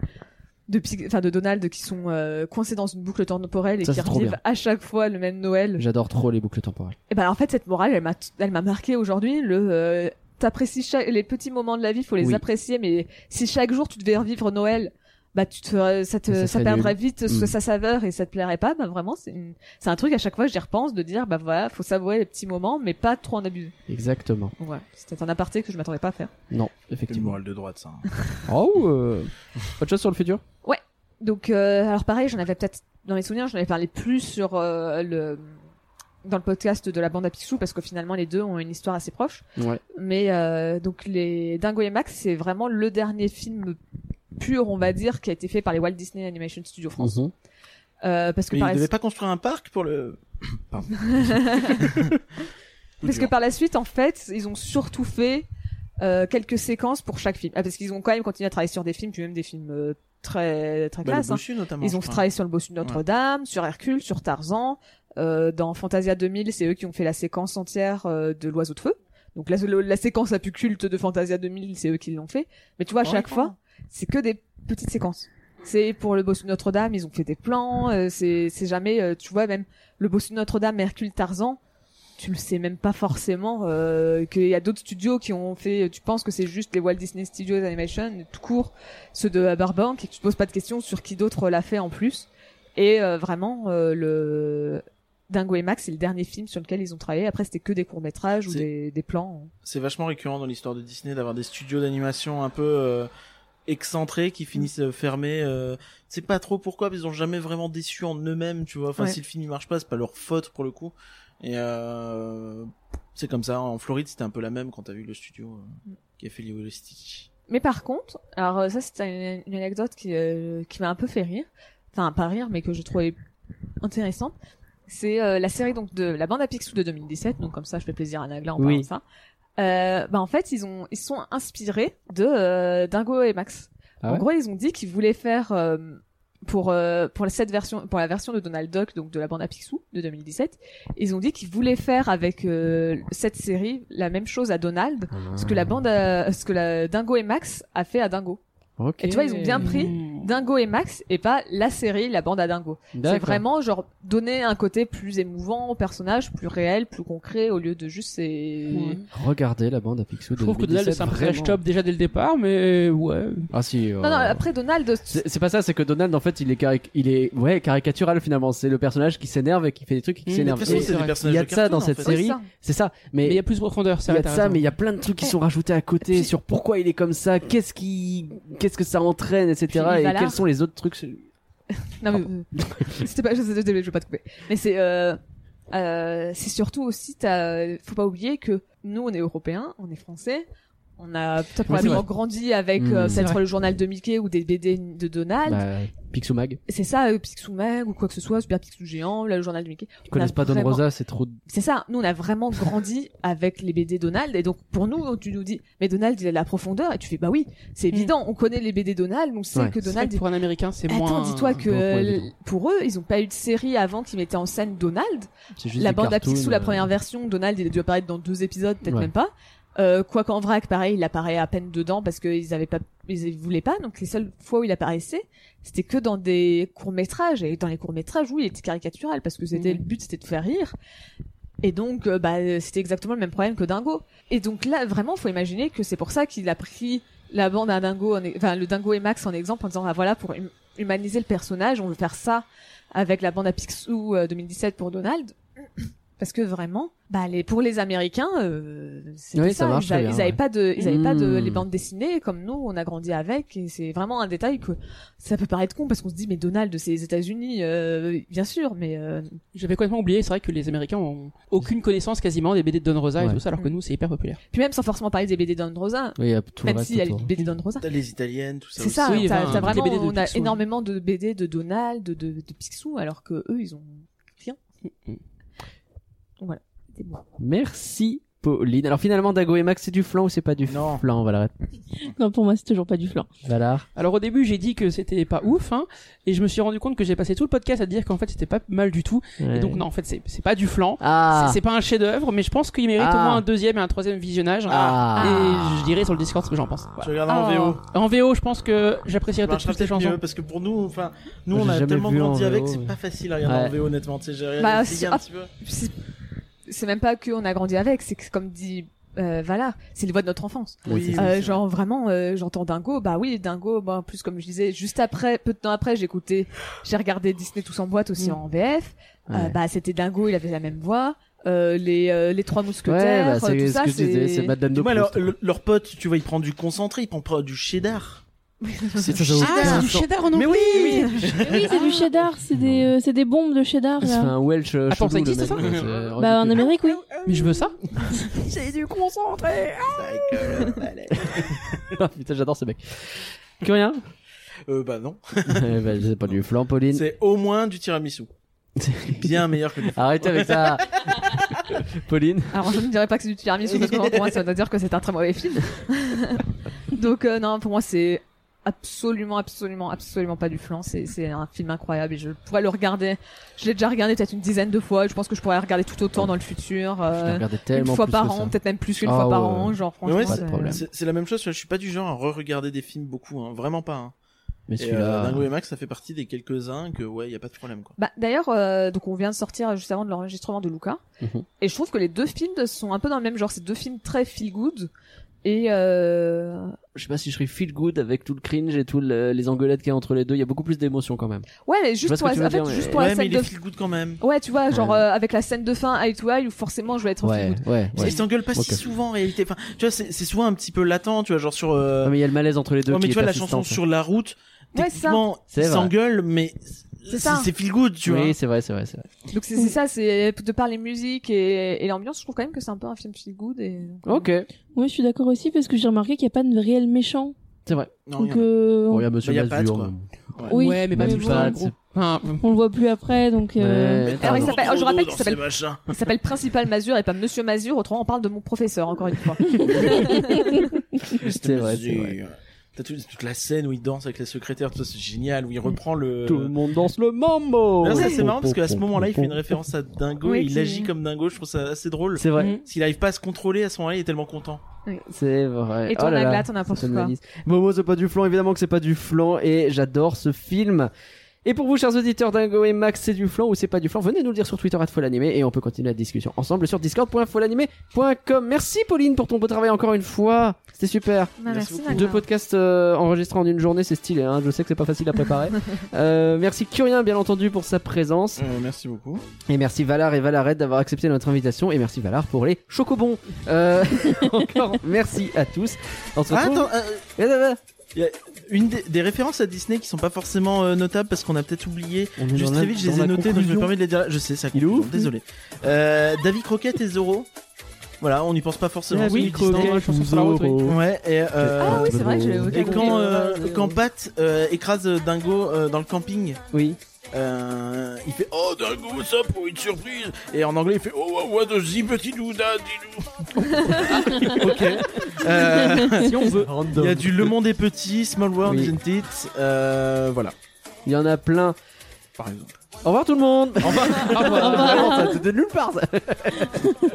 Speaker 7: de, Pig- enfin, de Donald qui sont euh, coincés dans une boucle temporelle et
Speaker 1: Ça,
Speaker 7: qui
Speaker 1: c'est trop
Speaker 7: revivent
Speaker 1: bien.
Speaker 7: à chaque fois le même Noël.
Speaker 1: J'adore trop les boucles temporelles.
Speaker 7: Et ben en fait cette morale elle m'a elle m'a marqué aujourd'hui le euh, t'apprécies chaque les petits moments de la vie faut les
Speaker 1: Oui.
Speaker 7: apprécier mais si chaque jour tu devais revivre Noël bah tu te ferais- ça te
Speaker 1: Ça
Speaker 7: ça,
Speaker 1: serait
Speaker 7: perdrait vite ce-
Speaker 1: Mm.
Speaker 7: sa saveur et ça te plairait pas bah vraiment c'est une- c'est un truc à chaque fois j'y repense de dire bah voilà faut savourer les petits moments mais pas trop en abuser
Speaker 1: Exactement.
Speaker 7: donc voilà c'était un aparté que je m'attendais pas à faire
Speaker 1: Non,
Speaker 3: C'est une
Speaker 1: effectivement.
Speaker 3: morale de droite, ça. hein.
Speaker 1: Oh, euh... autre chose sur le futur
Speaker 7: donc euh, alors pareil j'en avais peut-être dans les souvenirs j'en avais parlé plus sur euh, le dans le podcast de la bande à Picsou parce que finalement les deux ont une histoire assez proche
Speaker 1: Ouais.
Speaker 7: Mais euh, donc les Dingo et Max, c'est vraiment le dernier film pur, on va dire, qui a été fait par les Walt Disney Animation Studios France.
Speaker 1: Mhm.
Speaker 7: Euh, parce que
Speaker 3: Mm. Mais
Speaker 7: par
Speaker 3: il
Speaker 7: la...
Speaker 3: devait pas construire un parc pour le. Pardon. Coup
Speaker 7: parce que
Speaker 3: dur.
Speaker 7: par la suite, en fait, ils ont surtout fait euh, quelques séquences pour chaque film, Ah, parce qu'ils ont quand même continué à travailler sur des films, puis même des films euh, très très
Speaker 3: Bah, le
Speaker 7: classe. hein.
Speaker 3: bossu, notamment.
Speaker 7: Ils
Speaker 3: je
Speaker 7: ont
Speaker 3: crois.
Speaker 7: travaillé sur le bossu de Notre-Dame, sur Hercule, sur Tarzan. Euh, dans Fantasia 2000, c'est eux qui ont fait la séquence entière euh, de l'oiseau de feu. Donc la, le- la séquence la plus culte de Fantasia 2000, c'est eux qui l'ont fait. Mais tu vois, à
Speaker 3: Ouais,
Speaker 7: chaque
Speaker 3: quand
Speaker 7: fois, c'est que des petites séquences. C'est pour le bossu de Notre-Dame, ils ont fait des plans. euh, c'est c'est jamais, euh, tu vois, même le bossu de Notre-Dame, Hercule, Tarzan. Tu le sais même pas forcément euh, qu'il y a d'autres studios qui ont fait. Tu penses que c'est juste les Walt Disney Studios Animation tout court ceux de Burbank et que tu te poses pas de questions sur qui d'autre l'a fait en plus. Et euh, vraiment, euh, le Dingo et Max, c'est le dernier film sur lequel ils ont travaillé. Après, c'était que des courts-métrages ou
Speaker 3: C'est-
Speaker 7: des, des plans.
Speaker 3: C'est vachement récurrent dans l'histoire de Disney d'avoir des studios d'animation un peu euh, excentrés qui finissent euh, fermés. Euh, c'est pas trop pourquoi, mais ils ont jamais vraiment déçu en eux-mêmes, tu vois. Enfin,
Speaker 7: Ouais.
Speaker 3: si le film il marche pas, c'est pas leur faute pour le coup. Et euh, c'est comme ça. En Floride, c'était un peu la même quand t'as vu le studio euh, qui a fait Lilo et Stitch.
Speaker 8: Ah,
Speaker 7: Mais par contre, alors euh, ça, c'était une, une anecdote qui, euh, qui m'a un peu fait rire. Enfin, pas rire, mais que je trouvais intéressante. C'est euh, la série donc de la bande à Picsou de 2017. Donc comme ça, je fais plaisir à Nagla en parlant
Speaker 1: Oui.
Speaker 7: de ça. Euh, bah en fait, ils ont ils sont inspirés de euh, Dingo et Max.
Speaker 1: Ah
Speaker 7: en
Speaker 1: ouais
Speaker 7: gros, ils ont dit qu'ils voulaient faire euh, pour euh, pour cette version pour la version de Donald Duck donc de la bande à Picsou de 2017, ils ont dit qu'ils voulaient faire avec euh, cette
Speaker 1: Ah.
Speaker 7: euh, série la même chose à Donald ce que la bande, a- ce que la Dingo et Max a fait à Dingo. Et tu vois, ils ont bien pris
Speaker 8: Hmm.
Speaker 7: Dingo et Max et pas la série, la bande à Dingo. C'est
Speaker 9: D'accord.
Speaker 7: vraiment genre donner un côté plus émouvant au personnage, plus réel, plus concret au lieu de juste ces.
Speaker 8: Ouais.
Speaker 9: Regardez la bande à Picsou.
Speaker 8: Je trouve que Donald,
Speaker 9: 2017,
Speaker 8: c'est un personnage
Speaker 9: vraiment.
Speaker 8: top déjà dès le départ, mais ouais.
Speaker 9: Ah si. euh,
Speaker 7: Non, non, après Donald,
Speaker 9: C'est c'est pas ça, c'est que Donald, en fait, il est, cari- il est ouais, caricatural finalement. C'est le personnage qui s'énerve et qui fait des trucs et qui
Speaker 8: Mm,
Speaker 9: s'énerve.
Speaker 8: de
Speaker 3: toute
Speaker 8: Oui,
Speaker 3: façon,
Speaker 9: Et
Speaker 8: c'est
Speaker 3: c'est
Speaker 8: vrai.
Speaker 3: des
Speaker 9: Il
Speaker 3: personnages
Speaker 9: y a
Speaker 3: de
Speaker 9: de ça
Speaker 3: cartoon,
Speaker 9: dans
Speaker 3: en
Speaker 9: cette
Speaker 3: fait.
Speaker 9: série.
Speaker 7: c'est ça.
Speaker 9: C'est ça.
Speaker 8: Mais il y
Speaker 9: Mais
Speaker 8: a plus de profondeur, ça.
Speaker 9: il y a de ça, mais il y a plein de trucs qui sont rajoutés à côté sur pourquoi il est comme ça, qu'est-ce qui, qu'est-ce que ça entraîne,
Speaker 7: Puis il
Speaker 9: etc.
Speaker 7: va
Speaker 9: Et
Speaker 7: là.
Speaker 9: quels sont les autres trucs.
Speaker 7: Non, mais euh, [laughs] c'était pas. Je, je, je vais pas te couper. Mais c'est. Euh, euh, c'est surtout aussi. t'as- Faut pas oublier que nous, on est européens, on est français. On a t'as probablement grandi avec
Speaker 9: Mmh.
Speaker 7: euh,
Speaker 9: C'est
Speaker 7: peut-être
Speaker 8: vrai.
Speaker 7: le journal de Mickey ou des BD de Donald.
Speaker 9: Bah, Picsou Mag.
Speaker 7: C'est ça, euh, Picsou Mag ou quoi que ce soit, Super Picsou Géant, là, le journal de Mickey.
Speaker 9: Ils connaissent pas Don
Speaker 7: vraiment-
Speaker 9: Rosa, c'est trop.
Speaker 7: C'est ça, nous on a vraiment grandi [laughs] avec les BD Donald et donc pour nous tu nous dis mais Donald il a de la profondeur et tu fais bah oui c'est
Speaker 8: Mm.
Speaker 7: évident on connaît les BD Donald on sait
Speaker 9: Ouais.
Speaker 7: que
Speaker 8: C'est vrai
Speaker 7: Donald
Speaker 8: que pour un américain, c'est
Speaker 7: Attends,
Speaker 8: moins.
Speaker 7: dis-toi que
Speaker 9: Bon, ouais,
Speaker 7: euh,
Speaker 9: évidemment.
Speaker 7: pour eux, ils ont pas eu de série avant qui mettait en scène Donald.
Speaker 9: C'est juste
Speaker 7: La
Speaker 9: des
Speaker 7: bande à
Speaker 9: cartoons,
Speaker 7: Picsou, la
Speaker 9: euh,
Speaker 7: première version, Donald il a dû apparaître dans deux épisodes, peut-être
Speaker 9: Ouais.
Speaker 7: même pas. Euh, quoi qu'en vrac, pareil, il apparaît à peine dedans parce qu'ils avaient pas, ils voulaient pas. Donc les seules fois où il apparaissait, c'était que dans des courts métrages. Et dans les courts métrages, oui, il était caricatural parce que c'était
Speaker 8: Mhm.
Speaker 7: le but, c'était de faire rire. Et donc, euh, bah, euh, c'était exactement le même problème que Dingo. Et donc là, vraiment, faut imaginer que c'est pour ça qu'il a pris la bande à Dingo, en e- enfin le Dingo et Max en exemple, en disant ah voilà pour hum- humaniser le personnage, on veut faire ça avec la bande à Picsou euh, 2017 pour Donald. [clears throat] Parce que vraiment, bah les, pour les Américains, euh, c'était
Speaker 9: Oui, ça
Speaker 7: ça.
Speaker 9: marche
Speaker 7: ils, avaient,
Speaker 9: très bien,
Speaker 7: ils avaient
Speaker 9: ouais.
Speaker 7: pas de, ils avaient pas de
Speaker 9: Mm.
Speaker 7: les bandes dessinées comme nous, on a grandi avec. Et c'est vraiment un détail que ça peut paraître con parce qu'on se dit mais Donald, c'est les États-Unis, euh, bien sûr, mais euh,
Speaker 8: J'avais complètement oublié, c'est vrai que les Américains ont aucune connaissance quasiment des BD de Don Rosa
Speaker 9: Ouais.
Speaker 8: et tout ça, alors que
Speaker 7: Mm.
Speaker 8: nous, c'est hyper populaire.
Speaker 7: puis même sans forcément parler des BD Don Rosa,
Speaker 9: Oui, il y a tout le
Speaker 7: même
Speaker 9: reste
Speaker 7: s'il y a les
Speaker 9: autour.
Speaker 7: BD Don Rosa.
Speaker 3: T'as les italiennes, tout ça.
Speaker 7: C'est
Speaker 3: aussi.
Speaker 7: ça,
Speaker 8: Oui,
Speaker 7: t'as- t'as
Speaker 8: enfin, toutes les
Speaker 7: vraiment,
Speaker 8: BD de
Speaker 7: on a
Speaker 8: Picsou, hein.
Speaker 7: énormément de BD de Donald, de, de, de Picsou, alors que eux, ils ont rien. C'était bon.
Speaker 9: Merci, Pauline. Alors finalement, Dago et Max, c'est du flan ou c'est pas du
Speaker 3: Non.
Speaker 9: flan Voilà.
Speaker 10: Non, pour moi, c'est toujours pas du flan.
Speaker 9: Valar.
Speaker 8: Alors au début, j'ai dit que c'était pas ouf, hein, et je me suis rendu compte que j'ai passé tout le podcast à dire qu'en fait, c'était pas mal du tout. Et donc, non, en fait, c'est c'est pas du flan.
Speaker 9: Ah.
Speaker 8: C'est- C'est pas un chef-d'œuvre, mais je pense qu'il mérite au
Speaker 9: Ah.
Speaker 8: moins un deuxième et un troisième visionnage.
Speaker 9: Ah.
Speaker 8: Et je dirais sur le Discord ce que j'en pense.
Speaker 3: Tu
Speaker 8: Voilà.
Speaker 3: regardes en
Speaker 7: Oh.
Speaker 3: VO.
Speaker 8: En VO, je pense que
Speaker 3: Ça
Speaker 8: j'apprécierais peut-être
Speaker 3: marchera
Speaker 8: plus les
Speaker 3: peut-être mieux
Speaker 8: chansons.
Speaker 3: parce que pour nous, enfin, nous
Speaker 9: Moi,
Speaker 3: on
Speaker 9: j'ai
Speaker 3: a
Speaker 9: jamais
Speaker 3: tellement
Speaker 9: vu
Speaker 3: grandi
Speaker 9: en
Speaker 3: avec,
Speaker 9: VO,
Speaker 3: c'est
Speaker 9: mais-
Speaker 3: pas facile à regarder en
Speaker 9: Ouais.
Speaker 3: VO, honnêtement. Tu sais, j'ai
Speaker 7: Bah,
Speaker 3: regardé
Speaker 7: si-
Speaker 3: Fligan un petit peu.
Speaker 7: C'est- C'est même pas qu'on a grandi avec, c'est que, comme dit euh, Valar, c'est les voix de notre enfance.
Speaker 9: Oui, c'est
Speaker 3: Oui,
Speaker 9: ça.
Speaker 7: Euh,
Speaker 3: oui, c'est
Speaker 7: genre vraiment, euh, j'entends Dingo, bah oui, Dingo, bah, en plus comme je disais, juste après, peu de temps après, j'ai écouté, j'ai regardé Disney tous en boîte aussi
Speaker 8: Mm.
Speaker 7: en VF, Euh,
Speaker 9: Ouais.
Speaker 7: bah c'était Dingo, il avait la même voix, Euh, les, euh, les trois mousquetaires,
Speaker 9: Ouais, bah,
Speaker 7: euh,
Speaker 9: c'est
Speaker 7: tout
Speaker 9: ce
Speaker 7: ça,
Speaker 9: que je disais, c'est Madame de
Speaker 3: Dis-moi,
Speaker 9: Proust.
Speaker 3: leur, le- leur pote, tu vois, il prend du concentré, il prend pas du cheddar.
Speaker 9: C'est
Speaker 3: du
Speaker 9: toujours-
Speaker 3: cheddar.
Speaker 8: Ah, cheddar en
Speaker 3: Mais oui,
Speaker 10: Mais oui, c'est du cheddar, c'est des, euh, c'est des bombes de cheddar.
Speaker 9: C'est
Speaker 10: Là.
Speaker 9: un Welsh euh,
Speaker 8: Attends, ça
Speaker 9: chelou, le
Speaker 8: existe,
Speaker 9: mec,
Speaker 8: ça
Speaker 9: mais c'est-
Speaker 10: Bah, en Amérique, oui.
Speaker 8: Mais je veux ça.
Speaker 9: Ah, [laughs] Putain, j'adore ce mec. Que [laughs] rien
Speaker 3: Euh, bah non.
Speaker 9: Eh ben, C'est pas du flan, Pauline.
Speaker 3: C'est au moins du
Speaker 9: [laughs]
Speaker 3: tiramisu. Bien meilleur que du
Speaker 9: Arrêtez avec [laughs] ça. Pauline
Speaker 7: Alors je ne dirais pas que c'est du tiramisu parce que vraiment, pour moi ça veut dire que c'est un très mauvais film. Donc euh, non, pour moi c'est absolument, absolument, absolument pas du flan. C'est c'est un film incroyable et je pourrais le regarder. Je l'ai déjà regardé peut-être une dizaine de fois. et Je pense que je pourrais le regarder tout autant dans le futur. euh,
Speaker 9: Je l'ai regardé
Speaker 7: une
Speaker 9: tellement
Speaker 7: fois
Speaker 9: plus
Speaker 7: par
Speaker 9: que ça.
Speaker 7: an, peut-être même plus qu'une
Speaker 9: Ah
Speaker 7: fois par
Speaker 9: ouais,
Speaker 7: an. Genre
Speaker 3: Mais
Speaker 7: franchement,
Speaker 3: ouais,
Speaker 9: Pas de
Speaker 7: c'est-
Speaker 9: problème.
Speaker 3: C'est c'est la même chose, tu vois, je suis pas du genre à re-regarder des films beaucoup, hein, vraiment pas. Hein.
Speaker 9: Mais
Speaker 3: Et, euh,
Speaker 9: celui-là.
Speaker 3: Dingo et Max, ça fait partie des quelques-uns que, ouais, y a pas de problème, quoi.
Speaker 7: Bah, d'ailleurs, euh, donc on vient de sortir juste avant de l'enregistrement de Luca,
Speaker 9: Mhm.
Speaker 7: et je trouve que les deux films sont un peu dans le même genre. C'est deux films très feel good et euh,
Speaker 9: Je sais pas si je serais feel good avec tout le cringe et tout le- les engueulades qu'il y a entre les deux. Il y a beaucoup plus d'émotions quand même.
Speaker 7: ouais, mais
Speaker 9: vois
Speaker 7: juste
Speaker 9: ce
Speaker 7: pour
Speaker 9: que tu
Speaker 7: la,
Speaker 9: veux
Speaker 7: en fait,
Speaker 9: dire,
Speaker 7: juste
Speaker 9: mais-
Speaker 7: pour
Speaker 3: Ouais,
Speaker 7: la
Speaker 3: mais
Speaker 7: scène
Speaker 3: il
Speaker 7: de
Speaker 3: est feel good quand même.
Speaker 7: Ouais, tu vois, genre
Speaker 9: Ouais.
Speaker 7: euh, avec la scène de fin Eye to Eye où forcément je vais être en
Speaker 9: Ouais,
Speaker 7: feel good.
Speaker 9: ouais,
Speaker 3: Parce
Speaker 9: ouais.
Speaker 3: qu'ils s'engueulent pas
Speaker 9: Ok.
Speaker 3: si souvent en réalité. Enfin, tu vois, c'est c'est souvent un petit peu latent, tu vois, genre sur. euh,
Speaker 9: Ah, mais il y a le malaise entre les deux.
Speaker 3: ouais, mais
Speaker 9: qui
Speaker 3: tu vois,
Speaker 9: est
Speaker 3: la
Speaker 9: persistant,
Speaker 3: chanson
Speaker 9: ça.
Speaker 3: sur la route,
Speaker 7: Ouais,
Speaker 3: techniquement,
Speaker 9: hein. C'est
Speaker 3: ils
Speaker 9: vrai.
Speaker 3: s'engueulent, mais
Speaker 7: C'est
Speaker 3: c'est
Speaker 7: ça.
Speaker 3: c'est feel good, tu vois.
Speaker 9: Oui, c'est vrai, c'est vrai, c'est vrai.
Speaker 7: Donc c'est c'est ça, c'est de par les musiques et, et l'ambiance, je trouve quand même que c'est un peu un film feel good. Et... donc,
Speaker 9: Ok.
Speaker 10: Moi, je suis d'accord aussi parce que j'ai remarqué qu'il n'y a pas de réel méchant.
Speaker 3: Non,
Speaker 10: Donc,
Speaker 3: rien.
Speaker 10: euh,
Speaker 9: Bon, il y a Monsieur
Speaker 3: Bah, y a
Speaker 9: Mazur,
Speaker 3: Pat, quoi.
Speaker 9: mais-
Speaker 10: oui,
Speaker 8: ouais, mais pas
Speaker 9: mais
Speaker 8: tout le
Speaker 9: bon.
Speaker 8: temps. gros. Enfin,
Speaker 10: on le voit plus après, donc. euh,
Speaker 9: Ouais,
Speaker 3: Ah,
Speaker 7: Alors, il
Speaker 9: pardon.
Speaker 7: s'appelle- oh, je rappelle qu'il
Speaker 3: Dans
Speaker 7: s'appelle-
Speaker 3: ces machins.
Speaker 7: Il s'appelle Principal Mazur et pas Monsieur Mazur, autrement on parle de mon professeur, encore une fois.
Speaker 9: C'est vrai, c'est vrai.
Speaker 3: T'as tout- toute la scène où il danse avec la secrétaire, tout ça, c'est génial, où il reprend Mm. le.
Speaker 9: Tout le monde danse le mambo.
Speaker 3: D'ailleurs, ça, c'est marrant parce qu'à ce moment-là, il fait une référence à Dingo
Speaker 7: Oui,
Speaker 3: et il
Speaker 7: qui-
Speaker 3: agit comme Dingo, je trouve ça assez drôle.
Speaker 9: C'est vrai.
Speaker 8: Mm.
Speaker 3: S'il arrive pas à se contrôler à ce moment-là, il est tellement content.
Speaker 7: Oui.
Speaker 9: C'est vrai.
Speaker 7: Et toi,
Speaker 9: oh là
Speaker 7: la
Speaker 9: là,
Speaker 7: glace, on n'importe
Speaker 9: ça me
Speaker 7: quoi.
Speaker 9: manise. Momo, c'est pas du flan, évidemment que c'est pas du flan, et j'adore ce film. Et pour vous, chers auditeurs, Dingo et Max, c'est du flan ou c'est pas du flan Venez nous le dire sur Twitter, @folanimé, et on peut continuer la discussion ensemble sur discord.folanimé.com. Merci, Pauline, pour ton beau travail encore une fois. C'était super.
Speaker 7: Bah, merci,
Speaker 9: Deux
Speaker 7: Magda.
Speaker 9: podcasts euh, enregistrés en une journée, c'est stylé. Hein Je sais que c'est pas facile à préparer. Euh, merci Curien, bien entendu, pour sa présence.
Speaker 3: Euh, merci beaucoup.
Speaker 9: Et merci Valar et Valared d'avoir accepté notre invitation. Et merci Valar pour les chocobons. Euh, [laughs] encore merci à tous. On se
Speaker 3: Ah,
Speaker 9: retrouve.
Speaker 3: attends, euh,
Speaker 9: Eh, eh, eh.
Speaker 3: il y a une des, des références à Disney qui sont pas forcément euh, notables parce qu'on a peut-être oublié.
Speaker 9: On est
Speaker 3: Juste
Speaker 9: dans la-
Speaker 3: très vite, je
Speaker 9: dans
Speaker 3: les ai
Speaker 9: la
Speaker 3: notés, donc je me
Speaker 9: conclusion.
Speaker 3: permets de les dire. là. Je sais, ça
Speaker 9: Il est
Speaker 3: conclusion,
Speaker 9: ouf.
Speaker 3: Désolé. Euh, David Croquette et Zoro. Voilà, on n'y pense pas forcément.
Speaker 8: oui,
Speaker 3: c'est du
Speaker 8: Croquette,
Speaker 3: Disney.
Speaker 8: la chanson sur la route, oui.
Speaker 3: Ouais, et, euh,
Speaker 7: Ah oui, c'est vrai que je l'ai
Speaker 3: et
Speaker 7: évoqué.
Speaker 3: quand, euh, quand Pat euh, écrase euh, Dingo euh, dans le camping,
Speaker 9: Oui.
Speaker 3: euh, il fait Oh Dingo, ça pour une surprise Et en anglais, il fait Oh, what, what a petit douda,
Speaker 9: [laughs]
Speaker 3: Ok. Euh,
Speaker 8: si on veut.
Speaker 3: Il y a du Le Monde est petit, Small World
Speaker 9: Oui.
Speaker 3: isn't it euh, Voilà,
Speaker 9: Il y en a plein.
Speaker 3: par exemple.
Speaker 9: Au revoir tout le monde. Au revoir.
Speaker 3: [laughs]
Speaker 9: Vraiment, ça c'était de nulle part. ça.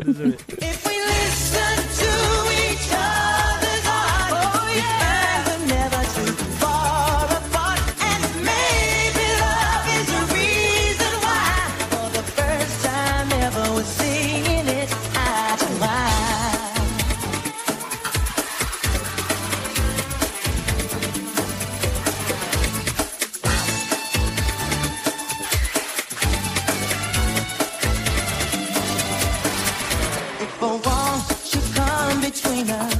Speaker 3: Désolé.
Speaker 2: If we listen to each other's heart, oh yeah, we're never too far apart. And maybe love is the reason why, for the first time ever, we're seeing it eye to eye. If a wall should come between us, Oh.